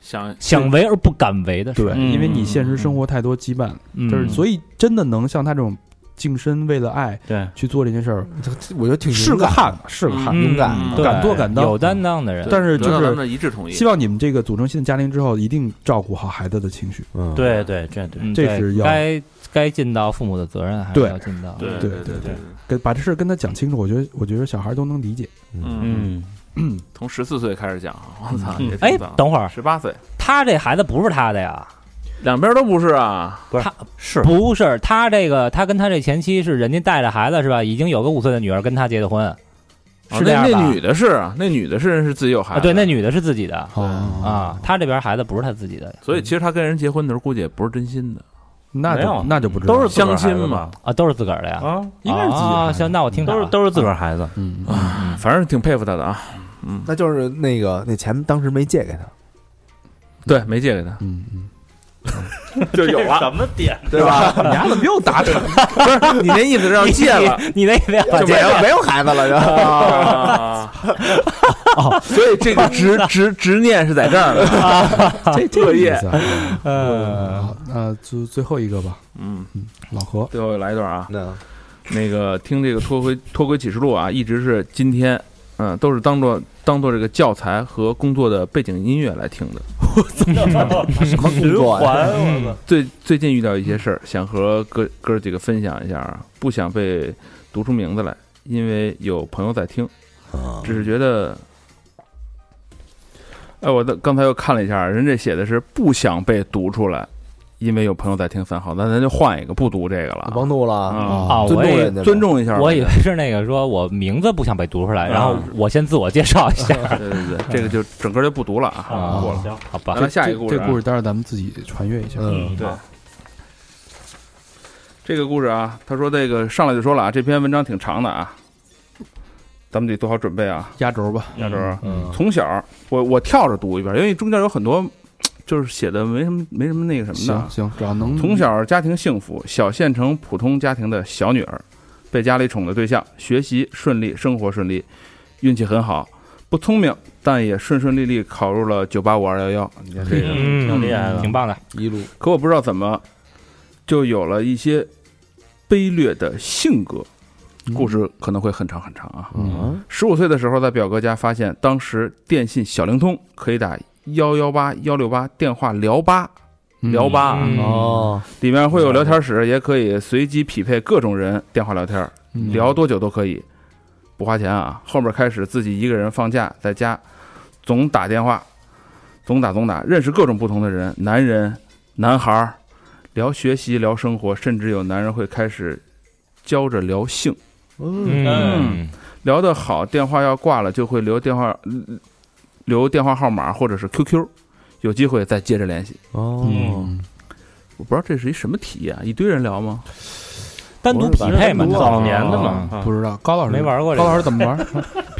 Speaker 7: 想
Speaker 4: 想为而不敢为的事。
Speaker 3: 对，
Speaker 6: 嗯
Speaker 3: 因为你现实生活太多羁绊，
Speaker 4: 嗯
Speaker 3: 就是所以真的能像他这种净身为了爱
Speaker 6: 对，
Speaker 1: 嗯
Speaker 3: 去做这件事儿，
Speaker 5: 我觉得挺
Speaker 3: 是
Speaker 5: 勇
Speaker 3: 个
Speaker 5: 敢
Speaker 3: 汉
Speaker 5: 的，
Speaker 3: 子，是个汉
Speaker 7: 嗯
Speaker 3: 子。
Speaker 5: 勇敢
Speaker 7: 嗯
Speaker 4: 对
Speaker 3: 敢做敢当
Speaker 4: 有担当的人。
Speaker 3: 但是就是
Speaker 7: 得到咱们的一致同意
Speaker 3: 希。望你们这个组成新的家庭之后，一定照顾好孩子的情绪。
Speaker 5: 嗯，
Speaker 6: 对对这对，
Speaker 4: 嗯
Speaker 3: 这
Speaker 4: 对
Speaker 3: 是要
Speaker 4: 该该尽到父母的责任，还是
Speaker 3: 对
Speaker 4: 要尽到。
Speaker 7: 对
Speaker 3: 对
Speaker 7: 对
Speaker 3: 对跟把这事儿跟他讲清楚，我觉得我觉得小孩都能理解。
Speaker 7: 嗯，
Speaker 6: 嗯，
Speaker 7: 从十四岁开始 <laughs> 讲啊，我操，
Speaker 6: 嗯
Speaker 7: 也
Speaker 4: 哎
Speaker 7: 挺早，
Speaker 4: 等会儿，
Speaker 7: 十八岁，
Speaker 4: 他这孩子不是他的呀，
Speaker 7: 两边都不是啊。
Speaker 6: 是
Speaker 4: 不是他这个，他跟他这前妻是人家带着孩子是吧？已经有个五岁的女儿跟他结的婚，
Speaker 7: 哦
Speaker 4: 是这
Speaker 7: 那
Speaker 4: 样吧？
Speaker 7: 那女的是啊，那女的是是自己有孩
Speaker 4: 啊，
Speaker 7: 子，哦
Speaker 4: 对，那女的是自己的
Speaker 3: 啊，
Speaker 4: 啊，他这边孩子不是他自己的
Speaker 7: 所以其实她跟人结婚的时候，估计也不是真心的。
Speaker 3: 那
Speaker 6: 没有啊
Speaker 3: 就那就不知道
Speaker 6: 都是
Speaker 3: 了
Speaker 6: 自个儿
Speaker 7: 相亲
Speaker 6: 孩子
Speaker 7: 嘛
Speaker 6: 吧
Speaker 4: 啊，都是自个儿的呀。
Speaker 6: 啊，
Speaker 3: 应该是自己的
Speaker 4: 啊，
Speaker 3: 孩子
Speaker 4: 行，那我听
Speaker 6: 都是
Speaker 4: 懂了
Speaker 6: 都是自个儿孩子，
Speaker 3: 嗯，
Speaker 7: 反正挺佩服她的啊。嗯，
Speaker 5: 那就是那个那钱当时没借给他，
Speaker 7: 对，没借给她，
Speaker 3: 嗯嗯，
Speaker 7: 就有
Speaker 3: <laughs>
Speaker 7: 了。
Speaker 6: 什么点？
Speaker 5: 对吧？
Speaker 3: 你丫怎么又打
Speaker 7: <laughs>
Speaker 3: 岔？
Speaker 7: 你那意思是要戒了，
Speaker 4: <laughs> 你那边
Speaker 7: 就没了。
Speaker 5: 没有孩子了就。
Speaker 7: <laughs> 啊，哦所以这个 <laughs> 执执执念是在这儿的。 <laughs>
Speaker 3: 这这个
Speaker 7: 作
Speaker 3: 意
Speaker 7: 业
Speaker 6: <laughs>
Speaker 3: 思啊。
Speaker 6: 呃
Speaker 3: 嗯，好，那最最后一个吧，
Speaker 7: 嗯，
Speaker 3: 老何，
Speaker 7: 最后来一段啊，
Speaker 5: 那
Speaker 7: 那个听这个脱轨脱轨启示录啊，一直是今天，嗯，都是当做当做这个教材和工作的背景音乐来听的。
Speaker 5: 什么工作啊？
Speaker 6: 还我
Speaker 7: 最最近遇到一些事儿，想和哥哥几个分享一下啊，不想被读出名字来，因为有朋友在听，
Speaker 5: 啊
Speaker 7: 只是觉得。哎，我的刚才又看了一下，人这写的是不想被读出来，因为有朋友在听三号，那咱就换一个，不读这个了啊。
Speaker 5: 王怒了
Speaker 7: 嗯
Speaker 4: 啊，
Speaker 5: 尊
Speaker 4: 我
Speaker 5: 重
Speaker 4: 也
Speaker 5: 人家呗，
Speaker 7: 尊重一下吧，
Speaker 4: 我以为是那个说我名字不想被读出来，然后
Speaker 7: 啊
Speaker 4: 我先自我介绍一下，
Speaker 7: 对对对，这个就整个就不读了啊。
Speaker 4: 啊
Speaker 3: 过了
Speaker 6: 行，
Speaker 4: <laughs> 好吧
Speaker 7: 咱？们下一
Speaker 3: 这
Speaker 7: 个故事
Speaker 3: 这
Speaker 7: 啊，
Speaker 3: 故事待会儿咱们自己传阅一下。
Speaker 5: 嗯，
Speaker 7: 对。这个故事啊，他说这个上来就说了啊，这篇文章挺长的啊，咱们得做好准备啊。
Speaker 3: 压轴吧，
Speaker 7: 亚洲，
Speaker 5: 嗯
Speaker 7: 从小我我跳着读一遍，因为中间有很多就是写的没什么没什么那个什么的啊
Speaker 3: 行。行，只要能
Speaker 7: 从小家庭幸福，小县城普通家庭的小女儿，被家里宠的对象，学习顺利，生活顺利，运气很好，不聪明，但也顺顺利利考入了九八五二幺幺。你看这个，
Speaker 4: 嗯
Speaker 6: 挺厉害的，
Speaker 4: 挺棒的，
Speaker 5: 一路
Speaker 7: 可我不知道怎么就有了一些卑劣的性格。故，事可能会很长很长啊。
Speaker 3: 嗯
Speaker 7: 十五岁的时候，在表哥家发现，当时电信小灵通可以打幺幺八幺六八电话聊吧
Speaker 3: 嗯
Speaker 7: 聊吧啊，
Speaker 4: 嗯
Speaker 5: 哦，
Speaker 7: 里面会有聊天室，也可以随机匹配各种人电话聊天，
Speaker 3: 嗯
Speaker 7: 聊多久都可以，不花钱啊。后面开始自己一个人放假在家，总打电话，总打总打，认识各种不同的人，男人、男孩儿，聊学习，聊生活，甚至有男人会开始教着聊性。
Speaker 5: 嗯，
Speaker 3: 哎
Speaker 7: 嗯聊得好，电话要挂了就会留电话，嗯留电话号码或者是 QQ，有机会再接着联系。
Speaker 5: 哦，
Speaker 3: 嗯，
Speaker 7: 我不知道这是一什么体验，啊一堆人聊吗？
Speaker 4: 单独匹配嘛，
Speaker 5: 我是把它
Speaker 6: 早年的嘛，
Speaker 4: 嗯
Speaker 6: 啊
Speaker 3: 不知道高老师
Speaker 4: 没玩过这
Speaker 3: 高
Speaker 4: 个
Speaker 3: 老师怎么
Speaker 4: <laughs>
Speaker 3: 玩？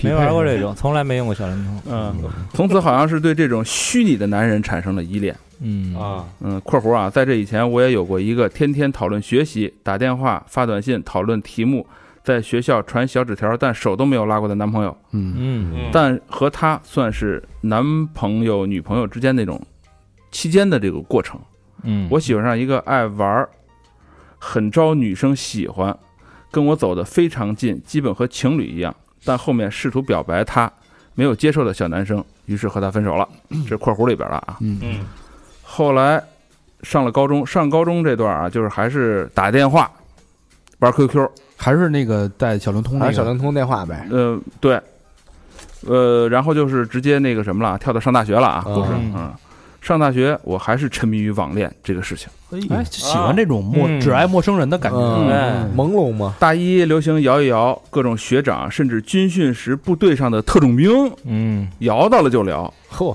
Speaker 4: 没玩过这种，从来没用过小灵通，
Speaker 7: 嗯，从此好像是对这种虚拟的男人产生了依恋。
Speaker 4: 嗯
Speaker 6: 啊，
Speaker 7: 嗯，括弧啊，在这以前我也有过一个天天讨论学习、打电话、发短信讨论题目，在学校传小纸条，但手都没有拉过的男朋友。
Speaker 3: 嗯
Speaker 4: 嗯
Speaker 7: 但和他算是男朋友、女朋友之间那种期间的这个过程。
Speaker 8: 嗯，
Speaker 7: 我喜欢上一个爱玩儿、很招女生喜欢、跟我走得非常近，基本和情侣一样，但后面试图表白他没有接受的小男生，于是和他分手了。这是括弧里边了啊。
Speaker 3: 嗯
Speaker 6: 嗯
Speaker 7: 后来上了高中，上高中这段啊，就是还是打电话、玩 QQ，
Speaker 3: 还是那个带小灵通那
Speaker 5: 还
Speaker 7: 啊
Speaker 3: 个
Speaker 5: 是小灵通电话呗。
Speaker 7: 呃，对，呃，然后就是直接那个什么了，跳到上大学了啊，
Speaker 5: 嗯
Speaker 7: 故事，嗯，上大学我还是沉迷于网恋这个事情。
Speaker 3: 哎，就
Speaker 7: 啊
Speaker 3: 喜欢这种陌
Speaker 8: 嗯
Speaker 3: 只爱陌生人的感觉。
Speaker 5: 嗯
Speaker 6: 哎
Speaker 5: 朦胧嘛，
Speaker 7: 大一流行摇一摇，各种学长甚至军训时部队上的特种兵
Speaker 8: 嗯，
Speaker 7: 摇到了就聊。
Speaker 5: 嚯，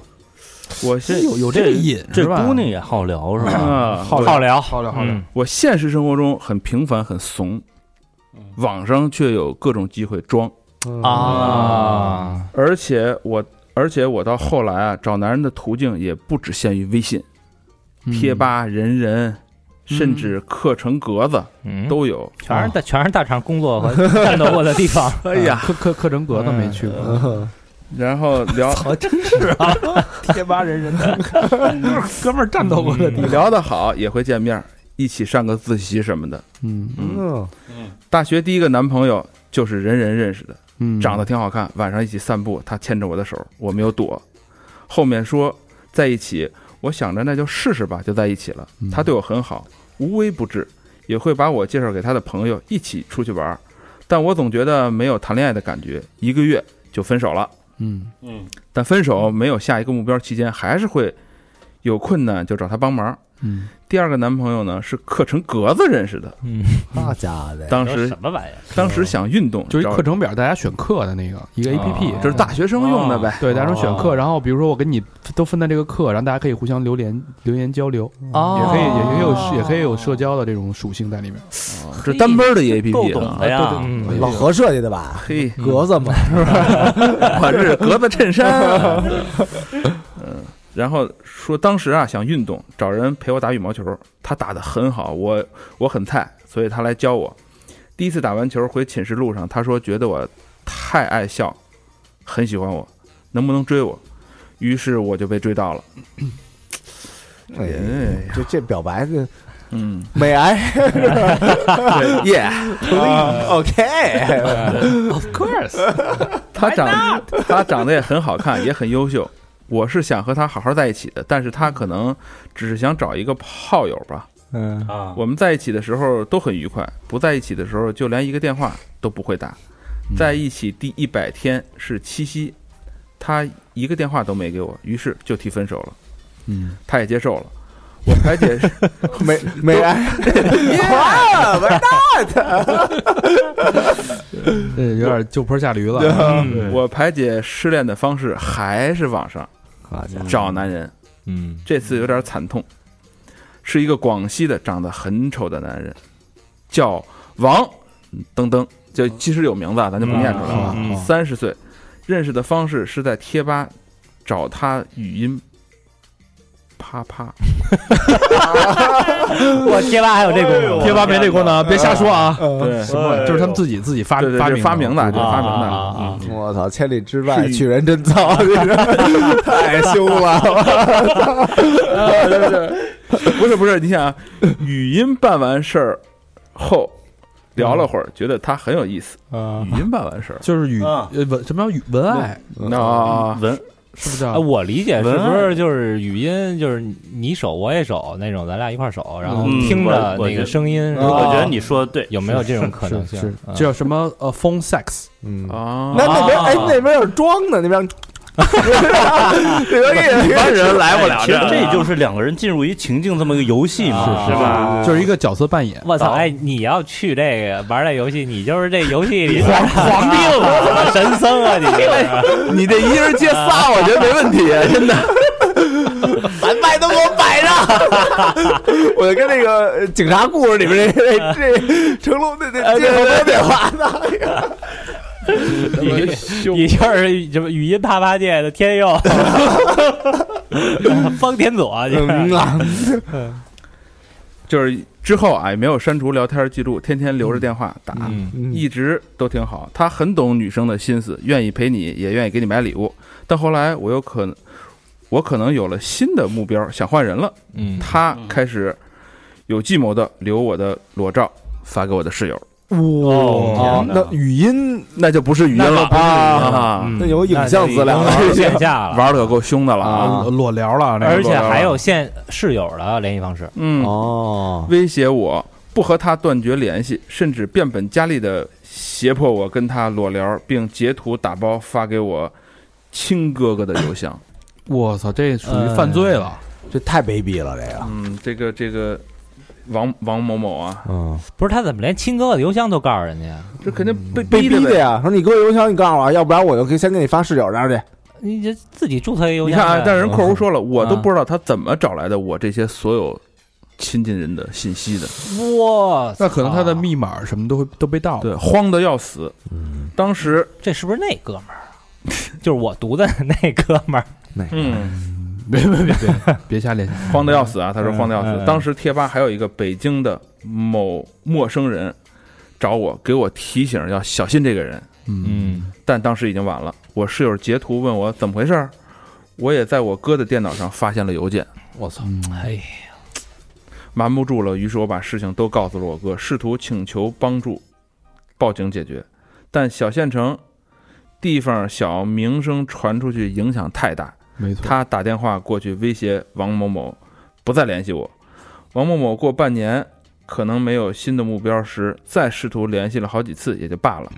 Speaker 7: 我现
Speaker 3: 有有个瘾
Speaker 6: 这
Speaker 3: 是吧？
Speaker 6: 姑娘也好聊是吧？
Speaker 7: 啊，
Speaker 8: 好聊，
Speaker 5: 好聊好聊
Speaker 8: 嗯，
Speaker 7: 我现实生活中很平凡很怂，网上却有各种机会装。
Speaker 8: 啊，
Speaker 7: 而且我，而且我到后来啊，找男人的途径也不只限于微信、
Speaker 3: 嗯
Speaker 7: 贴吧、人人，甚至课程格子
Speaker 8: 嗯，
Speaker 7: 都啊有。
Speaker 4: 全是大啊全是大厂工作和战斗过的地方。
Speaker 3: 哎呀，课课课程格子没去过，
Speaker 7: <laughs>
Speaker 5: 嗯
Speaker 7: 啊然后
Speaker 4: <laughs>
Speaker 7: 聊，
Speaker 5: <laughs> 贴吧人人
Speaker 3: <laughs> 哥们儿战斗过的地
Speaker 7: 你聊得好也会见面，一起上个自习什么的。
Speaker 3: 嗯
Speaker 7: 嗯，
Speaker 5: 嗯，
Speaker 7: 大学第一个男朋友就是人人认识的，
Speaker 3: 嗯，
Speaker 7: 长得挺好看，晚上一起散步，他牵着我的手，我没有躲。后面说在一起，我想着那就试试吧，就在一起了。
Speaker 3: 嗯
Speaker 7: 他对我很好，无微不至，也会把我介绍给他的朋友一起出去玩儿。但我总觉得没有谈恋爱的感觉，一个月就分手了。
Speaker 3: 嗯
Speaker 6: 嗯
Speaker 7: 但分手没有下一个目标期间，还是会有困难就找他帮忙。
Speaker 3: 嗯，
Speaker 7: 第二个男朋友呢是课程格子认识的，
Speaker 5: 那家伙的，
Speaker 7: 当
Speaker 4: 哎
Speaker 6: 这
Speaker 7: 时
Speaker 6: 什么玩意儿？
Speaker 7: 当时想运动，
Speaker 3: 就是一
Speaker 7: 找
Speaker 3: 课程表，大家选课的那个一个 A P
Speaker 8: 哦
Speaker 3: P，啊
Speaker 7: 就是大学生用的呗。
Speaker 3: 对，大家说选课，
Speaker 6: 哦
Speaker 3: 然后比如说我跟你都分在这个课，然后大家可以互相留言留言交流，
Speaker 7: 嗯
Speaker 8: 哦
Speaker 3: 也可以
Speaker 7: 啊
Speaker 3: 也也有也可以有社交的这种属性在里面。
Speaker 7: 这是单班的一 A P
Speaker 6: 够
Speaker 7: P，
Speaker 6: 懂的呀！
Speaker 8: 嗯
Speaker 5: 老何设计的吧？
Speaker 3: 嗯
Speaker 7: 嘿，
Speaker 5: 格子嘛，
Speaker 7: <laughs> 我这是格子衬衫、啊。嗯，然后说当时啊想运动，找人陪我打羽毛球，他打得很好，我我很菜，所以他来教我。第一次打完球回寝室路上，他说觉得我太爱笑，很喜欢我，能不能追我？于是我就被追到了。
Speaker 5: 哎呀
Speaker 7: 哎，
Speaker 5: 就这表白这
Speaker 7: 嗯，
Speaker 5: 美癌
Speaker 7: 耶、
Speaker 5: ，OK，
Speaker 3: Of course，
Speaker 7: 他长 <laughs> 他长得也很好看，也很优秀。我是想和他好好在一起的，但是他可能只是想找一个炮友吧。
Speaker 5: 嗯，
Speaker 6: 啊，
Speaker 7: 我们在一起的时候都很愉快，不在一起的时候就连一个电话都不会打。在一起第一百天是七夕，他一个电话都没给我，于是就提分手了。
Speaker 3: 嗯，
Speaker 7: 他也接受了。我排解，
Speaker 5: 美美癌，哇，完
Speaker 3: 这有点就坡下驴了。
Speaker 7: 啊
Speaker 3: 嗯
Speaker 7: 我排解失恋的方式还是网上
Speaker 5: 好
Speaker 6: 嗯
Speaker 5: 家伙，
Speaker 6: 啊
Speaker 7: 找男人。
Speaker 8: 嗯，
Speaker 7: 这次有点惨痛，是一个广西的长得很丑的男人，叫王嗯登登，就其实有名字啊，咱就不念出来了。三十岁，认识的方式是在贴吧找他语音，啪啪，
Speaker 8: 我贴吧还有这
Speaker 6: 哎
Speaker 8: 功能，
Speaker 3: 贴吧没这功能，别瞎说啊！
Speaker 7: 对
Speaker 3: 什么玩意儿就是他们自己自己发
Speaker 7: 对对
Speaker 3: 发
Speaker 7: 对，
Speaker 3: 明
Speaker 7: 发明的，
Speaker 3: 的
Speaker 7: 就是发明
Speaker 8: 啊
Speaker 7: 的。
Speaker 8: 啊啊
Speaker 5: 我操，千里之外
Speaker 7: 是
Speaker 5: 去人真糙，这是太凶了，
Speaker 7: <laughs> 不是不是，你想啊，语音办完事儿后聊了会
Speaker 5: 嗯
Speaker 7: 儿，觉得他很有意思。
Speaker 3: 啊，
Speaker 7: 语音办完事儿，
Speaker 3: 就是语
Speaker 6: 啊
Speaker 3: 呃文什么叫语文爱，
Speaker 5: 嗯
Speaker 7: 嗯那
Speaker 6: 文
Speaker 3: 是不是
Speaker 8: 啊，
Speaker 3: 叫？
Speaker 8: 我理解是
Speaker 6: 文
Speaker 8: 不
Speaker 6: 案
Speaker 8: 是就是语音，就是你手我也手那种，咱俩一块儿手，然后
Speaker 6: 嗯
Speaker 8: 听着
Speaker 6: 我我
Speaker 8: 那
Speaker 6: 觉
Speaker 8: 个
Speaker 6: 得
Speaker 8: 声音，
Speaker 4: 哦
Speaker 8: 啊
Speaker 6: 我觉得你说的对，
Speaker 8: 有没有这种可能
Speaker 3: 是
Speaker 8: 性
Speaker 3: 是，
Speaker 8: 啊
Speaker 3: 这叫什么呃 phone sex？
Speaker 5: 嗯
Speaker 7: 啊，
Speaker 5: 那那边哎，那边有装呢，那边那边一人来
Speaker 6: 哎其实这就是两个人进入一情境这么一个游戏嘛，
Speaker 8: 是是
Speaker 7: 啊
Speaker 6: 吧？
Speaker 3: 就是一个角色扮演。
Speaker 8: 我操！哎，你要去这个玩这游戏，你就是这游戏里皇皇帝了，神僧啊！你就是
Speaker 7: 你这一人接仨，我觉得没问题，真的。
Speaker 5: 把麦都给我摆上，我就跟那个呃警察故事里面这这这成龙那那接什么电话呢？
Speaker 8: <laughs> 你你就是什么语音啪啪界的天佑， <laughs> 方天佐，
Speaker 4: <laughs>
Speaker 8: <laughs> 你
Speaker 7: <laughs>
Speaker 5: 嗯啊，
Speaker 7: 就是之后啊，也没有删除聊天记录，天天留着电话打，
Speaker 5: 嗯
Speaker 7: 一直都挺好。他很懂女生的心思，愿意陪你，也愿意给你买礼物。但后来我有可能，我可能有了新的目标，想换人了。
Speaker 9: 嗯，
Speaker 7: 他开始有计谋的留我的裸照发给我的室友，哦
Speaker 5: 哇，那语音
Speaker 7: 那就不是语音了啊，
Speaker 5: 那有影像资
Speaker 4: 啊
Speaker 5: 料了，
Speaker 8: 线下了，
Speaker 7: 玩的可够凶的了啊！
Speaker 9: 裸裸聊了，这
Speaker 8: 而且还
Speaker 7: 啊
Speaker 8: 有现室友的联系方式。
Speaker 7: 嗯，
Speaker 5: 哦，
Speaker 7: 威胁我不和他断绝联系，甚至变本加厉的胁迫我跟他裸聊，并截图打包发给我亲哥哥的邮箱。
Speaker 3: 我操，这属于犯罪了。
Speaker 5: 这太卑鄙了，这个，
Speaker 7: 嗯，这个这个王王某某啊，
Speaker 5: 嗯，
Speaker 8: 不是他怎么连亲哥哥的邮箱都告诉人家？
Speaker 7: 这肯定被
Speaker 5: 嗯被逼
Speaker 7: 的
Speaker 5: 的
Speaker 7: 呗。
Speaker 5: 呀，说你给我邮箱，你告诉我啊，要不然我就给先给你发室友那儿去。
Speaker 8: 你就自己注册一邮
Speaker 7: 你
Speaker 8: 箱
Speaker 7: 看
Speaker 8: 呗。
Speaker 7: 啊，但是人括弧说了，我都不知道他怎么找来的我这些所有亲近人的信息的。
Speaker 8: 哇塞，
Speaker 3: 那可能他的密码什么都会都被盗了。
Speaker 7: 啊对，慌得要死。当时，
Speaker 8: 这是不是那哥们儿？ <laughs> 就是我读的那哥们儿，
Speaker 7: 嗯，
Speaker 3: 别别别别别瞎联系。 <laughs>
Speaker 7: 慌得要死啊！他说慌得要
Speaker 8: 嗯
Speaker 7: 死。
Speaker 8: 嗯
Speaker 7: 当时贴吧还有一个北京的某陌生人找我，给我提醒要小心这个人，
Speaker 9: 嗯，
Speaker 7: 但当时已经晚了。我室友截图问我怎么回事儿，我也在我哥的电脑上发现了邮件。
Speaker 9: 我操，
Speaker 8: 哎，
Speaker 7: 瞒不住了，于是我把事情都告诉了我哥，试图请求帮助，报警解决。但小县城地方小，名声传出去影响太大。
Speaker 3: 没错，
Speaker 7: 他打电话过去威胁王某某，不再联系我。王某某过半年可能没有新的目标时，再试图联系了好几次也就罢了。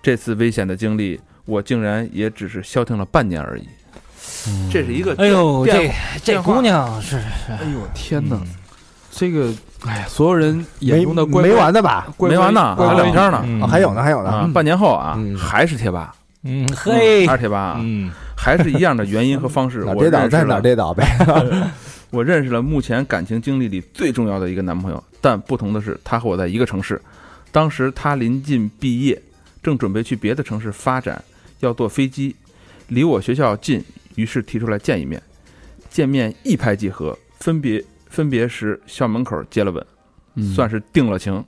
Speaker 7: 这次危险的经历，我竟然也只是消停了半年而已。这是一个
Speaker 8: 哎呦，
Speaker 7: 电
Speaker 8: 这这
Speaker 7: 电话
Speaker 8: 姑娘是
Speaker 3: 哎呦天哪，这个哎呀，所有人眼
Speaker 5: 没
Speaker 3: 中的乖
Speaker 5: 没完的吧？
Speaker 3: 乖乖
Speaker 7: 没完呢，
Speaker 3: 乖
Speaker 7: 还
Speaker 3: 乖
Speaker 7: 聊天呢。
Speaker 4: 嗯
Speaker 5: 啊，还有呢，还有呢，
Speaker 7: 啊，半年后啊，
Speaker 5: 嗯
Speaker 7: 还是贴吧，
Speaker 8: 嗯，嘿，
Speaker 7: 还是贴吧啊，
Speaker 8: 嗯，
Speaker 7: 还是一样的原因和
Speaker 5: <laughs>
Speaker 7: 方式。
Speaker 5: 哪儿
Speaker 7: 我
Speaker 5: 跌倒
Speaker 7: 认
Speaker 5: 在
Speaker 7: 识
Speaker 5: 哪儿
Speaker 7: 了，
Speaker 5: 跌倒呗。
Speaker 7: 我认识了目前感情经历里最重要的一个男朋友，但不同的是，他和我在一个城市。当时他临近毕业，正准备去别的城市发展，要坐飞机，离我学校近，于是提出来见一面。见面一拍即合，分别分别时校门口接了吻，
Speaker 5: 嗯
Speaker 7: 算是定
Speaker 5: <laughs>
Speaker 7: 了情。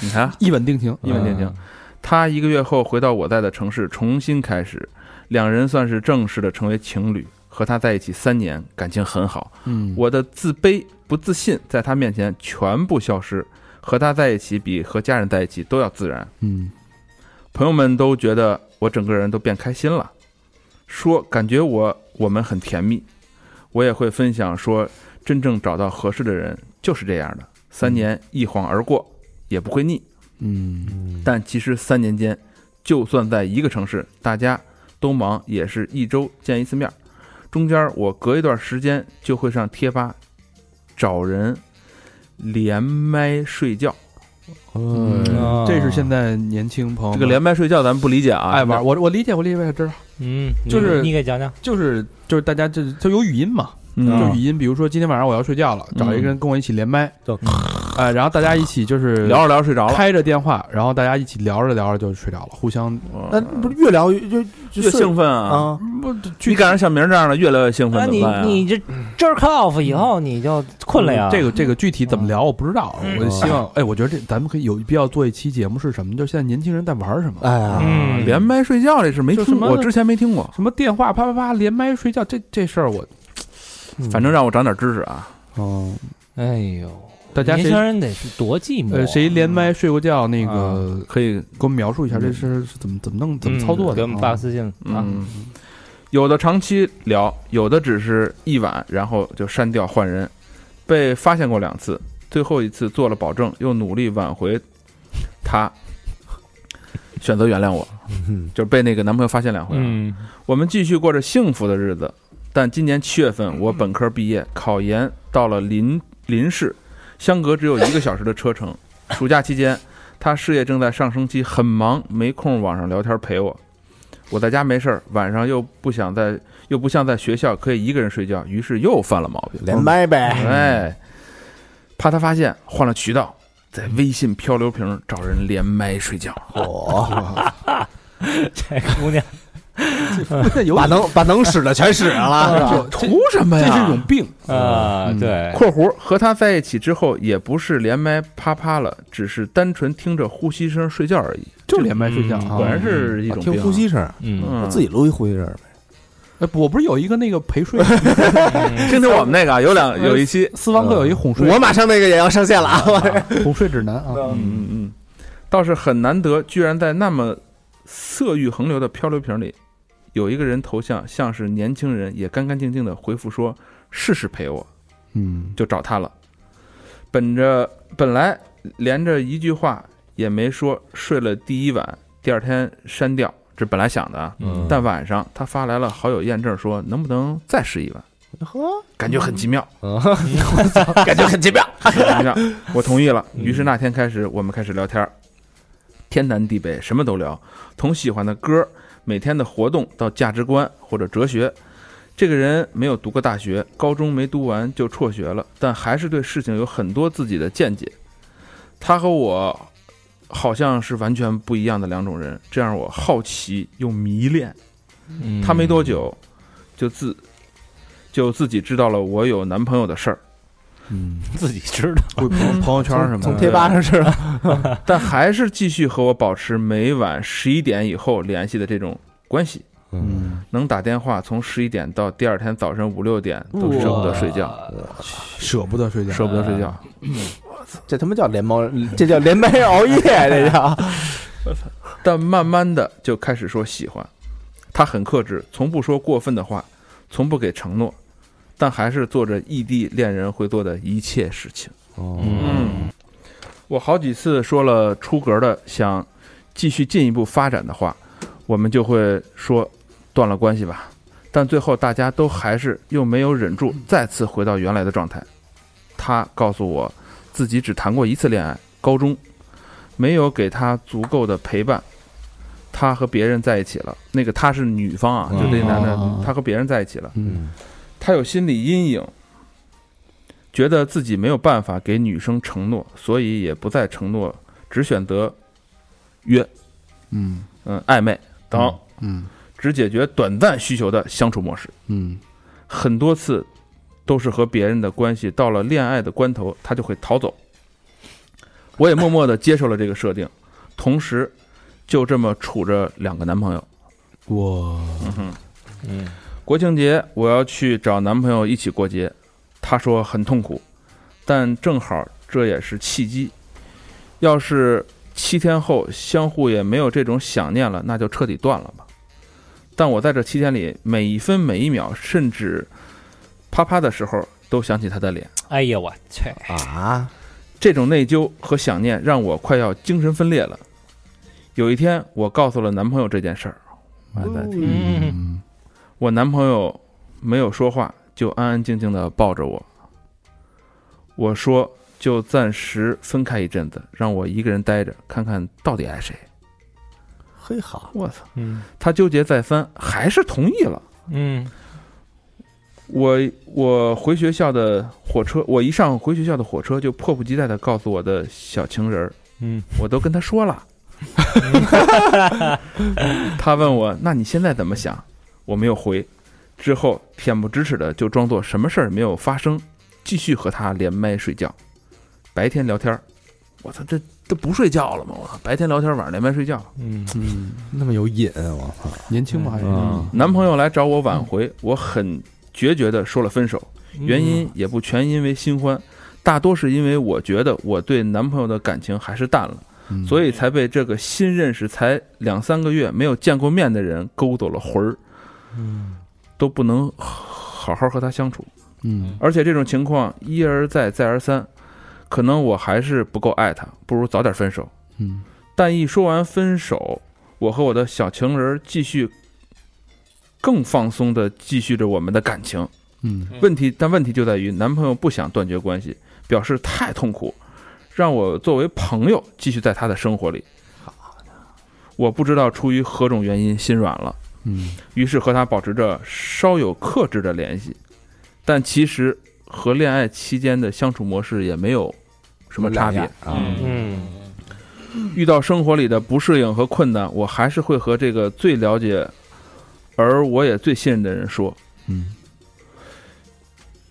Speaker 7: 你看，
Speaker 3: 一吻定情，
Speaker 7: 嗯一吻定情。啊他一个月后回到我在的城市，重新开始，两人算是正式的成为情侣。和他在一起三年，感情很好。
Speaker 3: 嗯，
Speaker 7: 我的自卑、不自信在他面前全部消失。和他在一起比和家人在一起都要自然。
Speaker 3: 嗯，
Speaker 7: 朋友们都觉得我整个人都变开心了，说感觉我我们很甜蜜。我也会分享说，真正找到合适的人就是这样的。三年一晃而过，也不会腻。
Speaker 3: 嗯，
Speaker 7: 但其实三年间，就算在一个城市，大家都忙，也是一周见一次面儿。中间我隔一段时间就会上贴吧找人连麦睡觉。
Speaker 3: 嗯，这是现在年轻朋友们
Speaker 7: 这个连麦睡觉咱们不理解啊，
Speaker 3: 爱玩，我我理解，我理解，我知道，
Speaker 8: 嗯，你
Speaker 3: 就是
Speaker 8: 你给讲讲，
Speaker 3: 就是就是大家这它有语音嘛，
Speaker 7: 嗯，
Speaker 3: 就语音，比如说今天晚上我要睡觉了，找一个人跟我一起连麦，哎，然后大家一起就是
Speaker 7: 聊着聊着睡着了，
Speaker 3: 开着电话，然后大家一起聊着聊着就睡着了，互相
Speaker 7: 嗯
Speaker 5: 那不是越聊越就就
Speaker 7: 越兴奋啊！
Speaker 5: 啊？
Speaker 7: 你赶上小明这样的，越来越兴
Speaker 8: 那
Speaker 7: 奋，怎
Speaker 8: 你
Speaker 7: 么办呀啊
Speaker 8: 你这 jerk off 以后你就困了呀？
Speaker 3: 嗯这个这个具体怎么聊我不知道，我就希望哎，我觉得这咱们可以有必要做一期节目是什么？就是现在年轻人在玩什么？
Speaker 5: 哎呀，
Speaker 8: 嗯，
Speaker 7: 连麦睡觉这事没
Speaker 3: 就什
Speaker 7: 听，
Speaker 3: 么
Speaker 7: 过，我之前没听过，
Speaker 3: 什么电话啪啪啪连麦睡觉这这事儿我，
Speaker 7: 反正让我长点知识啊。
Speaker 3: 哦，
Speaker 8: 哎呦，
Speaker 3: 大家
Speaker 8: 年
Speaker 3: 谁
Speaker 8: 轻人得是多寂寞啊，
Speaker 3: 呃谁连麦睡过觉那个
Speaker 7: 可以
Speaker 3: 给我们描述一下这事是怎么怎么弄怎么操作
Speaker 8: 给
Speaker 3: 的
Speaker 8: 我
Speaker 3: 啊？
Speaker 8: 们发个私信啊，
Speaker 7: 嗯，有的长期聊，有的只是一晚，然后就删掉换人。被发现过两次，最后一次做了保证，又努力挽回他，选择原谅我，就是被那个男朋友发现两回啊。
Speaker 8: 嗯，
Speaker 7: 我们继续过着幸福的日子。但今年七月份，我本科毕业，考研到了临临市，相隔只有一个小时的车程。 <laughs> 暑假期间，他事业正在上升期，很忙，没空网上聊天陪我。我在家没事儿，晚上又不想在，又不像在学校可以一个人睡觉，于是又犯了毛病。
Speaker 5: 连麦呗，
Speaker 7: 哎，怕他发现，换了渠道，在微信漂流瓶找人连麦睡觉。
Speaker 5: 我
Speaker 8: 这姑娘，
Speaker 3: 这
Speaker 5: <laughs>
Speaker 3: 有
Speaker 5: 把能把能使的全使上了，是吧？
Speaker 3: 图什么呀？这是一种病，
Speaker 8: 啊，
Speaker 3: 嗯
Speaker 8: 对，
Speaker 7: 括弧和他在一起之后，也不是连麦啪啪了，只是单纯听着呼吸声睡觉而已。
Speaker 3: 就连麦睡觉
Speaker 8: 嗯
Speaker 3: 啊
Speaker 7: 哦果。然是一种病啊
Speaker 5: 听呼，吸声，
Speaker 8: 嗯，
Speaker 7: 嗯，
Speaker 5: 自己录一呼吸声呗。
Speaker 3: 哎，我不是有一个那个陪睡，
Speaker 7: 听听我们那个啊，有两有一期，
Speaker 3: 私房课有一哄睡，
Speaker 5: 我马上那个也要上线了啊！
Speaker 3: 哄睡指南啊，
Speaker 7: 嗯嗯嗯，倒是很难得，居然在那么色欲横流的漂流瓶里，有一个人头像像是年轻人，也干干净净的回复说：“试试陪我。”
Speaker 3: 嗯，
Speaker 7: 就找他了。本着本来连着一句话也没说，睡了第一晚，第二天删掉，这本来想的啊。
Speaker 5: 嗯
Speaker 7: 但晚上他发来了好友验证，说能不能再试一晚？感觉很奇妙，
Speaker 5: 嗯
Speaker 7: <laughs>
Speaker 5: 感觉很奇妙。嗯
Speaker 7: 很奇妙。我同意了。于是那天开始，我们开始聊天儿，天南地北什么都聊，从喜欢的歌、每天的活动到价值观或者哲学。这个人没有读过大学，高中没读完就辍学了，但还是对事情有很多自己的见解。他和我好像是完全不一样的两种人，这让我好奇又迷恋。
Speaker 8: 嗯
Speaker 4: 嗯
Speaker 7: 他没多久就自就自己知道了我有男朋友的事儿，
Speaker 3: 嗯，
Speaker 4: 自己知
Speaker 8: <laughs>
Speaker 4: 道，
Speaker 2: 会朋朋友圈什么的，
Speaker 5: 从贴吧上是吧，
Speaker 7: 但还是继续和我保持每晚十一点以后联系的这种关系，
Speaker 3: 嗯，
Speaker 7: 能打电话从十一点到第二天早晨五六点都舍不得睡觉，
Speaker 3: 舍不得睡觉，
Speaker 7: 舍不得睡觉。
Speaker 5: 这他妈叫连猫， <laughs> 这叫连麦熬夜，这叫。
Speaker 7: 但慢慢的就开始说喜欢，他很克制，从不说过分的话，从不给承诺，但还是做着异地恋人会做的一切事情。嗯，我好几次说了出格的想继续进一步发展的话，我们就会说断了关系吧。但最后大家都还是又没有忍住，再次回到原来的状态。他告诉我自己只谈过一次恋爱，高中，没有给他足够的陪伴。他和别人在一起了，那个他是女方啊，就那男的，他和别人在一起了。
Speaker 3: 嗯，
Speaker 7: 他有心理阴影，觉得自己没有办法给女生承诺，所以也不再承诺，只选择约，
Speaker 3: 嗯
Speaker 7: 嗯，暧昧等，
Speaker 3: 嗯
Speaker 7: 只解决短暂需求的相处模式。
Speaker 3: 嗯
Speaker 7: 很多次都是和别人的关系到了恋爱的关头，他就会逃走。我也默默的接受了这个设定，同时就这么处着两个男朋友。
Speaker 3: 我
Speaker 7: 国庆节我要去找男朋友一起过节，他说很痛苦，但正好这也是契机。要是七天后相互也没有这种想念了，那就彻底断了吧。但我在这七天里，每一分每一秒，甚至啪啪的时候，都想起他的脸。
Speaker 8: 哎呀，我去，
Speaker 5: 啊，
Speaker 7: 这种内疚和想念让我快要精神分裂了。有一天，我告诉了男朋友这件事儿，完蛋
Speaker 3: 嗯
Speaker 7: 我男朋友没有说话，就安安静静的抱着我。我说就暂时分开一阵子，让我一个人待着，看看到底爱谁。
Speaker 5: 嘿好，
Speaker 7: 我操！
Speaker 8: 嗯
Speaker 7: 他纠结再三，还是同意了。
Speaker 8: 嗯
Speaker 7: 我我回学校的火车，我一上回学校的火车就迫不及待的告诉我的小情人儿，
Speaker 8: 嗯，
Speaker 7: 我都跟他说了。他问我，那你现在怎么想？我没有回，之后恬不知耻的就装作什么事儿没有发生，继续和他连麦睡觉，白天聊天儿。我操，这这不睡觉了吗？我操，白天聊天，晚上连麦睡觉。
Speaker 8: 嗯
Speaker 3: 嗯，
Speaker 5: 那么有瘾，我操！
Speaker 3: 年轻嘛还是
Speaker 5: 嗯
Speaker 7: 男朋友来找我挽回，我很决绝的说了分手。原因也不全因为新欢，大多是因为我觉得我对男朋友的感情还是淡了，
Speaker 3: 嗯
Speaker 7: 所以才被这个新认识才两三个月没有见过面的人勾走了魂儿，都不能好好和他相处。
Speaker 3: 嗯
Speaker 7: 而且这种情况一而再再而三，可能我还是不够爱他，不如早点分手。
Speaker 3: 嗯
Speaker 7: 但一说完分手，我和我的小情人儿继续更放松的继续着我们的感情。
Speaker 3: 嗯
Speaker 7: 问题，但问题就在于男朋友不想断绝关系，表示太痛苦，让我作为朋友继续在他的生活里。我不知道出于何种原因心软了，
Speaker 3: 嗯
Speaker 7: 于是和他保持着稍有克制的联系，但其实和恋爱期间的相处模式也没有什么差别。
Speaker 5: 啊？
Speaker 8: 嗯
Speaker 7: 遇到生活里的不适应和困难，我还是会和这个最了解，而我也最信任的人说。
Speaker 3: 嗯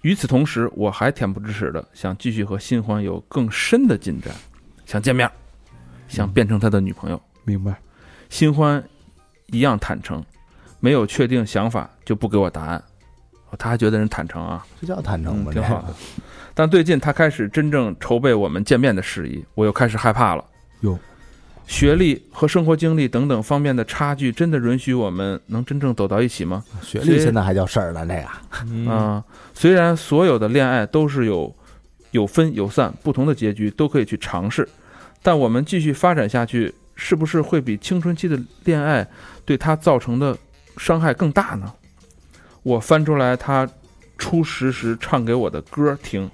Speaker 7: 与此同时，我还恬不知耻的想继续和新欢有更深的进展，想见面，想变成他的女朋友。
Speaker 3: 明白，
Speaker 7: 新欢一样坦诚，没有确定想法就不给我答案。哦他还觉得人坦诚啊，
Speaker 5: 这叫坦诚
Speaker 7: 嗯
Speaker 5: 吗？
Speaker 7: 挺好的。但最近他开始真正筹备我们见面的事宜，我又开始害怕了。
Speaker 3: 哟，
Speaker 7: 学历和生活经历等等方面的差距，真的允许我们能真正走到一起吗？
Speaker 5: 这学历现在还叫事儿呢，这个
Speaker 3: 嗯
Speaker 7: 啊、虽然所有的恋爱都是有有分有散，不同的结局都可以去尝试，但我们继续发展下去，是不是会比青春期的恋爱对他造成的伤害更大呢？我翻出来他初识时唱给我的歌听，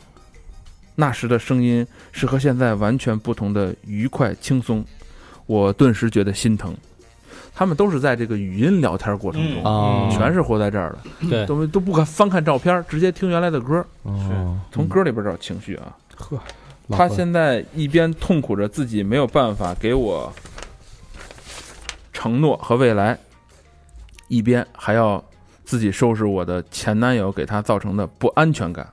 Speaker 7: 那时的声音是和现在完全不同的愉快轻松，我顿时觉得心疼。他们都是在这个语音聊天过程中，
Speaker 8: 嗯
Speaker 5: 啊
Speaker 4: 哦
Speaker 7: 全是活在这儿的。
Speaker 8: 对
Speaker 7: 都都不敢翻看照片儿，直接听原来的歌儿，从歌里边找情绪啊。
Speaker 3: 哦呵，
Speaker 7: 他现在一边痛苦着自己没有办法给我承诺和未来，一边还要自己收拾我的前男友给他造成的不安全感。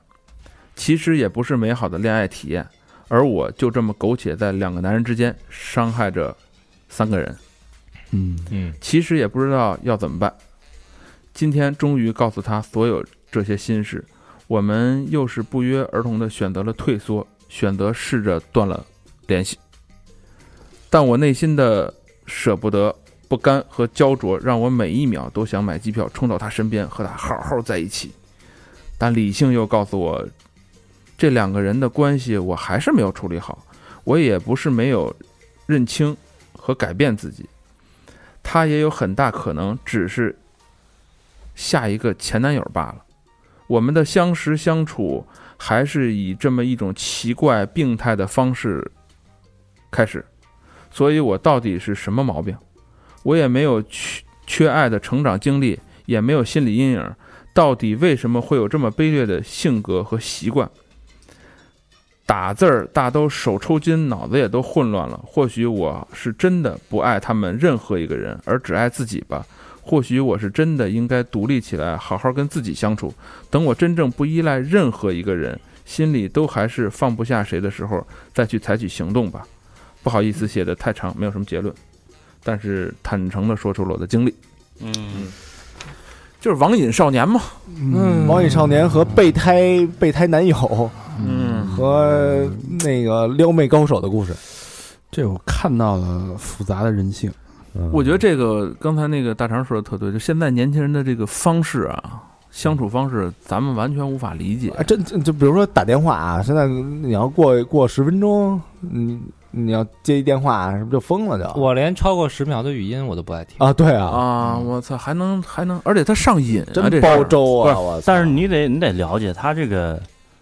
Speaker 7: 其实也不是美好的恋爱体验，而我就这么苟且在两个男人之间，伤害着三个人。
Speaker 3: 嗯，
Speaker 7: 其实也不知道要怎么办。今天终于告诉他所有这些心事，我们又是不约而同的选择了退缩，选择试着断了联系。但我内心的舍不得、不甘和焦灼，让我每一秒都想买机票冲到他身边，和他好好在一起。但理性又告诉我，这两个人的关系我还是没有处理好，我也不是没有认清和改变自己。他也有很大可能只是下一个前男友罢了。我们的相识相处还是以这么一种奇怪病态的方式开始，所以我到底是什么毛病？我也没有缺缺爱的成长经历，也没有心理阴影，到底为什么会有这么卑劣的性格和习惯？打字儿大都手抽筋，脑子也都混乱了。或许我是真的不爱他们任何一个人，而只爱自己吧。或许我是真的应该独立起来，好好跟自己相处。等我真正不依赖任何一个人，心里都还是放不下谁的时候，再去采取行动吧。不好意思，写的太长，没有什么结论，但是坦诚的说出了我的经历，
Speaker 6: 嗯，
Speaker 7: 就是网瘾少年嘛。
Speaker 3: 嗯
Speaker 5: 网瘾少年和备胎备胎男友
Speaker 7: 嗯
Speaker 5: 和那个撩妹高手的故事，
Speaker 3: 这我看到了复杂的人性，
Speaker 7: 我觉得这个刚才那个大肠说的特对，就现在年轻人的这个方式啊，相处方式，咱们完全无法理解。
Speaker 5: 啊，真真就比如说打电话啊，现在你要过过十分钟，你你要接一电话，啊是不是就疯了就？
Speaker 8: 我连超过十秒的语音我都不爱听。
Speaker 5: 啊，对啊，
Speaker 7: 啊，我操，还能还能，而且他上瘾啊，
Speaker 5: 真
Speaker 7: 这事
Speaker 5: 煲
Speaker 7: 儿
Speaker 5: 粥
Speaker 7: 不
Speaker 5: 啊！
Speaker 7: 是
Speaker 5: 我操
Speaker 6: 但是你得你得了解他这个，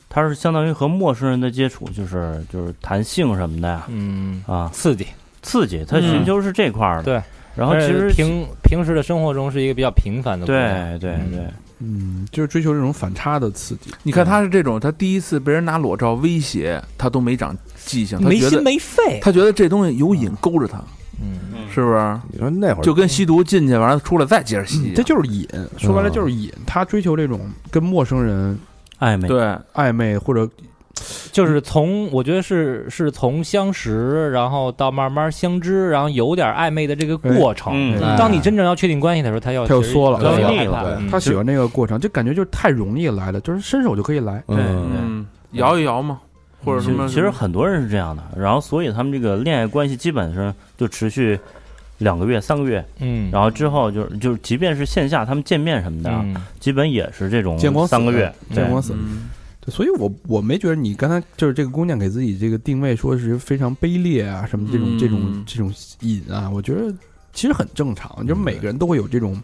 Speaker 6: 他是相当于和陌生人的接触，就是就是谈性什么的呀，
Speaker 8: 嗯，
Speaker 6: 啊，
Speaker 8: 刺激。
Speaker 6: 刺激他寻求是这块儿的。
Speaker 7: 嗯
Speaker 8: 对，
Speaker 6: 然后
Speaker 8: 而
Speaker 6: 其实
Speaker 8: 且哎平平时的生活中是一个比较平凡的姑娘，
Speaker 6: 对对对，
Speaker 3: 嗯，就是追求这种反差的刺激，
Speaker 7: 你看他是这种，他第一次被人拿裸照威胁，他都没长记性，他
Speaker 8: 没
Speaker 7: 觉
Speaker 8: 心
Speaker 7: 得
Speaker 8: 没肺。
Speaker 7: 他觉得这东西有瘾勾着他，
Speaker 8: 嗯，
Speaker 7: 是不是？
Speaker 5: 你说那会儿
Speaker 7: 就跟吸毒进去，完了出来再接着吸
Speaker 3: 这，就是瘾，说白了就是瘾。他追求这种跟陌生人
Speaker 6: 暧昧。
Speaker 7: 对，
Speaker 3: 暧昧或者
Speaker 8: 就是从我觉得是是从相识，然后到慢慢相知，然后有点暧昧的这个过程。
Speaker 6: 嗯，
Speaker 5: 哎
Speaker 8: 当你真正要确定关系的时候，他要
Speaker 3: 他又
Speaker 8: 其实
Speaker 3: 缩了
Speaker 8: 他又
Speaker 6: 对
Speaker 8: 害怕
Speaker 5: 对
Speaker 8: 嗯
Speaker 3: 他喜欢那个过程，就感觉就是太容易来了，就是伸手就可以来。
Speaker 6: 对
Speaker 7: 嗯，摇一摇嘛，或者
Speaker 6: 其
Speaker 7: 什么，
Speaker 6: 实其实很多人是这样的，然后所以他们这个恋爱关系基本上就持续两个月、三个月，
Speaker 8: 嗯，
Speaker 6: 然后之后就是就是，即便是线下他们见面什么的，啊
Speaker 8: 嗯
Speaker 6: 基本也是这种
Speaker 3: 见光死
Speaker 6: 三个月，
Speaker 3: 见光
Speaker 6: 对
Speaker 3: 死，
Speaker 7: 嗯
Speaker 3: 对所以我我没觉得你刚才就是这个姑娘给自己这个定位说是非常卑劣啊什么这种、
Speaker 7: 嗯嗯
Speaker 3: 这种这种瘾啊，我觉得其实很正常，就是每个人都会有这种。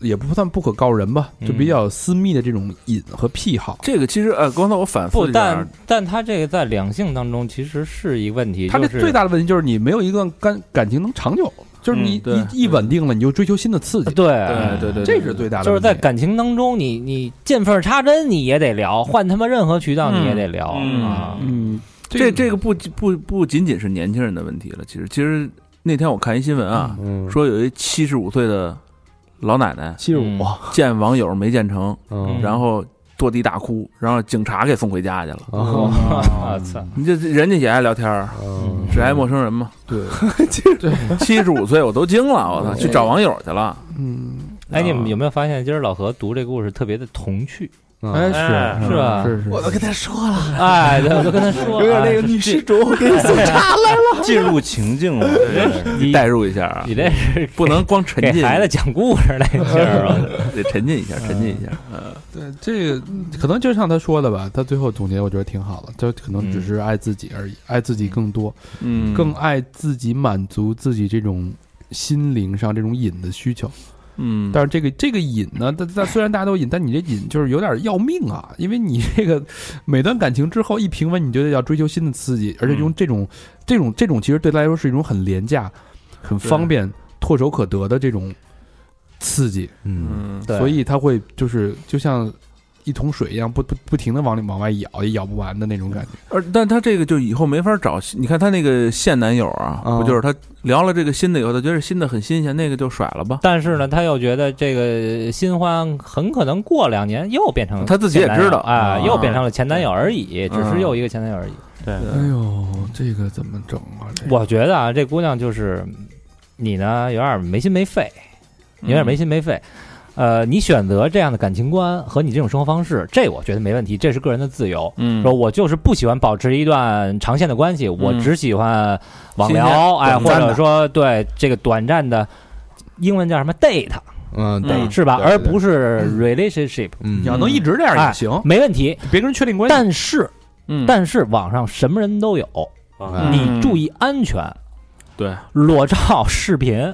Speaker 3: 也不算不可告人吧，就
Speaker 7: 嗯
Speaker 3: 比较私密的这种瘾和癖好。
Speaker 7: 这个其实呃，刚才我反复
Speaker 8: 不，
Speaker 7: 了一下
Speaker 8: 但但他这个在两性当中其实是一个问题，
Speaker 3: 他这
Speaker 8: 就是
Speaker 3: 最大的问题就是你没有一段感感情能长久，就是你
Speaker 7: 嗯对
Speaker 3: 一一稳定了，你就追求新的刺激，
Speaker 8: 呃对
Speaker 7: 对对对，对
Speaker 3: 这是最大的
Speaker 8: 就是
Speaker 3: 问题。
Speaker 8: 在感情当中，你你见缝插针你也得聊，换他妈任何渠道你也得聊
Speaker 6: 嗯
Speaker 8: 啊。
Speaker 3: 嗯，
Speaker 7: 这这个不不不仅仅是年轻人的问题了，其实其实那天我看一新闻啊，
Speaker 5: 嗯
Speaker 7: 说有一七十五岁的老奶奶
Speaker 5: 七十五，
Speaker 8: 嗯
Speaker 7: 见网友没见成，
Speaker 5: 嗯
Speaker 7: 然后坐地大哭，然后警察给送回家去了。
Speaker 5: 哦，
Speaker 4: 嗯
Speaker 3: 嗯
Speaker 1: 嗯
Speaker 8: 啊
Speaker 4: 我操！
Speaker 7: 你这人家也爱聊天儿，
Speaker 5: 嗯
Speaker 7: 只爱陌生人嘛。 <laughs>
Speaker 5: 对，
Speaker 7: 七十五岁我都惊了，我操，去找网友去了。
Speaker 3: 嗯，
Speaker 4: 哎，
Speaker 7: 啊
Speaker 4: 你们有没有发现，今儿老何读这故事特别的童
Speaker 7: <laughs>
Speaker 4: 趣？
Speaker 3: 哎
Speaker 6: 哎
Speaker 3: 是
Speaker 4: 是吧
Speaker 3: 是是，
Speaker 5: 跟他说了，
Speaker 4: 哎，对我就跟他
Speaker 7: <laughs>
Speaker 4: 说，
Speaker 5: 有点那个女施主，我给你送茶了。
Speaker 6: 进入情境了，
Speaker 4: 你
Speaker 7: 代入一下啊
Speaker 4: 你，这是
Speaker 7: 不能光沉
Speaker 4: 给
Speaker 7: 浸， <laughs>
Speaker 4: 孩子讲故事那劲儿啊！
Speaker 7: 得沉浸一下，沉浸一下。
Speaker 3: 对这个可能就像他说的吧，他最后总结我觉得挺好的，他可能只是爱自己而已，爱自己更多，
Speaker 7: 嗯，
Speaker 3: 更爱自己，满足自己这种心灵上这种瘾的需求。
Speaker 7: 嗯，
Speaker 3: 但是这个这个瘾呢，但但虽然大家都瘾，但你这瘾就是有点要命啊，因为你这个每段感情之后一平稳，你就得要追求新的刺激，而且
Speaker 7: 嗯
Speaker 3: 用这种、这种这种其实对他来说是一种很廉价、很方便、唾手可得的这种刺激，
Speaker 5: 嗯，
Speaker 7: 嗯，
Speaker 4: 对
Speaker 3: 所以他会就是就像一桶水一样，不不不停的往里往外舀，也舀不完的那种感觉。
Speaker 7: 而但他这个就以后没法找，你看他那个现男友啊，
Speaker 5: 啊
Speaker 7: 不就是他聊了这个新的以后，他觉得新的很新鲜，那个就甩了吧。
Speaker 4: <laughs> 但是呢，他又觉得这个新欢很可能过两年又变成
Speaker 7: 他自己也
Speaker 4: 前男友
Speaker 7: 知道
Speaker 4: 啊，
Speaker 7: 嗯
Speaker 4: 又变成了前男友而已，只是又一个前男友而已。
Speaker 6: 对，嗯
Speaker 3: 哎呦，这个怎么整啊？
Speaker 7: 嗯
Speaker 3: 这
Speaker 4: 我觉得啊，这姑娘就是你呢，有点没心没肺，有点
Speaker 7: 嗯
Speaker 4: 没心没肺。呃，你选择这样的感情观和你这种生活方式，这我觉得没问题，这是个人的自由。
Speaker 7: 嗯
Speaker 4: 说，我就是不喜欢保持一段长线的关系，我只喜欢网
Speaker 7: 新
Speaker 4: 聊，哎，
Speaker 7: 短
Speaker 4: 或
Speaker 7: 暂的
Speaker 4: 者说对这个短暂的，英文叫什么 date，
Speaker 5: 嗯，对，
Speaker 7: 嗯哦
Speaker 4: 是吧？
Speaker 5: 对对
Speaker 4: 而不是 relationship，
Speaker 5: 嗯
Speaker 3: 你要能一直这样也
Speaker 4: 哎
Speaker 3: 行，
Speaker 4: 没问题。
Speaker 3: 别跟人确定关系。
Speaker 4: 但是，
Speaker 7: 嗯，
Speaker 4: 但是网上什么人都有，
Speaker 6: 啊
Speaker 4: 你注意安全。
Speaker 7: 对，
Speaker 4: 裸照、视频，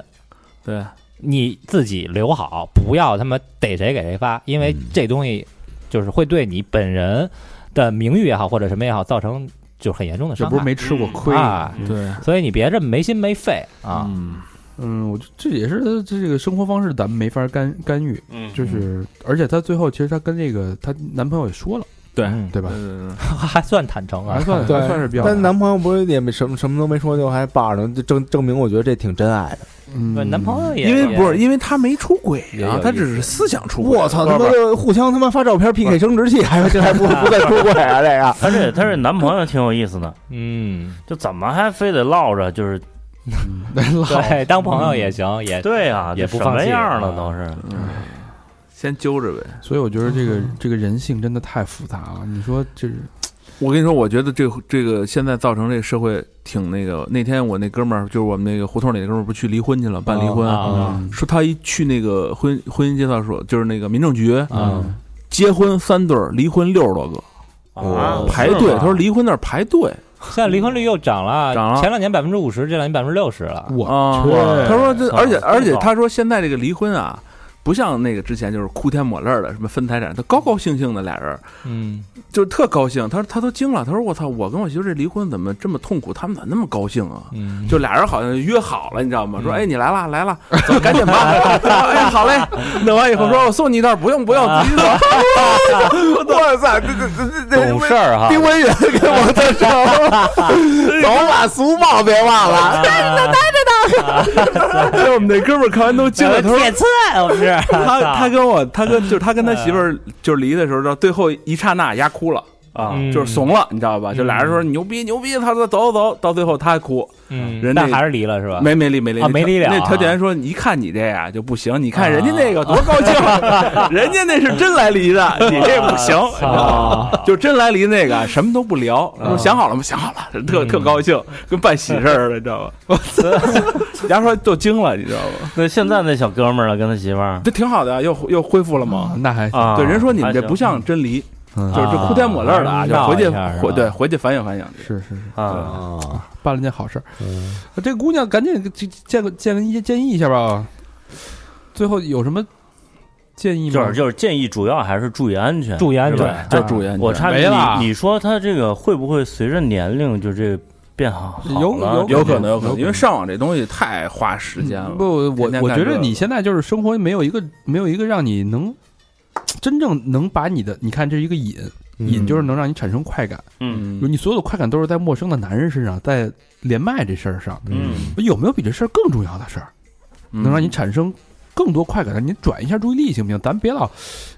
Speaker 7: 对，
Speaker 4: 你自己留好，不要他妈逮谁给谁发，因为
Speaker 5: 嗯
Speaker 4: 这东西就是会对你本人的名誉也好，或者什么也好，造成就是很严重的
Speaker 3: 这
Speaker 4: 伤
Speaker 3: 不是
Speaker 4: 害。
Speaker 3: 没吃过亏
Speaker 4: 啊，
Speaker 7: 对
Speaker 4: 所以你别这么没心没肺啊！
Speaker 7: 嗯
Speaker 3: 嗯，我觉得这也是他这个生活方式，咱们没法干干预。
Speaker 6: 嗯
Speaker 3: 就是，而且她最后其实她跟这个她男朋友也说了，
Speaker 7: 对
Speaker 4: 嗯
Speaker 3: 对吧？嗯
Speaker 7: 嗯
Speaker 4: 还算坦诚啊
Speaker 3: 还，算
Speaker 5: 对
Speaker 3: 还算是比较，
Speaker 5: 但男朋友不是也没什么什么都没说，就还抱着呢，就证证明我觉得这挺真爱的。
Speaker 4: 不是
Speaker 3: 嗯
Speaker 4: 男朋友也
Speaker 7: 因为
Speaker 4: 也
Speaker 7: 不是因为他没出轨啊，
Speaker 6: 有
Speaker 7: 他
Speaker 6: 意
Speaker 7: 只是思想出轨。
Speaker 5: 我操，他
Speaker 7: 不
Speaker 5: 妈
Speaker 7: 是
Speaker 5: 的互相他妈发照片 PK 生殖器，还这还不不再出轨啊？这个
Speaker 6: 而且她这男朋友挺有意思的，
Speaker 4: 嗯，
Speaker 6: 就怎么还非得落着，就是
Speaker 3: 嗯 <laughs>
Speaker 4: 对，当朋友也行，也
Speaker 6: 对啊，
Speaker 4: 也
Speaker 6: 这
Speaker 4: 不
Speaker 6: 什
Speaker 4: 放
Speaker 6: 么
Speaker 4: 弃
Speaker 6: 样了
Speaker 4: 啊
Speaker 6: 都是，
Speaker 7: 先揪着呗。
Speaker 3: 所以我觉得这个这个人性真的太复杂了。你说这是
Speaker 7: 我跟你说，我觉得这这个现在造成这个社会挺那个。那天我那哥们儿，就是我们那个胡同里那哥们儿，不去离婚去了，办离婚。
Speaker 4: 啊
Speaker 3: 嗯
Speaker 7: 说他一去那个婚婚姻介绍所，就是那个民政局，
Speaker 4: 嗯
Speaker 7: 结婚三对儿，离婚六十多个，
Speaker 6: 啊
Speaker 7: 排队。他说离婚那儿排队，
Speaker 4: 现在离婚率又涨了，
Speaker 7: 涨了
Speaker 4: 前两年百分之五十，这两年百分之六十了。
Speaker 3: 我
Speaker 7: 啊
Speaker 3: 去
Speaker 7: 他说这，
Speaker 6: 操
Speaker 7: 而且
Speaker 6: 真
Speaker 7: 而且
Speaker 6: 高
Speaker 7: 他说现在这个离婚啊，不像那个之前就是哭天抹泪儿的什么分财产，他高高兴兴的俩人儿
Speaker 4: 嗯，
Speaker 7: 就是特高兴。他说他都惊了，他说我操，我跟我媳妇儿这离婚怎么这么痛苦？他们咋那么高兴啊？
Speaker 4: 嗯，
Speaker 7: 就俩人好像约好了，你知道吗？说
Speaker 4: 嗯
Speaker 7: 哎，你来啦，来啦，走，赶紧吧。然后哎，好嘞。弄完以后说，我送你一段，不用不用，自己走。
Speaker 5: 我操，这这这这
Speaker 6: 懂事儿哈，
Speaker 5: 丁文远给我的手，走吧，俗帽别忘了。
Speaker 4: 啊
Speaker 7: 哎，我们那哥们儿看完都惊了，他说
Speaker 4: 铁刺，我是 <laughs>
Speaker 7: 他他跟我他跟就是他跟他媳妇儿就是离的时候，到最后一刹那，丫哭了。啊
Speaker 4: 嗯
Speaker 7: 就是怂了，你知道吧？就俩人说牛逼牛逼，他说走走，走，到最后他还哭，
Speaker 4: 嗯，
Speaker 7: 人
Speaker 4: 但
Speaker 7: 那
Speaker 4: 还是离了是吧？
Speaker 7: 没没离没离
Speaker 4: 啊没离了
Speaker 7: 那
Speaker 4: 啊
Speaker 7: 调解员说，你一看你这呀就不行，你看人家那个多高兴， <laughs> 人家那是真来离的，你这不行，你知道吗就真来离那个什么都不聊，说想好了吗？想好了，特特高兴，跟办喜事儿似的，你知道吗？ <laughs> 我操，人家说都惊了，你知道吗？
Speaker 6: 那现在那小哥们儿了，跟他媳妇儿
Speaker 7: 这挺好的啊，又又恢复了嘛。
Speaker 3: 那还
Speaker 6: 啊，
Speaker 7: 对，人说你们这
Speaker 6: 还行
Speaker 7: 不像真离，
Speaker 3: 嗯
Speaker 7: 就是这哭天抹泪的啊，
Speaker 4: 啊
Speaker 7: 就回去
Speaker 4: 闹一下是吧
Speaker 7: 回对回去反省反省。
Speaker 3: 是是是，
Speaker 6: 啊，
Speaker 3: 办了件好事儿。这姑娘赶紧这建个建个意建议一下吧。最后有什么建议吗？
Speaker 6: 就是就是建议，主要还是注意安全，
Speaker 4: 注意安
Speaker 6: 是吧
Speaker 4: 全，
Speaker 7: 就 <laughs> 主演，
Speaker 6: 啊我插
Speaker 3: 没了
Speaker 6: 你，你说他这个会不会随着年龄就这变好？好
Speaker 3: 有
Speaker 6: 了
Speaker 7: 有
Speaker 3: 可
Speaker 7: 可
Speaker 3: 能
Speaker 7: 能有可
Speaker 3: 有可
Speaker 7: 能，
Speaker 3: 能
Speaker 7: 因为上网这东西太花时间了。
Speaker 3: 不，我
Speaker 7: 天天
Speaker 3: 我
Speaker 7: 干
Speaker 3: 觉
Speaker 7: 这
Speaker 3: 得
Speaker 7: 个
Speaker 3: 你现在就是生活没有一个没有一个让你能真正能把你的，你看这是一个瘾，
Speaker 5: 嗯
Speaker 3: 瘾就是能让你产生快感，
Speaker 7: 嗯
Speaker 3: 就你所有的快感都是在陌生的男人身上，在连麦这事儿上，
Speaker 6: 嗯，
Speaker 7: 嗯
Speaker 3: 有没有比这事儿更重要的事儿，能让你产生更多快感的，您转移一下注意力行不行？咱别老，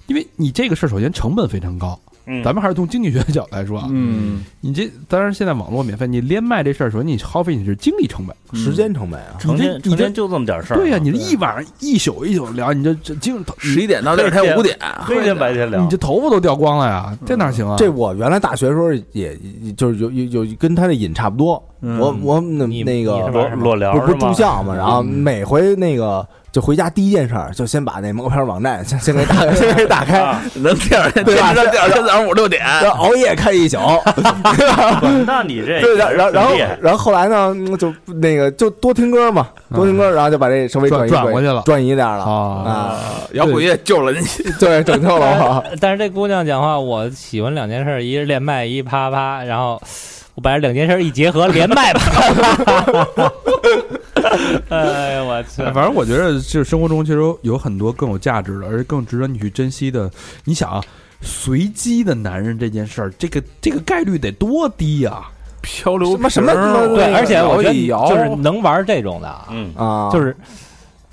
Speaker 3: 因为你这个事儿首先成本非常高，
Speaker 6: 嗯
Speaker 3: 咱们还是从经济学角度来说啊，
Speaker 7: 嗯，
Speaker 3: 你这当然现在网络免费，你连麦这事儿，首先你耗费你是精力成本，
Speaker 7: 嗯
Speaker 5: 时间成本啊，
Speaker 6: 成天
Speaker 3: 你这
Speaker 6: 成天就这么点事儿啊，
Speaker 3: 对呀、你这一晚上一宿一宿聊，你这这精
Speaker 7: 嗯十一点到第二天五点，
Speaker 6: 黑天白天聊
Speaker 3: 你这，头发都掉光了呀，这哪行啊？
Speaker 5: 这我原来大学时候也也就是有有有跟他这瘾差不多，
Speaker 7: 嗯
Speaker 5: 我我那
Speaker 4: 你
Speaker 5: 那
Speaker 4: 你是
Speaker 5: 个
Speaker 4: 吧
Speaker 6: 裸裸聊
Speaker 5: 不不
Speaker 6: 是
Speaker 5: 是住
Speaker 6: 吗？
Speaker 5: 校嘛，然后每回那个就回家第一件事儿就先把那毛片网站先先给打开，先给打开，
Speaker 7: <laughs> 能第二天
Speaker 5: 对
Speaker 7: 坚
Speaker 5: 吧
Speaker 7: 持到第二天早上五六点，
Speaker 5: 然后熬夜看一宿，
Speaker 6: <laughs> 那你这
Speaker 5: 对，然然然后
Speaker 6: 哎挺厉害
Speaker 5: 然后后来呢，嗯就那个就多听歌嘛，多听歌，然后就把这稍
Speaker 3: 嗯
Speaker 5: 微
Speaker 3: 转
Speaker 5: 移
Speaker 3: 转
Speaker 5: 转
Speaker 3: 过去了
Speaker 5: 转移点儿了
Speaker 3: 啊，
Speaker 5: 啊，
Speaker 7: 摇滚乐救了你。
Speaker 5: 对，拯救了啊
Speaker 4: 但但是这姑娘讲话，我喜欢两件事，一是连麦，一啪啪，然后我把这两件事一结合，连麦吧。 <laughs> 哎呦我去！
Speaker 3: 反正我觉得，就是生活中其实有很多更有价值的，而且更值得你去珍惜的。你想啊，随机的男人这件事儿，这个这个概率得多低啊！
Speaker 7: 漂流
Speaker 5: 什么什么
Speaker 7: 瓶儿
Speaker 5: 什么
Speaker 4: 对，而且我觉
Speaker 7: 摇
Speaker 4: 得
Speaker 7: 一摇
Speaker 4: 就是能玩这种的啊，
Speaker 6: 嗯，
Speaker 5: 我啊，
Speaker 4: 就是。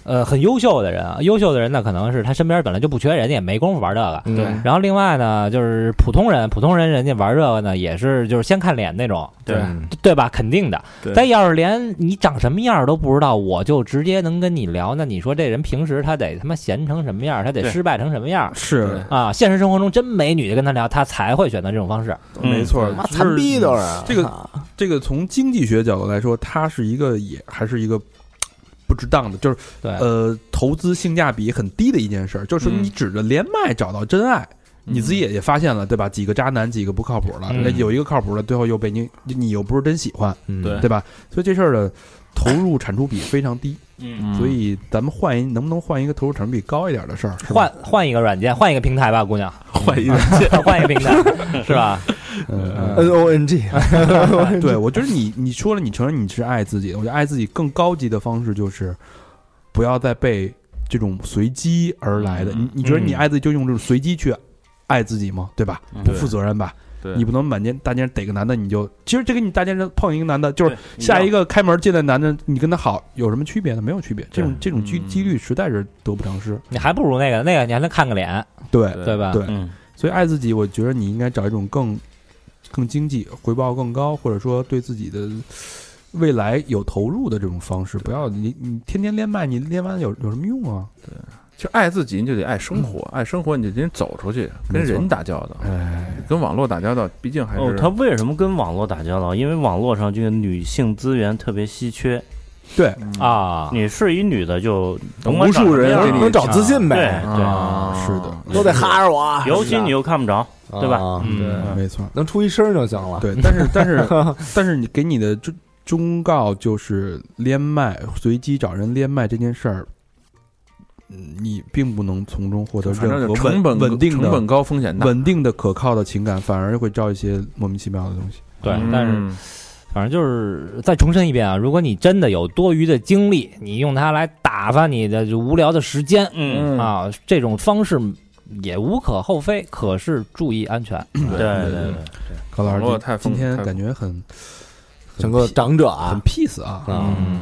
Speaker 4: 呃，很优秀的人啊，优秀的人呢，可能是他身边本来就不缺人，也没工夫玩这个。
Speaker 5: 嗯
Speaker 7: 对
Speaker 4: 然后另外呢，就是普通人，普通人人家玩这个呢，也是就是先看脸那种，
Speaker 7: 对
Speaker 5: 嗯
Speaker 4: 对吧？肯定的
Speaker 7: 对。
Speaker 4: 但要是连你长什么样都不知道，我就直接能跟你聊，那你说这人平时他得他妈闲成什么样？他得
Speaker 7: 对
Speaker 4: 失败成什么样？
Speaker 3: 是，
Speaker 4: 啊，现实生活中真美女就跟他聊，他才会选择这种方式。
Speaker 6: 嗯
Speaker 3: 没错，
Speaker 5: 妈
Speaker 3: 就是
Speaker 5: 残逼都是啊
Speaker 3: 这个这个从经济学角度来说，它是一个也还是一个不值当的，就是
Speaker 4: 对，
Speaker 3: 呃，投资性价比很低的一件事儿。就是
Speaker 7: 嗯
Speaker 3: 你指着连麦找到真爱，你自己也也发现了，对吧？几个渣男，几个不靠谱了，
Speaker 4: 嗯
Speaker 3: 那有一个靠谱的，最后又被你你又不是真喜欢，
Speaker 5: 嗯
Speaker 7: 对
Speaker 3: 对吧？所以这事儿的投入产出比非常低，
Speaker 6: 嗯，
Speaker 3: 所以咱们换一能不能换一个投入产出比高一点的事儿？是吧
Speaker 4: 换换一个软件，换一个平台吧，姑娘，
Speaker 7: 换一个，
Speaker 4: <laughs> 换一个平台是吧？
Speaker 3: 嗯，
Speaker 5: N 呃 O N G，
Speaker 3: 嗯对，我觉得你你说了，你承认你是爱自己的，我觉得爱自己更高级的方式就是不要再被这种随机而来的，你你觉得你
Speaker 6: 嗯
Speaker 3: 爱自己就用这种随机去爱自己吗？对吧？不负责任吧？
Speaker 7: 对
Speaker 3: 你不能满街大街上逮个男的你就，其实这跟你大街上碰一个男的，就是
Speaker 6: 对
Speaker 3: 下一个开门进来男的，你跟他好有什么区别呢？没有区别，这种
Speaker 6: 对
Speaker 3: 这种几
Speaker 7: 嗯
Speaker 3: 几率实在是得不偿失。
Speaker 4: 你还不如那个那个，你还能看个脸，
Speaker 3: 对
Speaker 7: 对
Speaker 4: 对吧？
Speaker 3: 对
Speaker 6: 嗯
Speaker 3: 所以爱自己，我觉得你应该找一种更更经济、回报更高，或者说对自己的未来有投入的这种方式。不要你你天天练麦，你练完有有什么用啊？
Speaker 7: 其实爱自己，你就得爱生活，爱生活你就得走出去，跟
Speaker 3: 没错
Speaker 7: 人打交道，
Speaker 3: 哎，
Speaker 7: 跟网络打交道，毕竟还
Speaker 6: 哦
Speaker 7: 是，
Speaker 6: 他为什么跟网络打交道？因为网络上这个女性资源特别稀缺，
Speaker 3: 对，
Speaker 4: 啊，
Speaker 6: 你是一女的就甭管
Speaker 7: 无数人
Speaker 6: 长什
Speaker 7: 给
Speaker 6: 么
Speaker 7: 你
Speaker 6: 样
Speaker 5: 能找自信
Speaker 6: 对
Speaker 5: 呗，
Speaker 7: 啊
Speaker 3: 是的，
Speaker 5: 都得哈着我，
Speaker 6: 尤其你又看不着，对吧
Speaker 5: 啊
Speaker 4: 嗯
Speaker 7: 对
Speaker 3: 没错，
Speaker 5: 能出一声就行了。
Speaker 3: 对。但是但
Speaker 5: <laughs>
Speaker 3: 是但是你给你的忠忠告就是连麦，随机找人连麦这件事儿。嗯你并不能从中获得
Speaker 7: 反正
Speaker 3: 任
Speaker 7: 就
Speaker 3: 何稳
Speaker 7: 成本
Speaker 3: 稳定
Speaker 7: 成本
Speaker 3: 的、
Speaker 7: 高，风险大。
Speaker 3: 稳定的、可靠的情感，反而会招一些莫名其妙的东西。
Speaker 4: 对
Speaker 7: 嗯，
Speaker 4: 但是反正就是再重申一遍啊，如果你真的有多余的精力，你用它来打发你的就无聊的时间
Speaker 6: 嗯，
Speaker 7: 嗯，
Speaker 4: 啊，这种方式也无可厚非，可是注意安全。
Speaker 6: 对对对，
Speaker 3: 高老
Speaker 7: 网络
Speaker 3: 师
Speaker 7: 太
Speaker 3: 今，
Speaker 7: 丰
Speaker 3: 今天
Speaker 7: 太
Speaker 3: 感觉很很
Speaker 5: 整个
Speaker 3: peace-
Speaker 5: 长者
Speaker 3: 很
Speaker 5: 啊，
Speaker 3: peace 啊，
Speaker 5: 嗯，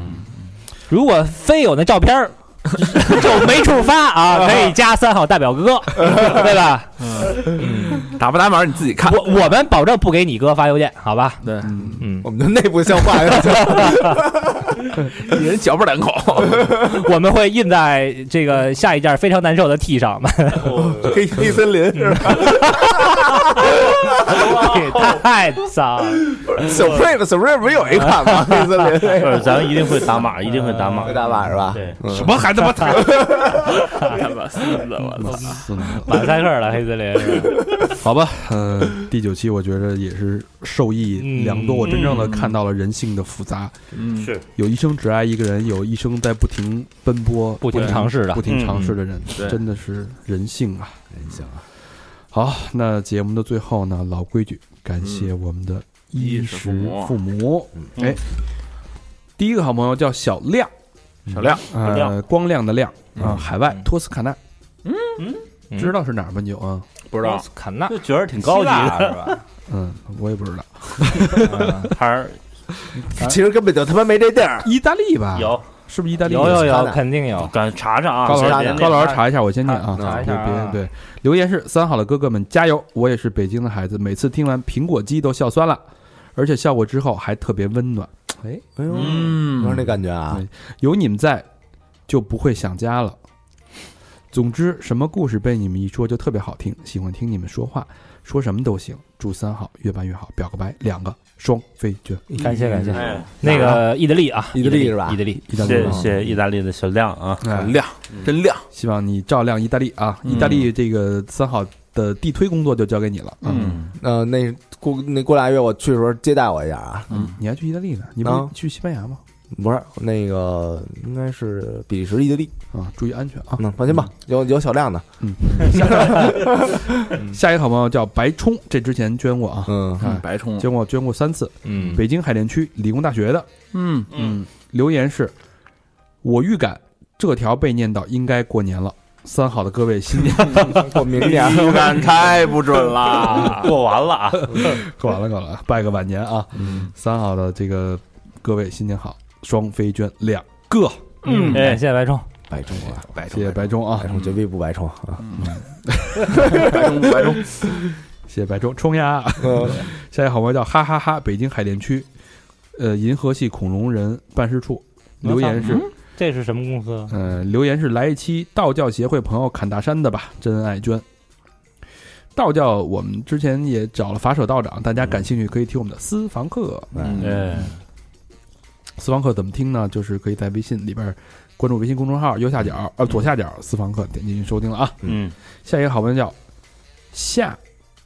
Speaker 4: 如果非有那照片儿， <laughs> 就没处发啊，可以加三号大表哥，对吧？
Speaker 7: 打不打码你自己看。
Speaker 4: 我我们保证不给你哥发邮件，好吧？
Speaker 7: 对，
Speaker 3: 嗯，
Speaker 4: 嗯，
Speaker 5: 我们就内部消化就
Speaker 3: <laughs>
Speaker 5: 行。
Speaker 7: 一人嚼不两口。
Speaker 4: <laughs> 我们会印在这个下一件非常难受的 T 上嘛，
Speaker 5: 黑黑森林是吧？
Speaker 4: 哎太脏了。
Speaker 5: 小瑞的小瑞不是有一款吗？黑森林那 <laughs>
Speaker 6: 不
Speaker 5: 个
Speaker 6: 是，咱们一定会打码，一定会打码
Speaker 5: 会，打码是吧？
Speaker 6: 对，
Speaker 5: 嗯
Speaker 7: 什么还他妈他妈孙子，我操！
Speaker 3: 四年了
Speaker 4: 马赛克了，黑森林是吧
Speaker 3: 好吧，呃，第九期我觉着也是受益良多，
Speaker 4: 嗯
Speaker 3: 我真正的看到了人性的复杂，
Speaker 7: 嗯，
Speaker 6: 是
Speaker 3: 有一生只爱一个人，有一生在不停奔波、
Speaker 4: 不停尝试的
Speaker 3: 不停尝试的人，
Speaker 7: 对
Speaker 3: 真的是人性啊，人性啊。好，那节目的最后呢，老规矩，感谢我们的嗯衣
Speaker 7: 衣
Speaker 3: 食
Speaker 7: 食父母
Speaker 3: 父母。哎，第一个好朋友叫小亮。
Speaker 7: 小亮，
Speaker 3: 呃，
Speaker 6: 亮
Speaker 3: 光亮的亮啊，
Speaker 7: 嗯
Speaker 3: 海外托斯卡纳，
Speaker 4: 嗯
Speaker 3: 知道是哪儿吗？你就啊，
Speaker 7: 不知道
Speaker 4: 肯纳
Speaker 6: 就觉得挺高级的，
Speaker 5: 是吧？
Speaker 3: 嗯，我也不知道，
Speaker 6: 还是
Speaker 5: 其实根本就他妈没这地儿。
Speaker 3: <laughs> 意大利吧？
Speaker 6: 有
Speaker 3: 是不是意大利
Speaker 4: 有
Speaker 3: 人？
Speaker 4: 有
Speaker 5: 看
Speaker 4: 有，
Speaker 5: 看
Speaker 4: 肯定有。
Speaker 6: 敢查查啊！
Speaker 3: 啊高
Speaker 6: 别
Speaker 3: 老
Speaker 6: 别
Speaker 3: 师，
Speaker 6: 那
Speaker 3: 高
Speaker 4: 哎
Speaker 3: 老师查一下，我先念啊，
Speaker 5: 查
Speaker 4: 一
Speaker 3: 别
Speaker 4: 下啊
Speaker 3: 别对。留言是三好的哥哥们加油！我也是北京的孩子，每次听完苹果肌都笑酸了，而且笑过之后还特别温暖。哎，
Speaker 5: 哎呦，有点
Speaker 7: 嗯，
Speaker 5: 那感觉啊
Speaker 3: 对，有你们在，就不会想家了。总之，什么故事被你们一说就特别好听，喜欢听你们说话，说什么都行。祝三好越办越好，表个白，两个双飞卷。
Speaker 4: 感谢感谢。
Speaker 6: 哎，
Speaker 4: 那个意大利啊，
Speaker 5: 意大利是吧
Speaker 4: 意大利，
Speaker 3: 意大利
Speaker 6: 谢
Speaker 3: 啊人，
Speaker 6: 谢意大利的小亮啊，
Speaker 3: 哎
Speaker 7: 亮，真亮，
Speaker 3: 希望你照亮意大利啊！意大利这个三好的地推工作就交给你了。
Speaker 7: 嗯，
Speaker 5: 呃，那过那过俩月我去的时候接待我一下啊，
Speaker 3: 嗯，你还去意大利呢？你不
Speaker 5: 啊
Speaker 3: 是去西班牙吗？
Speaker 5: 不是那个应该是比利时、意大利，
Speaker 3: 啊，注意安全啊！
Speaker 5: 嗯，放心吧，有有小亮的，
Speaker 3: 下一个好朋友叫白冲，这之前捐过啊，
Speaker 5: 嗯
Speaker 3: 嗯
Speaker 7: 白冲，
Speaker 3: 捐过捐过三次。
Speaker 5: 嗯，
Speaker 3: 北京海淀区理工大学的，
Speaker 7: 嗯，
Speaker 3: 嗯，留言是：我预感这条被念到，应该过年了。三好的各位新年
Speaker 5: 我明年
Speaker 7: 预感太不准了，
Speaker 6: 过完了啊，
Speaker 3: 过完了，过完了，拜个晚年啊！三好的这个各位新年好，双飞捐两个，
Speaker 4: 嗯，
Speaker 6: 哎
Speaker 4: 感谢白冲，
Speaker 5: 白冲啊，
Speaker 7: 白
Speaker 3: 谢谢
Speaker 7: 冲，
Speaker 3: 白冲啊
Speaker 5: 白，冲绝对不白冲啊，
Speaker 7: 白冲，白冲，
Speaker 3: 谢谢白冲，冲呀！
Speaker 5: 嗯
Speaker 3: 下一个好朋友叫哈哈哈，北京海淀区，呃，银河系恐龙人办事处留言是，
Speaker 4: 这是什么公司？
Speaker 3: 呃，留言是来一期道教协会朋友砍大山的吧，真爱娟。道教我们之前也找了法手道长，大家感兴趣可以听我们的私房课。
Speaker 6: 哎，
Speaker 3: 私房课怎么听呢？就是可以在微信里边关注微信公众号右下角呃左下角私房课，点进去收听了啊。
Speaker 6: 嗯，
Speaker 3: 下一个好朋友叫夏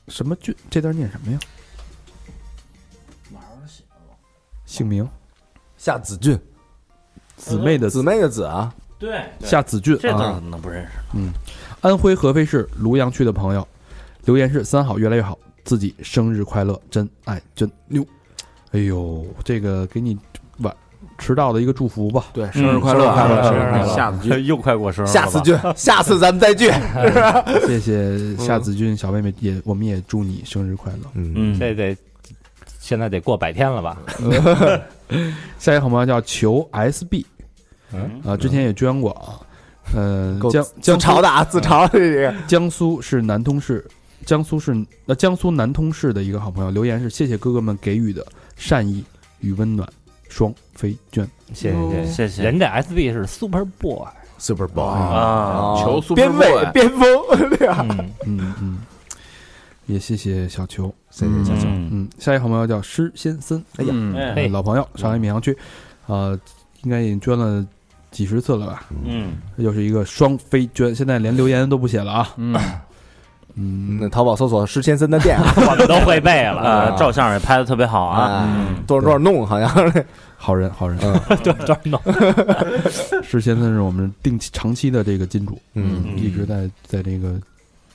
Speaker 3: 什么俊，这段念什么呀？姓名
Speaker 5: 夏子俊，
Speaker 3: 姊妹的
Speaker 5: 姊
Speaker 3: 姊，
Speaker 5: 妹的子啊，
Speaker 6: 对，
Speaker 3: 夏子俊
Speaker 6: 这字
Speaker 3: 啊
Speaker 6: 儿，怎么不认识？
Speaker 3: 安徽合肥市庐阳区的朋友，留言是三好越来越好，自己生日快乐，真爱真牛。哎呦，这个给你晚迟到的一个祝福
Speaker 5: <laughs>
Speaker 3: 吧。
Speaker 5: 对，
Speaker 6: 生日快乐啊
Speaker 5: 嗯生日快
Speaker 6: 嗯
Speaker 5: 乐，
Speaker 7: 下
Speaker 6: <laughs>
Speaker 7: 次
Speaker 6: 又快过生日了吧，
Speaker 5: 下次聚，下次咱们再聚，
Speaker 3: 谢谢夏子君小妹妹也，我们也祝你生日快乐。
Speaker 5: 嗯，
Speaker 6: 嗯，
Speaker 4: 这得现在得过百天了吧？
Speaker 3: 下一个好朋友叫求 SB
Speaker 6: 嗯
Speaker 3: 啊，之前也捐过啊。呃，
Speaker 5: 嗯够
Speaker 3: 江
Speaker 5: 自
Speaker 3: 江苏
Speaker 5: 嘲的啊，自嘲的这
Speaker 3: <laughs>
Speaker 5: 个，
Speaker 3: 江苏是南通市，江苏是呃江苏南通市的一个好朋友留言是：谢谢哥哥们给予的善意与温暖，双飞娟。
Speaker 4: 谢谢谢
Speaker 6: 谢
Speaker 4: 谢。
Speaker 6: 谢
Speaker 4: 人家 SB 是 Super Boy，
Speaker 5: Super Bowl
Speaker 6: 啊，
Speaker 7: 求苏
Speaker 5: 边
Speaker 7: 位
Speaker 5: 卫边锋，
Speaker 4: 嗯，
Speaker 3: 嗯嗯，也谢谢小球。
Speaker 5: 谢谢小球，
Speaker 6: 嗯，
Speaker 3: 嗯，下一个好朋友叫施先森，
Speaker 5: 哎呀
Speaker 7: 嗯，
Speaker 6: 哎
Speaker 4: 嘿，
Speaker 3: 老朋友，上海闵行区，呃，应该已经捐了几十次了吧？
Speaker 6: 嗯，
Speaker 3: 又是一个双飞捐，现在连留言都不写了啊。
Speaker 7: 嗯，
Speaker 3: 嗯，
Speaker 5: <laughs> 那淘宝搜索施先森的店啊，
Speaker 6: 嗯
Speaker 4: 我们都会背
Speaker 6: <laughs>
Speaker 4: 了。
Speaker 6: 呃，照相也拍的特别好啊，
Speaker 1: 嗯 음.
Speaker 5: 哎多少多少弄，好像是
Speaker 3: 好人，好人。
Speaker 4: 对对对，
Speaker 3: 施先森是我们定期长期的这个金主，
Speaker 5: 嗯
Speaker 6: 嗯
Speaker 3: 一直在在这个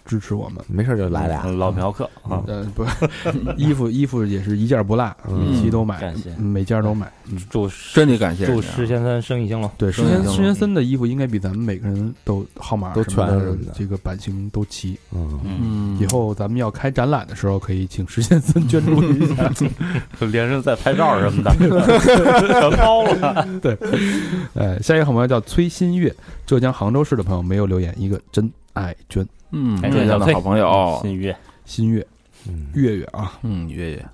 Speaker 3: 支持我们。
Speaker 5: 没事就来俩，
Speaker 6: 老嫖客啊，
Speaker 3: 呃，不， <laughs> 衣服衣服也是一件不落，每期都买
Speaker 6: 嗯啊感谢，
Speaker 3: 每件都买。嗯，
Speaker 4: 祝
Speaker 7: 真啊得感谢人
Speaker 4: 祝
Speaker 7: 家
Speaker 4: 石先生生意兴隆。
Speaker 3: 对，施
Speaker 7: 对
Speaker 3: 先
Speaker 7: 就
Speaker 3: 施先森的衣服应该比咱们每个人都号码
Speaker 5: 都
Speaker 3: 什么
Speaker 5: 全
Speaker 3: 的
Speaker 5: 什么的
Speaker 3: 这个版型都齐。
Speaker 5: 嗯，
Speaker 6: 嗯，
Speaker 7: 嗯，
Speaker 3: 以后咱们要开展览的时候，可以请施先森捐助一下。
Speaker 5: <laughs>
Speaker 6: 连着在拍照什么的， <laughs> 全包了，
Speaker 3: 哎，下一个好朋友叫崔新月，浙江杭州市的朋友没有留言，一个真爱捐
Speaker 7: 嗯，
Speaker 4: 感谢
Speaker 7: 浙江
Speaker 4: 小
Speaker 7: 的
Speaker 4: 崔
Speaker 7: 好朋友，
Speaker 6: 新月，
Speaker 3: 新月
Speaker 5: 嗯
Speaker 3: 月月啊，
Speaker 7: 嗯，月月，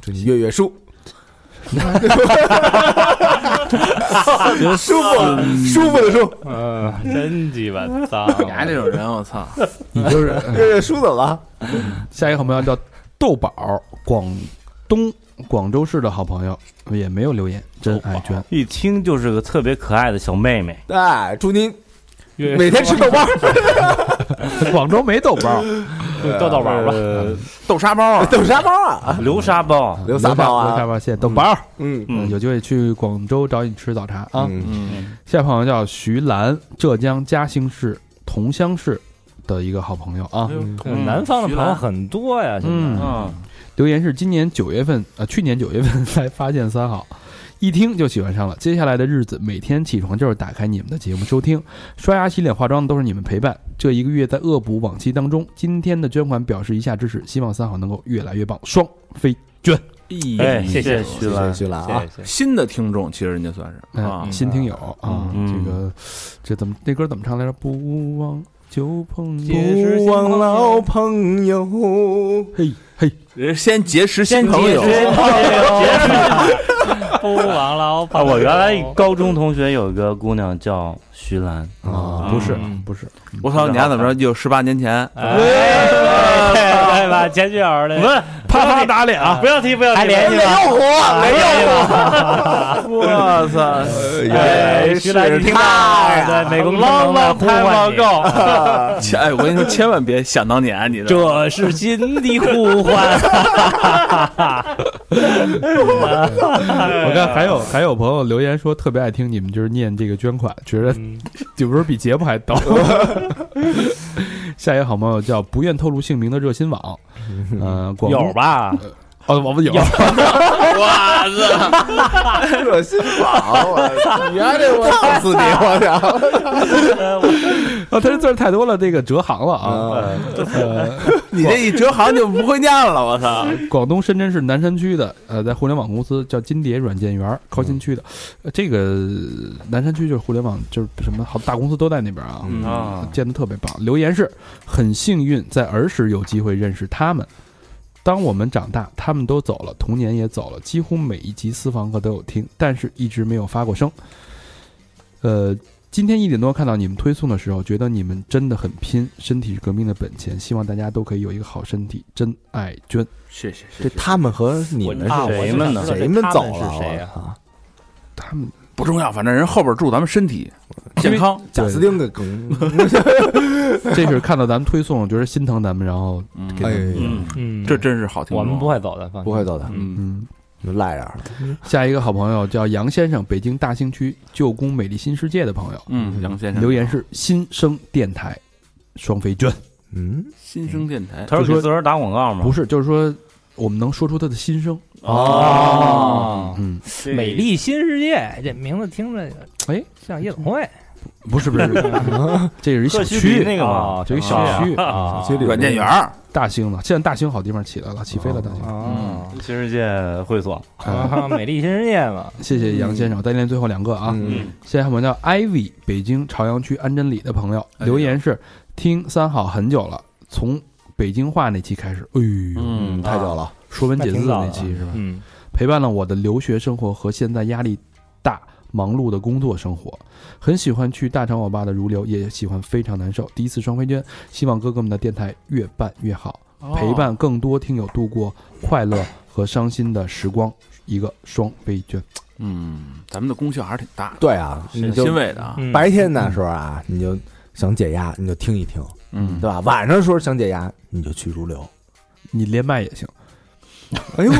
Speaker 5: 祝你月月舒
Speaker 6: 舒服，
Speaker 5: 舒服的舒，
Speaker 4: 嗯，真鸡巴 <laughs> 脏。
Speaker 7: 你还这种人，我操，
Speaker 3: 你
Speaker 5: <laughs>
Speaker 3: 就是哎
Speaker 5: 月月舒怎么了？
Speaker 3: 下一个好朋友叫豆宝，广东广州市的好朋友也没有留言，真爱捐。
Speaker 6: 一听就是个特别可爱的小妹妹，
Speaker 5: 哎，祝您
Speaker 4: 月月
Speaker 5: 每天吃豆包，
Speaker 3: 广州没豆包，
Speaker 4: 豆豆玩吧。
Speaker 7: 豆沙包 <laughs> 啊，
Speaker 5: 豆沙包啊，
Speaker 6: 流沙包，
Speaker 5: <laughs> 留仨包啊
Speaker 3: 留仨包，谢谢豆包。
Speaker 5: 嗯
Speaker 6: 嗯
Speaker 3: 有机会去广州找你吃早茶啊。
Speaker 5: 嗯
Speaker 7: 嗯，
Speaker 3: 下一位朋友叫徐兰，浙江嘉兴市桐乡市的一个好朋友啊。
Speaker 4: 嗯南方的朋友很多呀，现在。
Speaker 3: 嗯，
Speaker 6: 嗯，
Speaker 3: 留言是今年九月份，呃，去年九月份才发现三好，一听就喜欢上了。接下来的日子，每天起床就是打开你们的节目收听，刷牙、洗脸、化妆都是你们陪伴。这一个月在恶补往期当中，今天的捐款表示一下支持，希望三好能够越来越棒，双飞捐。
Speaker 6: 哎，
Speaker 4: 谢
Speaker 6: 谢
Speaker 4: 谢
Speaker 6: 徐
Speaker 5: 谢谢
Speaker 6: 兰，
Speaker 5: 徐兰啊，
Speaker 8: 谢谢
Speaker 7: 新的听众，其实人家算是啊
Speaker 3: 哎，，新听友啊，
Speaker 6: 嗯
Speaker 3: 这个这怎么那歌怎么唱来着？不忘旧朋友，
Speaker 4: 结识
Speaker 5: 不
Speaker 4: 新
Speaker 5: 忘
Speaker 4: 朋
Speaker 5: 老
Speaker 4: 友，
Speaker 5: 朋友，
Speaker 3: 嘿嘿，
Speaker 7: 人家先结识新朋
Speaker 6: 哎
Speaker 7: 友，
Speaker 6: <laughs>
Speaker 4: 不枉老
Speaker 6: 啊，
Speaker 4: 哦跑。
Speaker 6: 我原来高中同学有一个姑娘叫徐兰，
Speaker 5: 啊
Speaker 6: 不是
Speaker 4: 嗯
Speaker 5: 不是，
Speaker 7: 我操，你俩怎么着？就十八年前，
Speaker 4: 哎，对吧？前女友
Speaker 6: 不
Speaker 4: 的，
Speaker 6: 是啪啪打脸啊！不要提，不要提，啊
Speaker 4: 还联系吗？
Speaker 6: <laughs>
Speaker 7: 我操，
Speaker 4: <laughs> 哎，徐兰，你听到了？对，美国浪漫呼唤你，
Speaker 7: 千哎，我跟你说，千万别想当年，你这
Speaker 4: 这是心的呼唤。哎
Speaker 3: 我看还有还有朋友留言说特别爱听你们就是念这个捐款，觉得
Speaker 4: 嗯
Speaker 3: <laughs> 有时候比节目还逗。 <laughs> 下一个好朋友叫不愿透露姓名的热心网，
Speaker 4: <laughs>
Speaker 3: 呃，广
Speaker 4: 有吧？
Speaker 3: 哦，我们有，
Speaker 5: 热心网，我啊你丫这我操死你！我操，
Speaker 3: <laughs> 哦，他这字儿太多了，这个折行了啊。
Speaker 5: 啊
Speaker 3: 呃，
Speaker 7: 你这一折行就不会念了，我操！
Speaker 3: 广东深圳市南山区的，呃，在互联网公司叫金蝶软件园，高新区的。呃这个呃南山区就是互联网，就是什么好大公司都在那边啊。
Speaker 7: 嗯
Speaker 6: 啊，
Speaker 3: 建的特别棒。留言是很幸运，在儿时有机会认识他们。当我们长大，他们都走了，童年也走了，几乎每一集私房课都有听，但是一直没有发过声。呃，今天一点多看到你们推送的时候，觉得你们真的很拼，身体是革命的本钱，希望大家都可以有一个好身体，真爱娟。
Speaker 7: <laughs> 谢谢谢
Speaker 5: 这他们和你们
Speaker 6: 啊我
Speaker 5: 是
Speaker 6: 谁们呢
Speaker 8: 我就想知道
Speaker 5: 谁们
Speaker 8: 他
Speaker 5: 走
Speaker 8: 是
Speaker 5: 了？
Speaker 8: 谁呀？
Speaker 5: 啊？
Speaker 3: 他们
Speaker 7: 不重要，反正人后边祝咱们身体健康。
Speaker 5: 贾斯汀的梗，
Speaker 3: 这是看到咱们推送，觉得心疼咱们，然后
Speaker 7: 嗯，
Speaker 3: 哎
Speaker 6: 嗯，
Speaker 4: <laughs> 嗯，
Speaker 7: 这真是好听。
Speaker 8: 我们不，会走的，放
Speaker 5: 不
Speaker 8: 心。
Speaker 5: 会走的，
Speaker 7: 嗯，
Speaker 3: 嗯，
Speaker 5: 赖着。
Speaker 3: 下一个好朋友叫杨先生，北京大兴区旧宫美丽新世界的朋友，
Speaker 7: 嗯，杨先生
Speaker 3: 留言是新生电台，双飞娟
Speaker 7: 啊
Speaker 5: 嗯，
Speaker 7: 新生电台，
Speaker 6: 他是给自个儿打广告啊吗？
Speaker 3: 不是，就是说我们能说出他的心声。
Speaker 7: 啊
Speaker 4: 哦，
Speaker 3: 嗯，
Speaker 4: 美丽新世界这名字听着
Speaker 3: 哎，
Speaker 4: 像夜总会，
Speaker 3: 不是不是，不
Speaker 7: <laughs>
Speaker 3: 是这是一小
Speaker 6: 特西
Speaker 3: 区
Speaker 6: 迪，那个吗？
Speaker 4: 哦
Speaker 3: 这一小区，
Speaker 4: 啊
Speaker 5: 街里
Speaker 7: 软件园儿，
Speaker 3: 大兴的，现在大兴好地方起来了，起飞了大兴。
Speaker 4: 啊
Speaker 6: 新世界会所，
Speaker 3: 哎
Speaker 4: 啊，美丽新世界嘛，
Speaker 3: 谢谢杨
Speaker 7: 嗯
Speaker 3: 先生，再念最后两个啊。
Speaker 5: 嗯，
Speaker 3: 现在我们叫 Ivy，北京朝阳区安贞里的朋友留言是：听三好很久了，从北京话那期开始，哎呦，
Speaker 7: 嗯，
Speaker 5: 太久了，
Speaker 3: 说文解字那
Speaker 4: 那
Speaker 3: 期是吧？
Speaker 4: 嗯，
Speaker 3: 陪伴了我的留学生活和现在压力大、忙碌的工作生活。很喜欢去大肠网吧的如流，也喜欢非常难受。第一次双飞娟，希望哥哥们的电台越办越好，
Speaker 7: 哦
Speaker 3: 陪伴更多听友度过快乐和伤心的时光。一个双飞娟，
Speaker 7: 嗯，咱们的功效还是挺大的，
Speaker 5: 对啊，你
Speaker 7: 挺
Speaker 5: 就
Speaker 7: 欣慰的啊。
Speaker 4: 嗯
Speaker 5: 白天的时候啊，你就想解压，你就听一听，
Speaker 7: 嗯，
Speaker 5: 对吧？晚上的时候想解压，你就去如流。
Speaker 3: 你连麦也行。
Speaker 5: 哎呦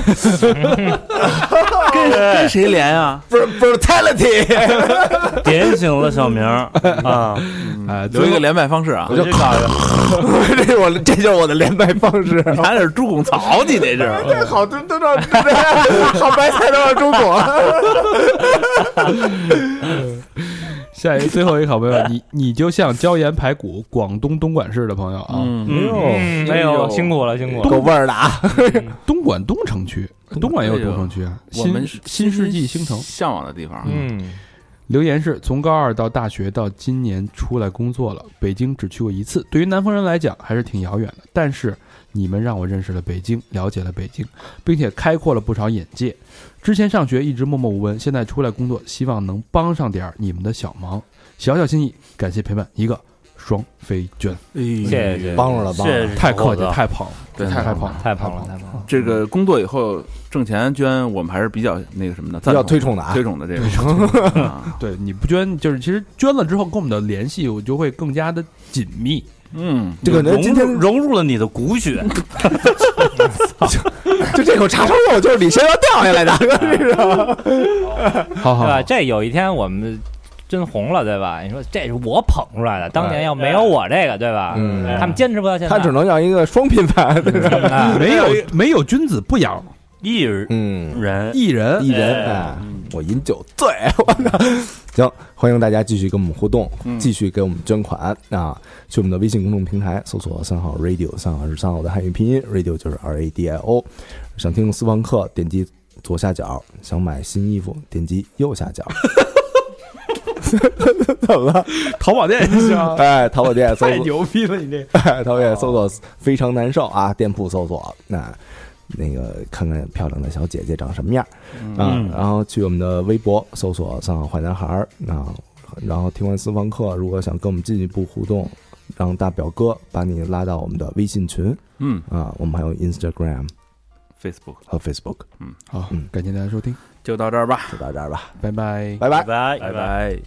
Speaker 7: 跟跟谁连啊？
Speaker 5: ，brutality，
Speaker 6: 点醒了小明
Speaker 4: <laughs>
Speaker 6: 儿啊，
Speaker 3: 哎，
Speaker 7: 留一个连麦方式啊
Speaker 6: 我，就搞一个
Speaker 5: <laughs> 这我这就是我的连麦方式。
Speaker 7: 你还是猪拱槽，你 <laughs> 这是。
Speaker 5: 这好都都让 <laughs> 好白菜都让中国。
Speaker 3: 下一个最后一个好朋友，你你就像椒盐排骨，广东东莞市的朋友啊，
Speaker 7: 嗯，
Speaker 4: 嗯哎呦，辛苦了，辛苦了，
Speaker 5: 够味儿的啊！
Speaker 3: 东莞东城区，东莞也有
Speaker 7: 哎呦
Speaker 3: 东城区啊，
Speaker 7: 我们
Speaker 3: 新新世纪星城。
Speaker 7: 向往的地方。
Speaker 4: 嗯，
Speaker 3: 留言是从高二到大学到今年出来工作了，北京只去过一次，对于南方人来讲还是挺遥远的。但是你们让我认识了北京，了解了北京，并且开阔了不少眼界。之前上学一直默默无闻，现在出来工作，希望能帮上点儿你们的小忙，小小心意，感谢陪伴，一个双飞娟，
Speaker 4: 谢谢谢谢，
Speaker 5: 哎帮着了，
Speaker 6: 谢
Speaker 5: 帮着
Speaker 6: 谢
Speaker 5: 了。
Speaker 3: 太客气，
Speaker 6: 小伙子
Speaker 3: 太捧了，
Speaker 7: 对
Speaker 3: 真哎的啊太
Speaker 7: 太捧
Speaker 3: 捧了，
Speaker 4: 太棒了，太棒了，
Speaker 7: 这个工作以后挣钱捐，我们还是比较那个什么的，
Speaker 5: 比
Speaker 7: 赞
Speaker 5: 较
Speaker 7: 同
Speaker 5: 推崇的啊
Speaker 7: 推，崇的这个。啊
Speaker 3: 对，你不捐就是其实捐了之后跟我们的联系，我就会更加的紧密。
Speaker 7: 嗯，
Speaker 5: 这可能
Speaker 6: 融
Speaker 5: 今天
Speaker 6: 入融入了你的骨血，
Speaker 5: 就这口茶烧肉就是你身上掉下来的，这是
Speaker 3: 好好
Speaker 4: 对吧？
Speaker 3: 好，
Speaker 4: 这有一天我们真红了，对吧？你说这是我捧出来的，当年要没有我这个，对吧？
Speaker 5: 嗯
Speaker 4: 他们坚持不到现在，
Speaker 5: 他只能要一个双拼盘。
Speaker 2: 啊
Speaker 3: 没有没有君子不养
Speaker 6: 一人
Speaker 5: <laughs> 嗯，
Speaker 6: 人
Speaker 5: <laughs>
Speaker 3: 艺人，
Speaker 5: 哎
Speaker 2: 嗯
Speaker 5: 一人哎，我饮酒醉，我操！行，欢迎大家继续跟我们互动，
Speaker 7: 嗯
Speaker 5: 继续给我们捐款啊！去我们的微信公众平台搜索“三好 radio”，三好是三好的汉语拼音，radio 就是 R A D I O。想听私房课，点击左下角；想买新衣服，点击右下
Speaker 2: <laughs>
Speaker 5: 角。 <laughs> 怎么了？
Speaker 2: 淘宝 <laughs> 店也行，
Speaker 5: 哎，淘宝店搜
Speaker 2: 太
Speaker 5: 索
Speaker 2: 牛逼了，你这。
Speaker 5: <laughs> 哎，淘宝
Speaker 6: 哦
Speaker 5: 店搜索非常难受啊，店铺搜索那那个看看漂亮的小姐姐长什么样儿啊，
Speaker 6: 嗯
Speaker 5: 然后去我们的微博搜索“三好坏男孩”儿”啊，然后听完私房课，如果想跟我们进一步互动，让大表哥把你拉到我们的微信群
Speaker 7: 嗯
Speaker 5: 啊，我们还有 Instagram
Speaker 7: ，Facebook
Speaker 5: 和 Facebook，
Speaker 3: 好
Speaker 5: 嗯，
Speaker 3: 感谢大家收听，
Speaker 7: 就到这儿吧，
Speaker 5: 就到这儿吧，
Speaker 3: 拜拜。
Speaker 5: 拜拜
Speaker 6: 拜。拜
Speaker 7: 拜。